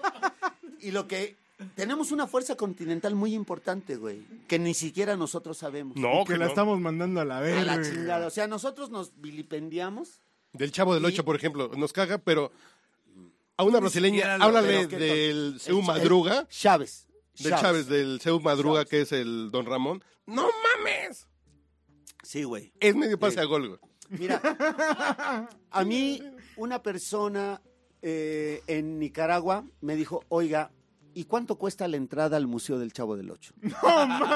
Speaker 2: y lo que tenemos una fuerza continental muy importante, güey, que ni siquiera nosotros sabemos.
Speaker 4: No,
Speaker 3: que la
Speaker 4: no.
Speaker 3: estamos mandando a la
Speaker 2: A
Speaker 3: verga.
Speaker 2: la chingada. O sea, nosotros nos vilipendiamos.
Speaker 4: Del Chavo del
Speaker 2: Y-
Speaker 4: Ocho, por ejemplo, nos caga, pero a una brasileña,
Speaker 6: siquiera lo-
Speaker 4: háblale
Speaker 2: pero que-
Speaker 4: del Seu
Speaker 2: El-
Speaker 4: Madruga,
Speaker 2: el- Chávez.
Speaker 4: del Chávez, del Seu Madruga, que es el Don Ramón. ¡No mames!
Speaker 2: Sí, güey.
Speaker 4: Es medio pase a gol, güey.
Speaker 2: Mira, a mí una persona eh, en Nicaragua me dijo, oiga, ¿y cuánto cuesta la entrada al Museo del Chavo del Ocho? ¡No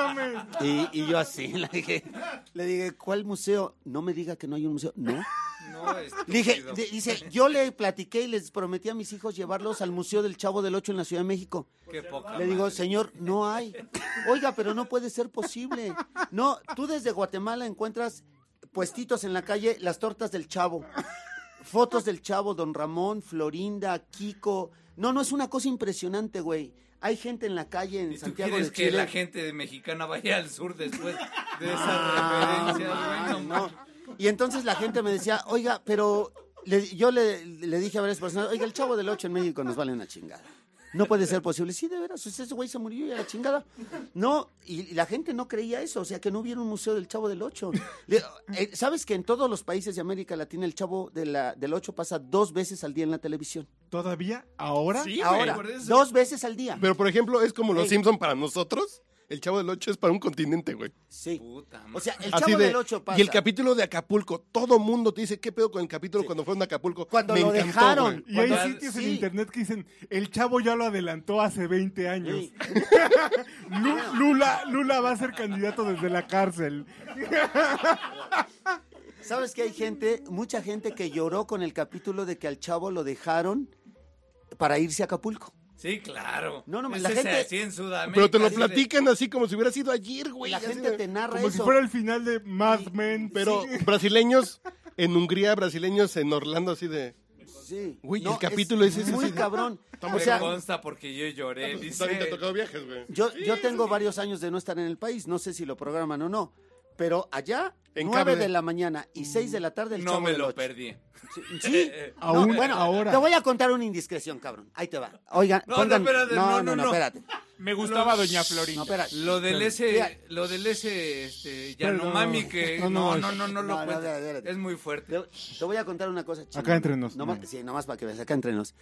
Speaker 2: mames! Y, y yo así le dije, le dije, ¿cuál museo? No me diga que no hay un museo. No.
Speaker 6: No, estúpido.
Speaker 2: Le Dije, de- dice, yo le platiqué y les prometí a mis hijos llevarlos al Museo del Chavo del Ocho en la Ciudad de México.
Speaker 6: Qué poca
Speaker 2: Le digo,
Speaker 6: madre.
Speaker 2: señor, no hay. Oiga, pero no puede ser posible. No, tú desde Guatemala encuentras puestitos en la calle las tortas del chavo. Fotos del chavo, don Ramón, Florinda, Kiko. No, no, es una cosa impresionante, güey. Hay gente en la calle en
Speaker 6: ¿Y tú
Speaker 2: Santiago
Speaker 6: quieres
Speaker 2: de
Speaker 6: que
Speaker 2: Chile.
Speaker 6: la gente de mexicana vaya al sur después de esas
Speaker 2: Ah,
Speaker 6: referencias?
Speaker 2: man,
Speaker 6: Bueno,
Speaker 2: no. Y entonces la gente me decía, oiga, pero le- yo le, le dije a varias personas, oiga, el chavo del 8 en México nos vale una chingada. No puede ser posible. Sí, de veras, pues ese güey se murió y a la chingada. No, y, y la gente no creía eso, o sea, que no hubiera un museo del Chavo del Ocho. Le- eh, ¿Sabes que en todos los países de América Latina el Chavo de la- del Ocho pasa dos veces al día en la televisión?
Speaker 3: ¿Todavía? ¿Ahora?
Speaker 6: Sí, güey,
Speaker 2: Ahora,
Speaker 6: por eso.
Speaker 2: dos veces al día.
Speaker 4: Pero, por ejemplo, es como los
Speaker 2: Ey.
Speaker 4: Simpson para nosotros. El Chavo del Ocho es para un continente, güey.
Speaker 2: Sí.
Speaker 6: Puta
Speaker 2: O
Speaker 6: madre.
Speaker 2: sea, el
Speaker 4: Así
Speaker 2: Chavo
Speaker 4: de-
Speaker 2: del Ocho pasa.
Speaker 4: Y el capítulo de Acapulco, todo mundo te dice, ¿qué pedo con el capítulo cuando fueron a Acapulco?
Speaker 2: Cuando
Speaker 4: Me
Speaker 2: lo
Speaker 4: encantó,
Speaker 2: dejaron.
Speaker 4: güey.
Speaker 3: Y hay
Speaker 6: Cuando-
Speaker 3: sitios en
Speaker 2: sí.
Speaker 3: internet que dicen, el chavo ya lo adelantó hace 20 años.
Speaker 2: Sí.
Speaker 3: Lu- Lula, Lula va a ser candidato desde la cárcel.
Speaker 2: ¿Sabes que hay gente, mucha gente que lloró con el capítulo de que al chavo lo dejaron para irse a Acapulco?
Speaker 6: sí, claro.
Speaker 2: No, no,
Speaker 6: Ese
Speaker 2: la
Speaker 6: se
Speaker 2: gente-
Speaker 6: hacía en Sudamérica.
Speaker 4: Pero te lo
Speaker 6: así de-
Speaker 4: platican así como si hubiera sido ayer, güey.
Speaker 2: la
Speaker 4: así
Speaker 2: gente
Speaker 4: de-
Speaker 2: te narra
Speaker 3: Como si
Speaker 2: eso.
Speaker 3: fuera el final de Mad Men.
Speaker 4: Pero brasileños en Hungría, brasileños en Orlando, así de...
Speaker 2: Sí.
Speaker 4: Güey,
Speaker 2: No,
Speaker 4: el capítulo es ese,
Speaker 2: Muy
Speaker 4: sí.
Speaker 2: cabrón. O
Speaker 6: Me
Speaker 2: sea,
Speaker 6: consta porque yo lloré. dice.
Speaker 4: También te ha tocado viajes, güey.
Speaker 2: yo, yo tengo varios años de no estar en el país, no sé si lo programan o no. Pero allá,
Speaker 4: En
Speaker 2: nueve
Speaker 4: cable.
Speaker 2: de la mañana y 6 de la tarde, el
Speaker 6: No
Speaker 2: chavo
Speaker 6: me
Speaker 2: del
Speaker 6: lo
Speaker 2: Ocho.
Speaker 6: perdí. Eh,
Speaker 2: Sí. No,
Speaker 3: Aún-
Speaker 2: bueno,
Speaker 3: ahora.
Speaker 2: te voy a contar una indiscreción, cabrón. Ahí te va. Oigan,
Speaker 6: No, no,
Speaker 2: pongan-
Speaker 6: espérate, no,
Speaker 2: no,
Speaker 6: no, no.
Speaker 2: espérate.
Speaker 7: Me gustaba Doña Florinda.
Speaker 2: No, espérate.
Speaker 6: Lo del
Speaker 2: Mira.
Speaker 6: ese, lo del ese, este,
Speaker 3: Pero no,
Speaker 6: Yanomami que
Speaker 3: no,
Speaker 6: no,
Speaker 3: no,
Speaker 6: no, no, no,
Speaker 2: no,
Speaker 6: lo
Speaker 2: no,
Speaker 6: cuento.
Speaker 2: espérate, espérate.
Speaker 6: Es muy fuerte.
Speaker 2: Te, te voy a contar una cosa chingona.
Speaker 3: Acá entre nos.
Speaker 2: Nomás,
Speaker 3: Mm.
Speaker 2: Sí, nomás para que veas, acá entre nos.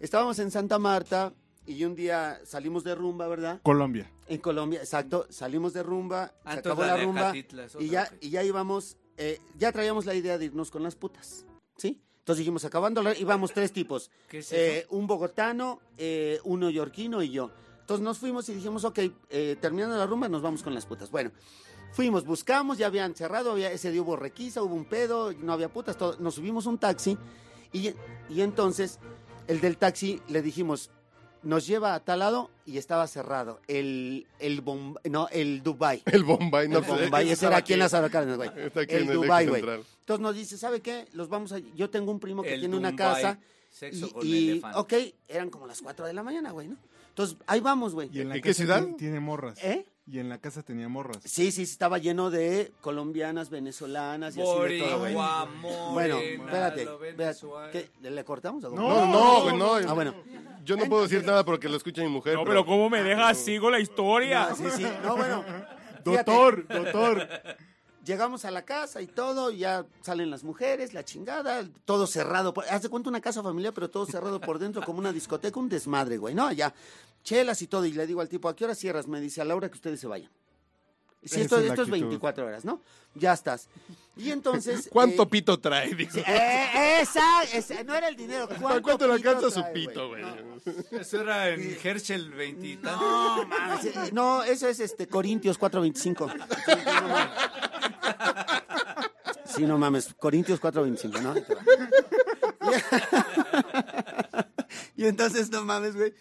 Speaker 2: Estábamos en Santa Marta y un día salimos de rumba, ¿verdad?
Speaker 3: Colombia.
Speaker 2: En Colombia, exacto. Salimos de rumba,
Speaker 6: Ah,
Speaker 2: se
Speaker 6: entonces
Speaker 2: acabó
Speaker 6: la
Speaker 2: la
Speaker 6: de
Speaker 2: rumba
Speaker 6: Acatitla es
Speaker 2: y
Speaker 6: otra,
Speaker 2: ya,
Speaker 6: ok.
Speaker 2: y ya íbamos, eh, ya traíamos la idea de irnos con las putas, ¿sí? Entonces dijimos, acabando, la- íbamos tres tipos.
Speaker 6: ¿Qué es
Speaker 2: Eh,
Speaker 6: eso?
Speaker 2: un bogotano, eh, un neoyorquino y yo. Entonces nos fuimos y dijimos, ok, eh, terminando la rumba nos vamos con las putas. Bueno, fuimos, buscamos, ya habían cerrado, había, ese día hubo requisa, hubo un pedo, no había putas, todo. nos subimos un taxi y, y entonces el del taxi le dijimos, nos lleva a tal lado y estaba cerrado, el, el, Bomb- no, el Dubai.
Speaker 4: El Bombay, no pues,
Speaker 2: El Bombay, ese era aquí en las Araucarias, güey.
Speaker 4: Está aquí
Speaker 2: El
Speaker 4: en el
Speaker 2: Dubai,
Speaker 4: eje
Speaker 2: güey.
Speaker 4: central.
Speaker 2: Entonces nos dice, ¿sabe qué? Los vamos a... Yo tengo un primo que
Speaker 6: El
Speaker 2: tiene una
Speaker 6: Dumbai,
Speaker 2: casa
Speaker 6: Sexo
Speaker 2: y-
Speaker 6: con
Speaker 2: y,
Speaker 6: elefante.
Speaker 2: ok, eran como las 4 de la mañana, güey, ¿no? Entonces, ahí vamos, güey.
Speaker 3: ¿Y en, la
Speaker 4: ¿En qué
Speaker 3: casa
Speaker 4: ciudad?
Speaker 3: tiene- Tiene morras.
Speaker 2: ¿Eh?
Speaker 3: Y en la casa tenía morras.
Speaker 2: Sí, sí, estaba lleno de colombianas, venezolanas y así de todo.
Speaker 6: Boricua,
Speaker 2: Bueno,
Speaker 6: morena,
Speaker 2: espérate,
Speaker 6: lo
Speaker 2: espérate,
Speaker 6: venezolano.
Speaker 2: ¿qué? ¿Le cortamos? o
Speaker 3: No,
Speaker 4: No, no, güey, no.
Speaker 2: Ah, bueno.
Speaker 4: Yo no puedo decir nada porque lo escucha mi mujer.
Speaker 7: No, pero ¿cómo me deja así con la historia?
Speaker 2: Ah, sí, sí. No, bueno. Fíjate,
Speaker 3: Doctor, doctor.
Speaker 2: Llegamos a la casa y todo, y ya salen las mujeres, la chingada, todo cerrado. por- Haz de cuenta una casa familiar, pero todo cerrado por dentro, como una discoteca, un desmadre, güey. No, ya, chelas y todo. Y le digo al tipo, ¿a qué hora cierras? Me dice, a la hora que ustedes se vayan.
Speaker 3: Esa
Speaker 2: Si esto,
Speaker 3: es la
Speaker 2: esto es
Speaker 3: actitud.
Speaker 2: 24 horas, ¿no? Ya estás. Y entonces.
Speaker 4: ¿Cuánto
Speaker 2: eh,
Speaker 4: pito trae? Digo,
Speaker 2: sí, eh, esa, esa- no era el dinero. ¿Cuánto,
Speaker 4: ¿Cuánto le
Speaker 2: pito
Speaker 4: alcanza su
Speaker 2: trae,
Speaker 4: pito, güey?
Speaker 6: Eso era en Herschel 20 y tantos.
Speaker 2: No, mames, eh, no, eso es este Corintios 4.25. Sí, no mames, Corintios 4.25, ¿no? Ahí te va. Y entonces, no mames, güey.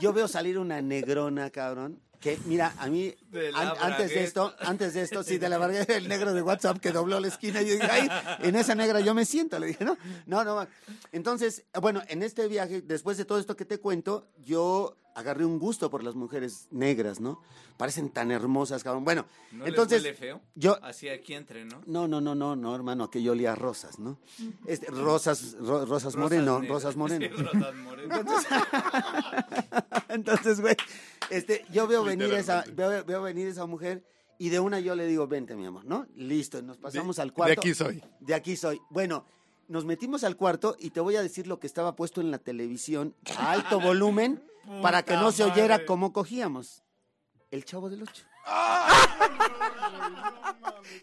Speaker 2: Yo veo salir una negrona, cabrón. Que, mira, a mí,
Speaker 6: De la
Speaker 2: an- antes de esto, antes de esto, sí, de la barriga del negro de WhatsApp que dobló la esquina. Y yo dije, ay, en esa negra yo me siento. Le dije, no, no, no. ma. Entonces, bueno, en este viaje, después de todo esto que te cuento, yo agarré un gusto por las mujeres negras, ¿no? Parecen tan hermosas, cabrón. Bueno,
Speaker 6: ¿No
Speaker 2: entonces.
Speaker 6: Entonces, huele feo?
Speaker 2: yo-
Speaker 6: Así aquí entre, ¿no?
Speaker 2: No, no, no, no, no, hermano, que yo olía a rosas, ¿no? Este, rosas, ro- rosas moreno,
Speaker 6: negras.
Speaker 2: rosas moreno.
Speaker 6: Sí, rosas moreno.
Speaker 2: Entonces, güey, este, yo veo venir esa, veo, veo venir esa mujer y de una yo le digo, vente, mi amor, ¿no? Listo, nos pasamos al cuarto.
Speaker 4: De aquí soy.
Speaker 2: De aquí soy. Bueno, nos metimos al cuarto y te voy a decir lo que estaba puesto en la televisión a alto volumen para que no se oyera cómo cogíamos. El chavo del ocho.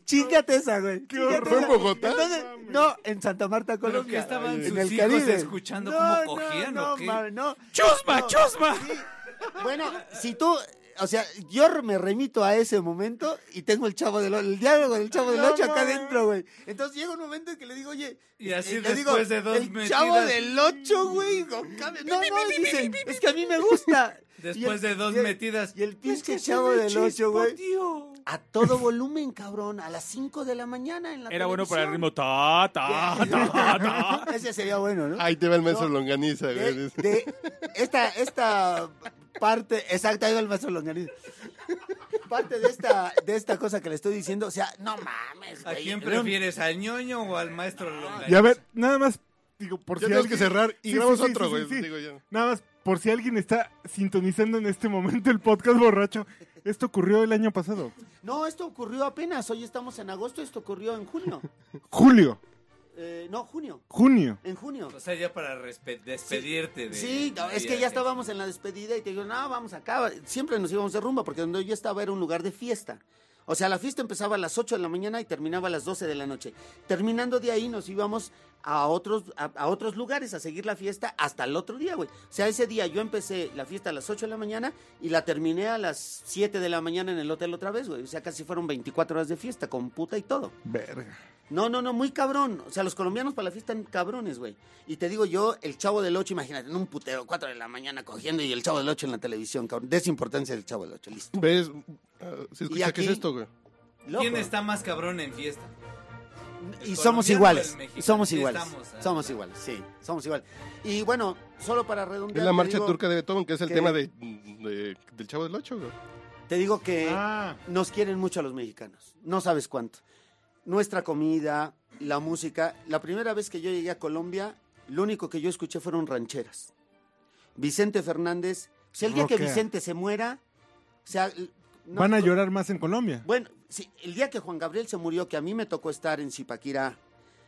Speaker 2: Chíngate esa, güey. chíngate
Speaker 4: horror.
Speaker 2: esa.
Speaker 4: ¿Fue en Bogotá?
Speaker 2: Entonces, no, en Santa Marta,
Speaker 6: Creo
Speaker 2: Colombia.
Speaker 6: que estaban
Speaker 2: en
Speaker 6: sus
Speaker 2: el
Speaker 6: hijos
Speaker 2: Caribe.
Speaker 6: escuchando
Speaker 2: No,
Speaker 6: cómo
Speaker 2: no,
Speaker 6: cogían
Speaker 2: no,
Speaker 6: o qué.
Speaker 2: mames, no.
Speaker 7: ¡Chusma,
Speaker 2: No.
Speaker 7: chusma!
Speaker 2: Bueno, si tú, o sea, yo me remito a ese momento y tengo el chavo del o- el diálogo del chavo del
Speaker 3: No
Speaker 2: ocho acá
Speaker 3: mames.
Speaker 2: adentro, güey. Entonces llega un momento en que le digo, oye, eh,
Speaker 6: Y así
Speaker 2: le digo,
Speaker 6: después de dos
Speaker 2: el
Speaker 6: metidas".
Speaker 2: chavo del ocho, güey, con cable. No, no, dice, es que a mí me gusta.
Speaker 6: Después
Speaker 2: Y el-
Speaker 6: de dos
Speaker 2: y el-
Speaker 6: metidas. Pues
Speaker 2: Y el pinche chavo del ocho, güey. A todo volumen, cabrón, a las 5 de la mañana en la
Speaker 7: Era bueno para el
Speaker 2: televisión.
Speaker 7: ritmo. Ta, ta, ta, ta.
Speaker 2: Ese sería bueno, ¿no?
Speaker 4: Ahí te va el maestro
Speaker 2: No. Eh,
Speaker 4: longaniza, güey.
Speaker 2: de, de esta, esta parte, exacta, ahí va el maestro Longaniz. Parte de esta, de esta cosa que le estoy diciendo, o sea, no mames,
Speaker 6: ¿A
Speaker 2: güey.
Speaker 6: quién
Speaker 2: Era un-
Speaker 6: prefieres, al ñoño o al maestro
Speaker 2: Ah,
Speaker 6: Longaniza?
Speaker 3: Y a ver, nada más, digo, por
Speaker 4: Ya
Speaker 3: si
Speaker 4: tenemos
Speaker 3: alguien-
Speaker 4: que cerrar y
Speaker 3: Sí,
Speaker 4: grabamos
Speaker 3: sí, sí,
Speaker 4: otro,
Speaker 3: sí,
Speaker 4: güey.
Speaker 3: sí, sí.
Speaker 4: Digo yo.
Speaker 3: Nada más, por si alguien está sintonizando en este momento el podcast borracho, esto ocurrió el año pasado.
Speaker 2: No, esto ocurrió apenas, hoy estamos en agosto, esto ocurrió en junio.
Speaker 3: Julio,
Speaker 2: Eh, no, junio,
Speaker 3: junio.
Speaker 2: en junio.
Speaker 6: O sea, ya para respe- despedirte de...
Speaker 2: Sí, no, es que ya estábamos en la despedida y te digo, no, vamos acá. Siempre nos íbamos de rumba porque donde yo estaba era un lugar de fiesta. O sea, la fiesta empezaba a las 8 de la mañana y terminaba a las 12 de la noche. Terminando de ahí nos íbamos a otros, a, a otros lugares a seguir la fiesta hasta el otro día, güey. O sea, ese día yo empecé la fiesta a las 8 de la mañana y la terminé a las 7 de la mañana en el hotel otra vez, güey. O sea, casi fueron 24 horas de fiesta con puta y todo.
Speaker 3: Verga.
Speaker 2: No, no, no, muy cabrón. O sea, los colombianos para la fiesta están cabrones, güey. Y te digo yo, el chavo del 8, imagínate, en un putero, 4 de la mañana cogiendo y el chavo del 8 en la televisión, cabrón. Desimportancia del chavo del 8, listo.
Speaker 4: ¿Ves? Ah, ¿Se escucha
Speaker 2: aquí-
Speaker 4: qué es esto, güey?
Speaker 2: Loco.
Speaker 6: ¿Quién está más cabrón en fiesta?
Speaker 2: Y
Speaker 6: el
Speaker 2: somos
Speaker 6: colombiano o
Speaker 2: iguales.
Speaker 6: el mexicano?
Speaker 2: Y somos
Speaker 6: Sí,
Speaker 2: iguales.
Speaker 6: estamos, ah,
Speaker 2: somos
Speaker 6: claro.
Speaker 2: iguales, sí. Somos iguales. Y bueno, solo para redondear.
Speaker 4: Es la
Speaker 2: te
Speaker 4: marcha
Speaker 2: digo-
Speaker 4: turca de Beethoven, que es el
Speaker 2: que-
Speaker 4: tema de, de- del Chavo del Ocho, güey.
Speaker 2: Te digo que.
Speaker 3: Ah,
Speaker 2: Nos quieren mucho a los mexicanos, no sabes cuánto. Nuestra comida, la música. La primera vez que yo llegué a Colombia, lo único que yo escuché fueron rancheras. Vicente Fernández, si el día que
Speaker 3: Rockea.
Speaker 2: Vicente se muera, o sea... l- no-
Speaker 3: van a llorar más en Colombia.
Speaker 2: Bueno, sí, el día que Juan Gabriel se murió, que a mí me tocó estar en Zipaquirá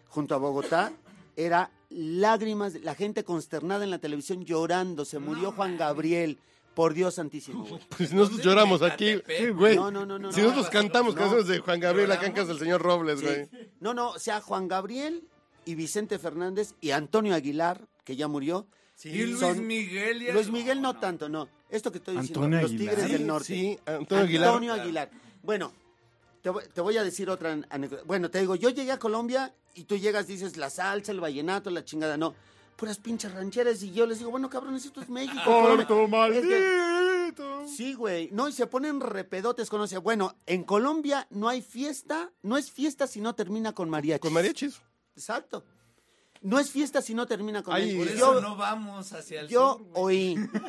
Speaker 2: junto a Bogotá, era lágrimas, de- la gente consternada en la televisión llorando, se murió Juan Gabriel, por Dios santísimo. güey.
Speaker 4: Pues nosotros lloramos aquí,
Speaker 6: Catepec.
Speaker 4: güey.
Speaker 2: No, no, no, no.
Speaker 4: si
Speaker 2: no.
Speaker 4: nosotros cantamos
Speaker 2: No.
Speaker 4: canciones de Juan Gabriel, la
Speaker 6: Lloramos.
Speaker 4: cancas del señor Robles,
Speaker 2: Sí.
Speaker 4: güey.
Speaker 2: No, no, o sea, Juan Gabriel y Vicente Fernández y Antonio Aguilar, que ya murió.
Speaker 6: Y Luis
Speaker 2: son-
Speaker 6: Miguel y...
Speaker 2: Luis Miguel no tanto, no. Esto que estoy diciendo,
Speaker 3: Antonio
Speaker 2: los
Speaker 3: Aguilar.
Speaker 2: Tigres
Speaker 4: Sí,
Speaker 2: del Norte.
Speaker 4: Sí, Antonio Aguilar.
Speaker 2: Antonio Aguilar. Bueno, te, voy- te voy a decir otra an- anécdota. Bueno, te digo, yo llegué a Colombia y tú llegas, dices la salsa, el vallenato, la chingada, no. Puras pinches rancheras y yo les digo, bueno, cabrones, esto es México. Colombia. Es que- Sí, güey. No, y se ponen repedotes con... o sea, Bueno, en Colombia no hay fiesta, no es fiesta si no termina con mariachi.
Speaker 4: Con mariachis.
Speaker 2: Exacto. No es fiesta si no termina con
Speaker 6: Ay,
Speaker 2: él.
Speaker 6: por
Speaker 2: Y
Speaker 6: eso no vamos hacia el
Speaker 2: yo
Speaker 6: sur.
Speaker 2: oí,
Speaker 6: Por
Speaker 2: yo-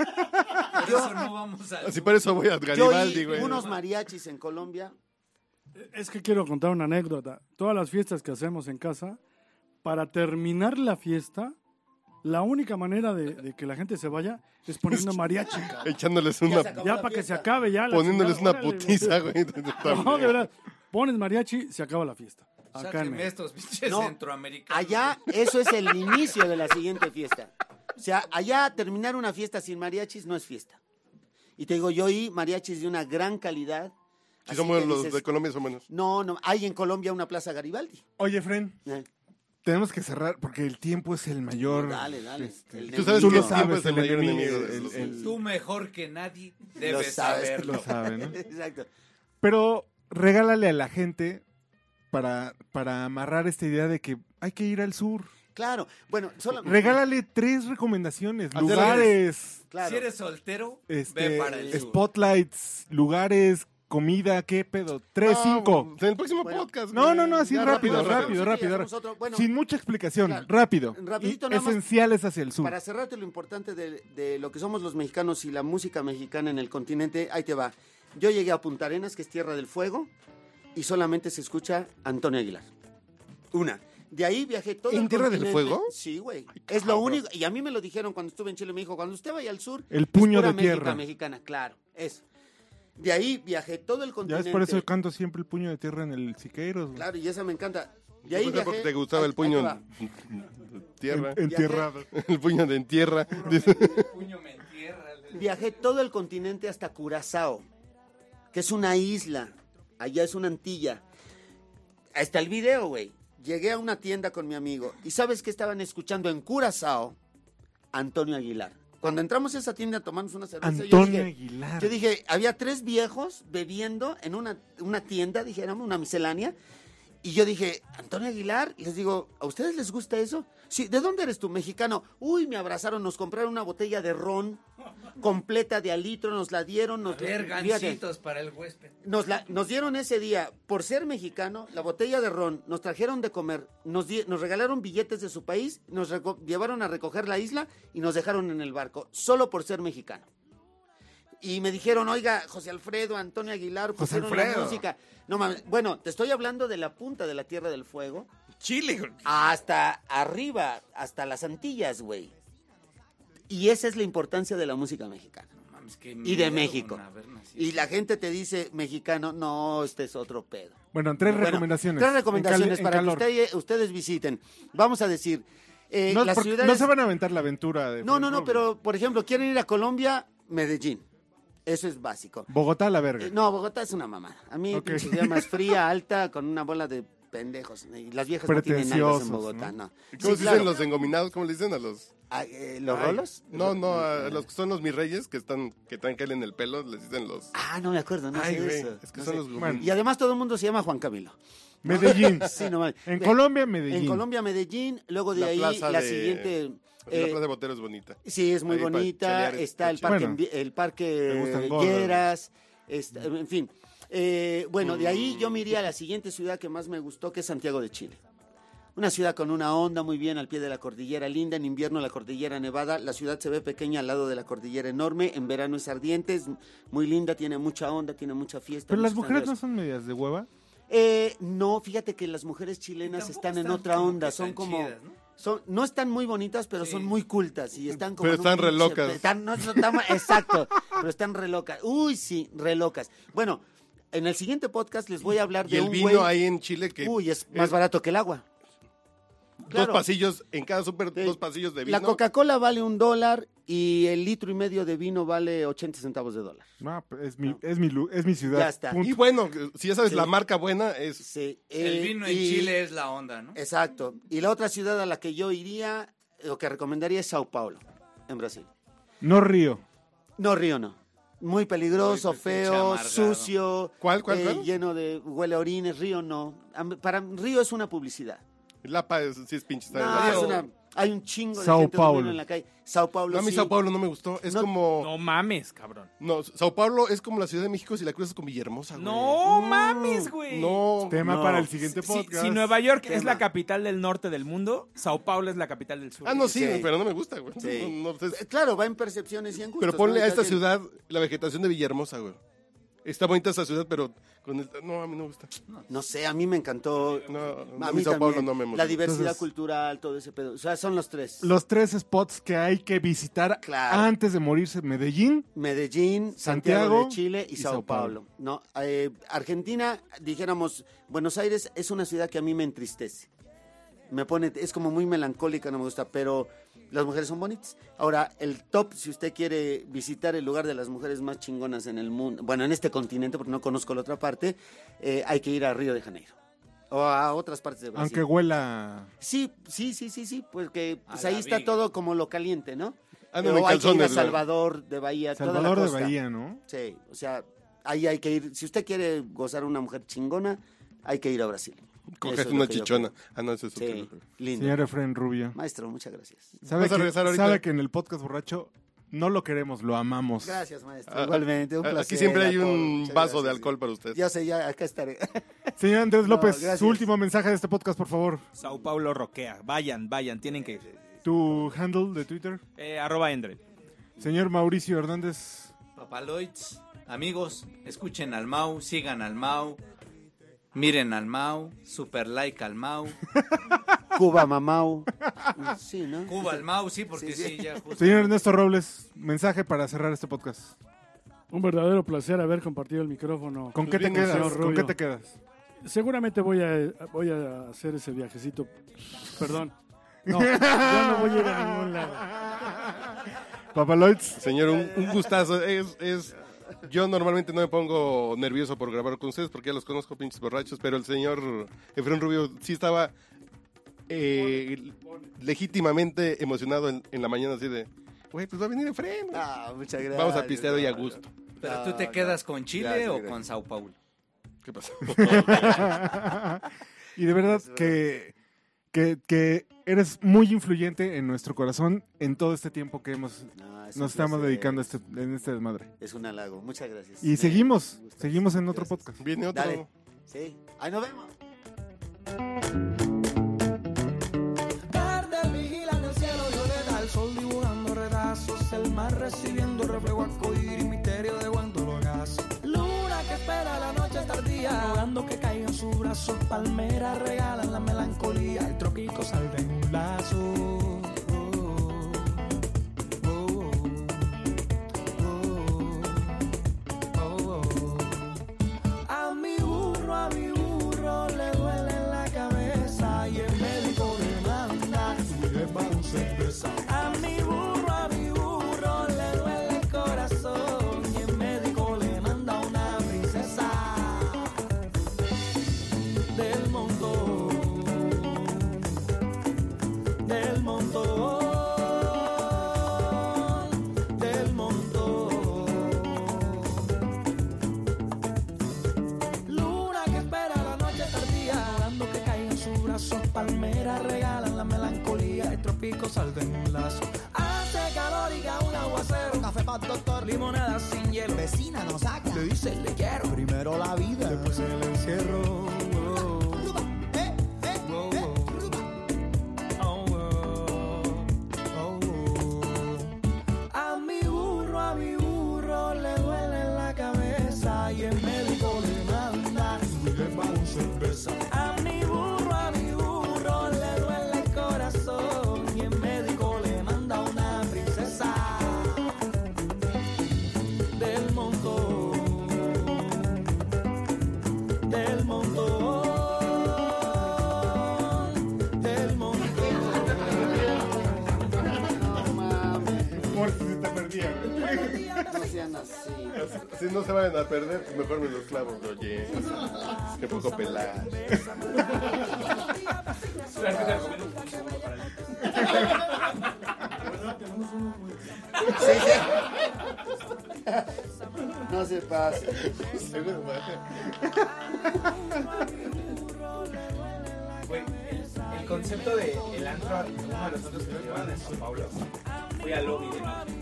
Speaker 2: Ah,
Speaker 6: eso no vamos al
Speaker 4: Así
Speaker 6: sur.
Speaker 4: por eso voy
Speaker 2: yo
Speaker 4: a
Speaker 2: oí
Speaker 4: Garibaldi, güey.
Speaker 2: unos mariachis en Colombia.
Speaker 5: Es que quiero contar una anécdota. Todas las fiestas que hacemos en casa, para terminar la fiesta, la única manera de, de que la gente se vaya es poniendo mariachi. cabrón.
Speaker 4: Echándoles una.
Speaker 5: Ya para que se acabe ya. la
Speaker 4: Poniéndoles
Speaker 5: chingada,
Speaker 4: una
Speaker 5: órale,
Speaker 4: putiza, güey.
Speaker 5: güey. No, de verdad. Pones mariachi, se acaba la fiesta. Acá en
Speaker 6: Sáquenme
Speaker 5: México.
Speaker 6: estos pinches
Speaker 2: No,
Speaker 6: centroamericanos.
Speaker 2: Allá, eso es el inicio de la siguiente fiesta. O sea, allá terminar una fiesta sin mariachis no es fiesta. Y te digo, yo oí mariachis de una gran calidad.
Speaker 4: Si
Speaker 2: Así
Speaker 4: somos
Speaker 2: que
Speaker 4: los
Speaker 2: dices,
Speaker 4: de Colombia, son menos.
Speaker 2: No, no, hay en Colombia una plaza Garibaldi.
Speaker 3: Oye, Fren,
Speaker 2: Eh,
Speaker 3: tenemos que cerrar porque el tiempo es el mayor.
Speaker 2: Dale, dale.
Speaker 3: este,
Speaker 2: El
Speaker 4: Tú sabes
Speaker 3: Tú
Speaker 4: que
Speaker 3: lo
Speaker 4: el tiempo
Speaker 3: sabes,
Speaker 4: es el
Speaker 3: el
Speaker 4: mayor
Speaker 3: enemigo.
Speaker 4: enemigo. de
Speaker 3: el-
Speaker 4: los-
Speaker 3: el-
Speaker 6: Tú mejor que nadie
Speaker 2: Lo
Speaker 6: debes
Speaker 2: sabes,
Speaker 6: saberlo.
Speaker 3: lo sabe, ¿no?
Speaker 2: Exacto.
Speaker 3: Pero regálale a la gente para, para amarrar esta idea de que hay que ir al sur.
Speaker 2: Claro. Bueno, solo.
Speaker 3: Regálale tres recomendaciones,
Speaker 4: Hacer
Speaker 3: lugares,
Speaker 2: Claro.
Speaker 6: Si eres soltero, ve
Speaker 3: este,
Speaker 6: para el sur.
Speaker 3: spotlights, lugares, comida, qué pedo. Tres,
Speaker 4: No, pues,
Speaker 3: cinco.
Speaker 4: En el próximo
Speaker 2: Bueno.
Speaker 4: podcast.
Speaker 3: No,
Speaker 4: güey.
Speaker 3: no, no, así
Speaker 4: Ya,
Speaker 3: rápido,
Speaker 2: Bueno,
Speaker 3: rápido,
Speaker 2: sí,
Speaker 3: rápido,
Speaker 2: hagamos otro. Bueno,
Speaker 3: Sin mucha explicación,
Speaker 2: claro.
Speaker 3: rápido.
Speaker 2: Rapidito,
Speaker 3: Y
Speaker 2: nada más.
Speaker 3: esenciales hacia el sur.
Speaker 2: Para cerrarte lo importante de, de lo que somos los mexicanos y la música mexicana en el continente, ahí te va. Yo llegué a Punta Arenas, que es Tierra del Fuego, y solamente se escucha Antonio Aguilar. Una. De ahí viajé todo
Speaker 4: ¿En
Speaker 2: el
Speaker 4: Tierra del
Speaker 2: continente.
Speaker 4: Fuego?
Speaker 2: Sí, güey. Es lo único. Y a mí me lo dijeron cuando estuve en Chile. Me dijo, cuando usted vaya al sur,
Speaker 3: El puño
Speaker 2: es pura
Speaker 3: de tierra.
Speaker 2: México mexicana, claro. Eso. De ahí viajé todo el
Speaker 3: Ya
Speaker 2: continente.
Speaker 3: es por eso que canto siempre el puño de tierra en el Siqueiros. güey.
Speaker 2: Claro, y esa me encanta. De ahí
Speaker 4: Yo pensé
Speaker 2: viajé...
Speaker 4: porque te gustaba
Speaker 2: ahí-
Speaker 4: el
Speaker 2: ahí te
Speaker 4: puño
Speaker 2: va.
Speaker 4: en tierra.
Speaker 3: En- Entierrado.
Speaker 4: El puño de en tierra.
Speaker 6: Puño me entierra.
Speaker 2: Viajé todo el continente hasta Curazao, que es una isla. Allá es una antilla. Hasta el video, güey. Llegué a una tienda con mi amigo y ¿sabes qué estaban escuchando en Curazao? Antonio Aguilar. Cuando entramos a esa tienda a tomarnos una cerveza, yo
Speaker 3: Antonio
Speaker 2: dije,
Speaker 3: Aguilar.
Speaker 2: yo dije, había tres viejos bebiendo en una, una tienda, dijéramos, una miscelánea. Y yo dije, Antonio Aguilar, y les digo, ¿a ustedes les gusta eso? Sí, ¿de dónde eres tú, mexicano? Uy, me abrazaron, nos compraron una botella de ron completa de alitro, nos la dieron, nos,
Speaker 6: Ver
Speaker 2: fíjate,
Speaker 6: gancitos para el huésped.
Speaker 2: nos, la- nos dieron ese día, por ser mexicano, la botella de ron, nos trajeron de comer, nos, di- nos regalaron billetes de su país, nos reco- llevaron a recoger la isla y nos dejaron en el barco, solo por ser mexicano. Y me dijeron, oiga, José Alfredo, Antonio Aguilar,
Speaker 3: José
Speaker 2: pusieron la
Speaker 3: Alfredo.
Speaker 2: música. No mames, bueno, te estoy hablando de la punta de la Tierra del Fuego
Speaker 10: Chile, güey.
Speaker 2: hasta arriba, hasta las Antillas, güey. Y esa es la importancia de la música mexicana.
Speaker 6: No mames, qué
Speaker 2: Y de
Speaker 6: miedo,
Speaker 2: México.
Speaker 6: con haber nacido.
Speaker 2: Y la gente te dice, mexicano, no, este es otro pedo.
Speaker 3: Bueno, tres
Speaker 2: Bueno,
Speaker 3: recomendaciones.
Speaker 2: Tres recomendaciones
Speaker 3: En cal- en
Speaker 2: para
Speaker 3: calor.
Speaker 2: que usted- ustedes visiten. Vamos a decir, eh,
Speaker 3: No,
Speaker 2: las
Speaker 3: porque
Speaker 2: ciudades...
Speaker 3: no se van a aventar la aventura de.
Speaker 2: no, no,
Speaker 3: Fred
Speaker 2: no,
Speaker 3: Rubio.
Speaker 2: pero por ejemplo, quieren ir a Colombia, Medellín. Eso es básico.
Speaker 3: Bogotá a la verga.
Speaker 2: Eh, No, Bogotá es una mamada. A mí
Speaker 3: Ok.
Speaker 2: pinche ciudad más fría, alta, con una bola de pendejos. Y las viejas no tienen nalgas en
Speaker 3: Pretenciosos,
Speaker 2: Bogotá, no.
Speaker 4: ¿Y ¿Cómo
Speaker 2: Sí,
Speaker 4: se
Speaker 2: claro.
Speaker 4: dicen los engominados? ¿Cómo le dicen a los.
Speaker 2: Ah, eh, ¿Los
Speaker 4: Ay,
Speaker 2: rolos?
Speaker 4: No, no, a los que son los mis reyes que están, que traen cal en el pelo, les dicen los.
Speaker 2: Ah, no me acuerdo, no
Speaker 4: Ay,
Speaker 2: sé de
Speaker 4: güey.
Speaker 2: eso.
Speaker 4: Es que
Speaker 2: no
Speaker 4: son
Speaker 2: sé.
Speaker 4: los
Speaker 3: Bueno,
Speaker 4: gominos.
Speaker 2: Y además todo el mundo se llama Juan Camilo.
Speaker 3: Medellín.
Speaker 2: Sí, no mames.
Speaker 3: Ah, En
Speaker 2: Eh,
Speaker 3: Colombia, Medellín.
Speaker 2: En Colombia, Medellín, luego de
Speaker 4: La
Speaker 2: ahí
Speaker 4: plaza
Speaker 2: la
Speaker 4: de-
Speaker 2: siguiente...
Speaker 4: la
Speaker 2: eh,
Speaker 4: plaza de Botero es bonita.
Speaker 2: Sí, es muy
Speaker 4: Ahí para
Speaker 2: bonita.
Speaker 4: chelear es-
Speaker 2: Está el
Speaker 4: está
Speaker 2: parque,
Speaker 3: chido.
Speaker 2: Envi- el
Speaker 3: Me gustan
Speaker 2: parque
Speaker 3: gordas. Mm.
Speaker 2: Lleras, está- en fin. Eh, bueno, de ahí yo me iría a la siguiente ciudad que más me gustó, que es Santiago de Chile. Una ciudad con una onda muy bien al pie de la cordillera linda, en invierno la cordillera nevada, la ciudad se ve pequeña al lado de la cordillera enorme, en verano es ardiente, es muy linda, tiene mucha onda, tiene mucha fiesta.
Speaker 3: Pero las
Speaker 2: muchos
Speaker 3: mujeres no
Speaker 2: senderos.
Speaker 3: son medias de hueva.
Speaker 2: Eh, no, fíjate que las mujeres chilenas
Speaker 6: Tampoco
Speaker 2: están, en
Speaker 6: están
Speaker 2: otra
Speaker 6: como
Speaker 2: onda,
Speaker 6: que
Speaker 2: son
Speaker 6: tan
Speaker 2: como...
Speaker 6: chidas, ¿no?
Speaker 2: Son, no están muy bonitas, pero
Speaker 6: Sí.
Speaker 2: son muy cultas y están como...
Speaker 4: Pero
Speaker 2: en un
Speaker 4: están re
Speaker 2: pinche-
Speaker 4: locas.
Speaker 2: están- no, no, están- exacto, pero están re locas. Uy, sí, re locas. Bueno, en el siguiente podcast les voy a hablar
Speaker 4: Y
Speaker 2: de
Speaker 4: el
Speaker 2: un
Speaker 4: vino
Speaker 2: güey-
Speaker 4: ahí en Chile que.
Speaker 2: Uy, es más barato que el agua. claro.
Speaker 4: Dos pasillos, en cada súper,
Speaker 2: Sí.
Speaker 4: dos pasillos de vino.
Speaker 2: La Coca-Cola vale un dólar y el litro y medio de vino vale 80 centavos de dólar.
Speaker 3: No, pues, es mi, es mi, lu- es mi ciudad.
Speaker 2: Ya está.
Speaker 3: punto.
Speaker 4: Y bueno, si ya sabes,
Speaker 2: Sí.
Speaker 4: la marca buena es.
Speaker 2: Sí,
Speaker 6: El
Speaker 2: eh,
Speaker 6: vino en
Speaker 2: y-
Speaker 6: Chile es la onda, ¿no?
Speaker 2: Exacto. Y la otra ciudad a la que yo iría, lo que recomendaría es Sao Paulo, en Brasil.
Speaker 3: No río.
Speaker 2: No, Río no. Muy peligroso,
Speaker 6: Ay, qué pinche
Speaker 2: feo,
Speaker 6: amargado.
Speaker 2: sucio. eh,
Speaker 4: ¿Cuál, cuál, cuál?
Speaker 2: Lleno de huele a orines. Río no. Am- Para Río es una publicidad.
Speaker 4: Lapa es, sí es pinche. está
Speaker 2: No,
Speaker 4: en la-
Speaker 2: es una Hay un chingo de
Speaker 3: Sao
Speaker 2: gente durmiendo
Speaker 3: Paulo.
Speaker 2: en la calle. Sao Paulo.
Speaker 4: No, a mí
Speaker 2: sí.
Speaker 4: Sao Paulo no me gustó. Es
Speaker 2: No.
Speaker 4: como.
Speaker 7: No mames, cabrón.
Speaker 4: No, Sao Paulo es como la Ciudad de México si la cruzas con Villahermosa, güey. Mm.
Speaker 7: No mames, güey.
Speaker 4: No.
Speaker 3: Tema
Speaker 2: No.
Speaker 3: para el siguiente
Speaker 7: Si,
Speaker 3: podcast.
Speaker 7: si Nueva York es
Speaker 2: Tema.
Speaker 7: la capital del norte del mundo, Sao Paulo es la capital del sur.
Speaker 4: Ah, no, sí,
Speaker 2: Sí.
Speaker 4: pero no me gusta, güey.
Speaker 2: Sí.
Speaker 4: No, no, es-
Speaker 2: Eh, Claro, va en percepciones y en gustos.
Speaker 4: pero ponle
Speaker 2: ¿no?
Speaker 4: a esta
Speaker 2: Cada quien-
Speaker 4: ciudad la vegetación de Villahermosa, güey. Está bonita esta ciudad, pero con el- No, a mí no me gusta.
Speaker 2: No sé, a mí me encantó.
Speaker 4: No,
Speaker 2: a
Speaker 4: no, mi Sao Paulo no me
Speaker 2: La
Speaker 4: emociona.
Speaker 2: diversidad
Speaker 3: Entonces-
Speaker 2: cultural, todo ese pedo. O sea, son los tres.
Speaker 3: Los tres spots que hay que visitar
Speaker 2: Claro.
Speaker 3: antes de morirse. Medellín.
Speaker 2: Medellín, Santiago,
Speaker 3: Santiago
Speaker 2: de Chile y, Sao, Paulo. No, eh, Argentina, dijéramos, Buenos Aires es una ciudad que a mí me entristece. Me pone, es como muy melancólica, no me gusta, pero las mujeres son bonitas. Ahora, el top, si usted quiere visitar el lugar de las mujeres más chingonas en el mundo, bueno, en este continente, porque no conozco la otra parte, eh, hay que ir a Río de Janeiro o a otras partes de Brasil.
Speaker 3: Aunque huela.
Speaker 2: Sí, sí, sí, sí, sí, porque pues
Speaker 6: la
Speaker 2: ahí está
Speaker 6: viga.
Speaker 2: todo como lo caliente, ¿no? O
Speaker 4: Ándame en
Speaker 2: hay que ir a
Speaker 4: calzones, güey.
Speaker 2: Salvador de Bahía, toda la
Speaker 3: Salvador de
Speaker 2: costa.
Speaker 3: Bahía, ¿no?
Speaker 2: Sí, o sea, ahí hay que ir. Si usted quiere gozar a una mujer chingona, hay que ir a Brasil. Eso
Speaker 4: Coges
Speaker 2: es lo
Speaker 4: una
Speaker 2: que yo
Speaker 4: chichona. Ah, no, eso es
Speaker 2: creo. Sí,
Speaker 4: otro.
Speaker 2: lindo.
Speaker 3: Señor Efren Rubio.
Speaker 2: Maestro, muchas gracias.
Speaker 3: ¿Sabe
Speaker 4: ¿Vas a
Speaker 3: que,
Speaker 4: regresar ahorita?
Speaker 3: sabe que en el podcast borracho no lo queremos, lo amamos.
Speaker 2: Gracias, maestro.
Speaker 4: Ah,
Speaker 2: Igualmente, un
Speaker 4: ah,
Speaker 2: placer.
Speaker 4: Aquí siempre
Speaker 2: a
Speaker 4: hay
Speaker 2: todos,
Speaker 4: un
Speaker 2: muchas
Speaker 4: vaso de
Speaker 2: gracias.
Speaker 4: alcohol para ustedes.
Speaker 2: Ya sé, ya acá estaré.
Speaker 3: Señor Andrés
Speaker 2: No,
Speaker 3: López,
Speaker 2: gracias.
Speaker 3: su último mensaje de este podcast, por favor.
Speaker 10: Sao Paulo roquea. Vayan, vayan, tienen que ir.
Speaker 3: Tu handle de Twitter.
Speaker 10: Eh, arroba Endred.
Speaker 3: Señor Mauricio Hernández.
Speaker 6: Papaloids, amigos, escuchen al Mau, sigan al Mau, miren al Mau, super like al Mau,
Speaker 2: Cuba Mamau. Sí, ¿no?
Speaker 6: Cuba al Mau, sí, porque
Speaker 2: Sí,
Speaker 6: sí,
Speaker 2: sí.
Speaker 6: ya justo.
Speaker 3: Señor Ernesto Robles, mensaje para cerrar este podcast.
Speaker 5: Un verdadero placer haber compartido el micrófono.
Speaker 3: ¿Con qué te
Speaker 4: bien,
Speaker 3: quedas? ¿Con
Speaker 5: señor
Speaker 3: qué
Speaker 5: Rubio.
Speaker 3: te quedas?
Speaker 5: Seguramente voy a, voy a hacer ese viajecito. Perdón. No, yo no voy a ir a ningún lado.
Speaker 3: Papaloids.
Speaker 4: Señor, un, un gustazo. Es, es, yo normalmente no me pongo nervioso por grabar con ustedes porque ya los conozco, pinches borrachos, pero el señor Efrén Rubio sí estaba eh, legítimamente emocionado en, en la mañana así de, güey, pues va a venir Efrén. güey.
Speaker 2: Ah, muchas gracias.
Speaker 4: Vamos a pistear hoy a gusto.
Speaker 6: Pero tú te quedas con Chile
Speaker 2: Gracias,
Speaker 6: o
Speaker 2: gracias.
Speaker 6: con Sao Paulo.
Speaker 4: ¿Qué pasa?
Speaker 3: y de verdad que, que, que eres muy influyente en nuestro corazón en todo este tiempo que hemos,
Speaker 2: No, es un
Speaker 3: nos estamos
Speaker 2: placer.
Speaker 3: dedicando a este, en este desmadre.
Speaker 2: Es un halago. Muchas gracias.
Speaker 3: Y
Speaker 2: Me
Speaker 3: seguimos,
Speaker 2: gusta.
Speaker 3: seguimos en otro
Speaker 2: Gracias.
Speaker 3: podcast.
Speaker 4: Viene otro.
Speaker 2: Dale. Sí. Ahí nos vemos.
Speaker 8: Tardes vigilando el cielo violeta, el sol dibujando retazos, el mar recibiendo reflejo arcoíris, misterio de cuando lo hagas. Luna que espera la noche tardía, rogando que caigan sus brazos, palmeras regalan la melancolía, el tropico sal de un lazo. Oh, oh, oh, oh, oh. A mi burro, a mi burro le duele la cabeza y el médico le manda su lleva un cerveza. A mi burro, a mi burro le duele el corazón y el médico le manda una princesa del montón, del montón, del montón. Luna que espera la noche tardía, dando que caigan sus brazos, palmeras regalan la melancolía, el tropico sal de un lazo. Hace calor y cae un aguacero, café para doctor, limonada sin hielo. Vecina no saca, le dice le quiero. Primero la vida, después el encierro. eh, Wow, wow. Oh, wow. Oh, wow. A mi burro, a mi burro le duele la cabeza y el médico le manda un cerveza. A mi burro, a mi burro le duele el corazón y el médico le manda una princesa del montón, del montón, del montón.
Speaker 3: Por si se te perdía.
Speaker 2: No sean así.
Speaker 4: Si no se vayan a perder, mejor me los clavo. Oye, qué poco pelado.
Speaker 2: No se pase.
Speaker 6: Güey, el, el
Speaker 7: el concepto de el antro, uno de los antros que me llevaron en San Paulo, fui al lobby de noche.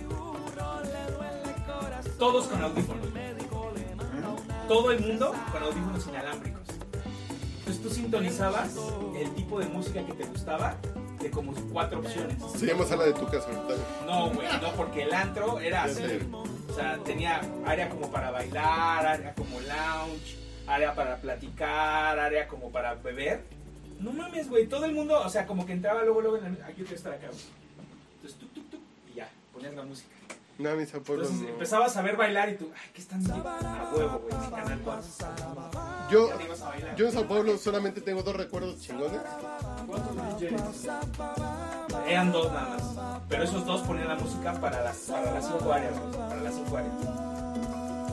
Speaker 7: Todos con audífonos. Todo el mundo con audífonos inalámbricos. Entonces tú sintonizabas el tipo de música que te gustaba de como cuatro opciones.
Speaker 4: Se llama sala de tu casa ahorita, güey.
Speaker 7: No, güey, no, porque el antro era
Speaker 4: Ya
Speaker 7: así.
Speaker 4: sé.
Speaker 7: O sea, tenía área como para bailar, área como lounge, área para platicar, área como para beber. No mames, güey, todo el mundo, o sea, como que entraba luego, luego, en la, aquí quiero estar acá, güey. Entonces, tuk, tuk, tuk, y ya, ponías la música.
Speaker 4: No, mis apueblos
Speaker 7: Entonces, empezabas a ver bailar y tú, ay, ¿qué están viendo? A huevo, güey, ese canal cuatro.
Speaker 4: Yo,
Speaker 7: Ya te ibas a bailar.
Speaker 4: yo en San Pablo solamente tengo dos recuerdos chingones.
Speaker 7: ¿Cuántos DJs? Eran dos nada más. Pero esos dos ponían la música para las, para las cinco áreas, güey, Para las cinco áreas.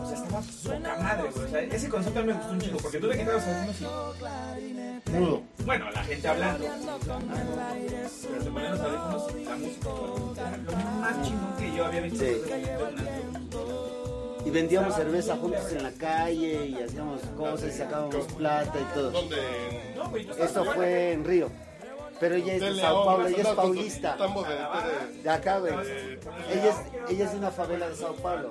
Speaker 7: O sea, estaba poca madre, güey. O sea, ese concepto a mí me gustó un chingo. Porque tú te quedabas haciendo así. Mudo. Bueno, la gente hablando. Pero te ponían los audífonos y la música. güey. Era Lo más chingón que yo había visto.
Speaker 2: Sí.
Speaker 7: de un antro.
Speaker 2: Y vendíamos cerveza juntos en la calle y hacíamos cosas y sacábamos plata y todo.
Speaker 4: Donde.
Speaker 7: No, güey, yo estaba
Speaker 2: Eso
Speaker 7: fuera,
Speaker 2: fue en Río. Pero ella es de Sao Paulo, ella es paulista. De acá, güey. Ella es, ella es de una favela de Sao Paulo.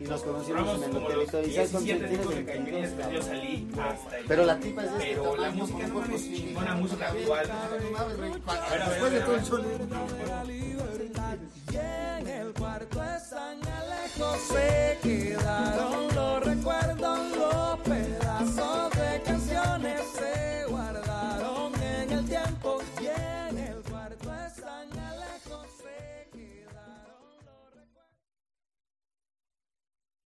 Speaker 2: Y nos conocimos
Speaker 7: Compramos
Speaker 2: en el
Speaker 7: como
Speaker 2: hotel y
Speaker 7: los
Speaker 2: todo. ¿Y sabes cuánto
Speaker 7: 17
Speaker 2: tiene?
Speaker 7: tipos de
Speaker 2: 22,
Speaker 7: caipirinhas, pero yo
Speaker 2: cabrón.
Speaker 7: salí hasta ahí.
Speaker 2: Pero la tipa es de este
Speaker 7: Pero la
Speaker 2: tamaño,
Speaker 7: música no
Speaker 2: con cuerpos
Speaker 7: mames, chingona
Speaker 2: chiquitos.
Speaker 7: música actual. A ver, a ver, a
Speaker 2: Después de
Speaker 7: ver, a
Speaker 2: todo
Speaker 7: ver.
Speaker 2: el show,
Speaker 8: Y en el cuarto de San Alejo se quedaron.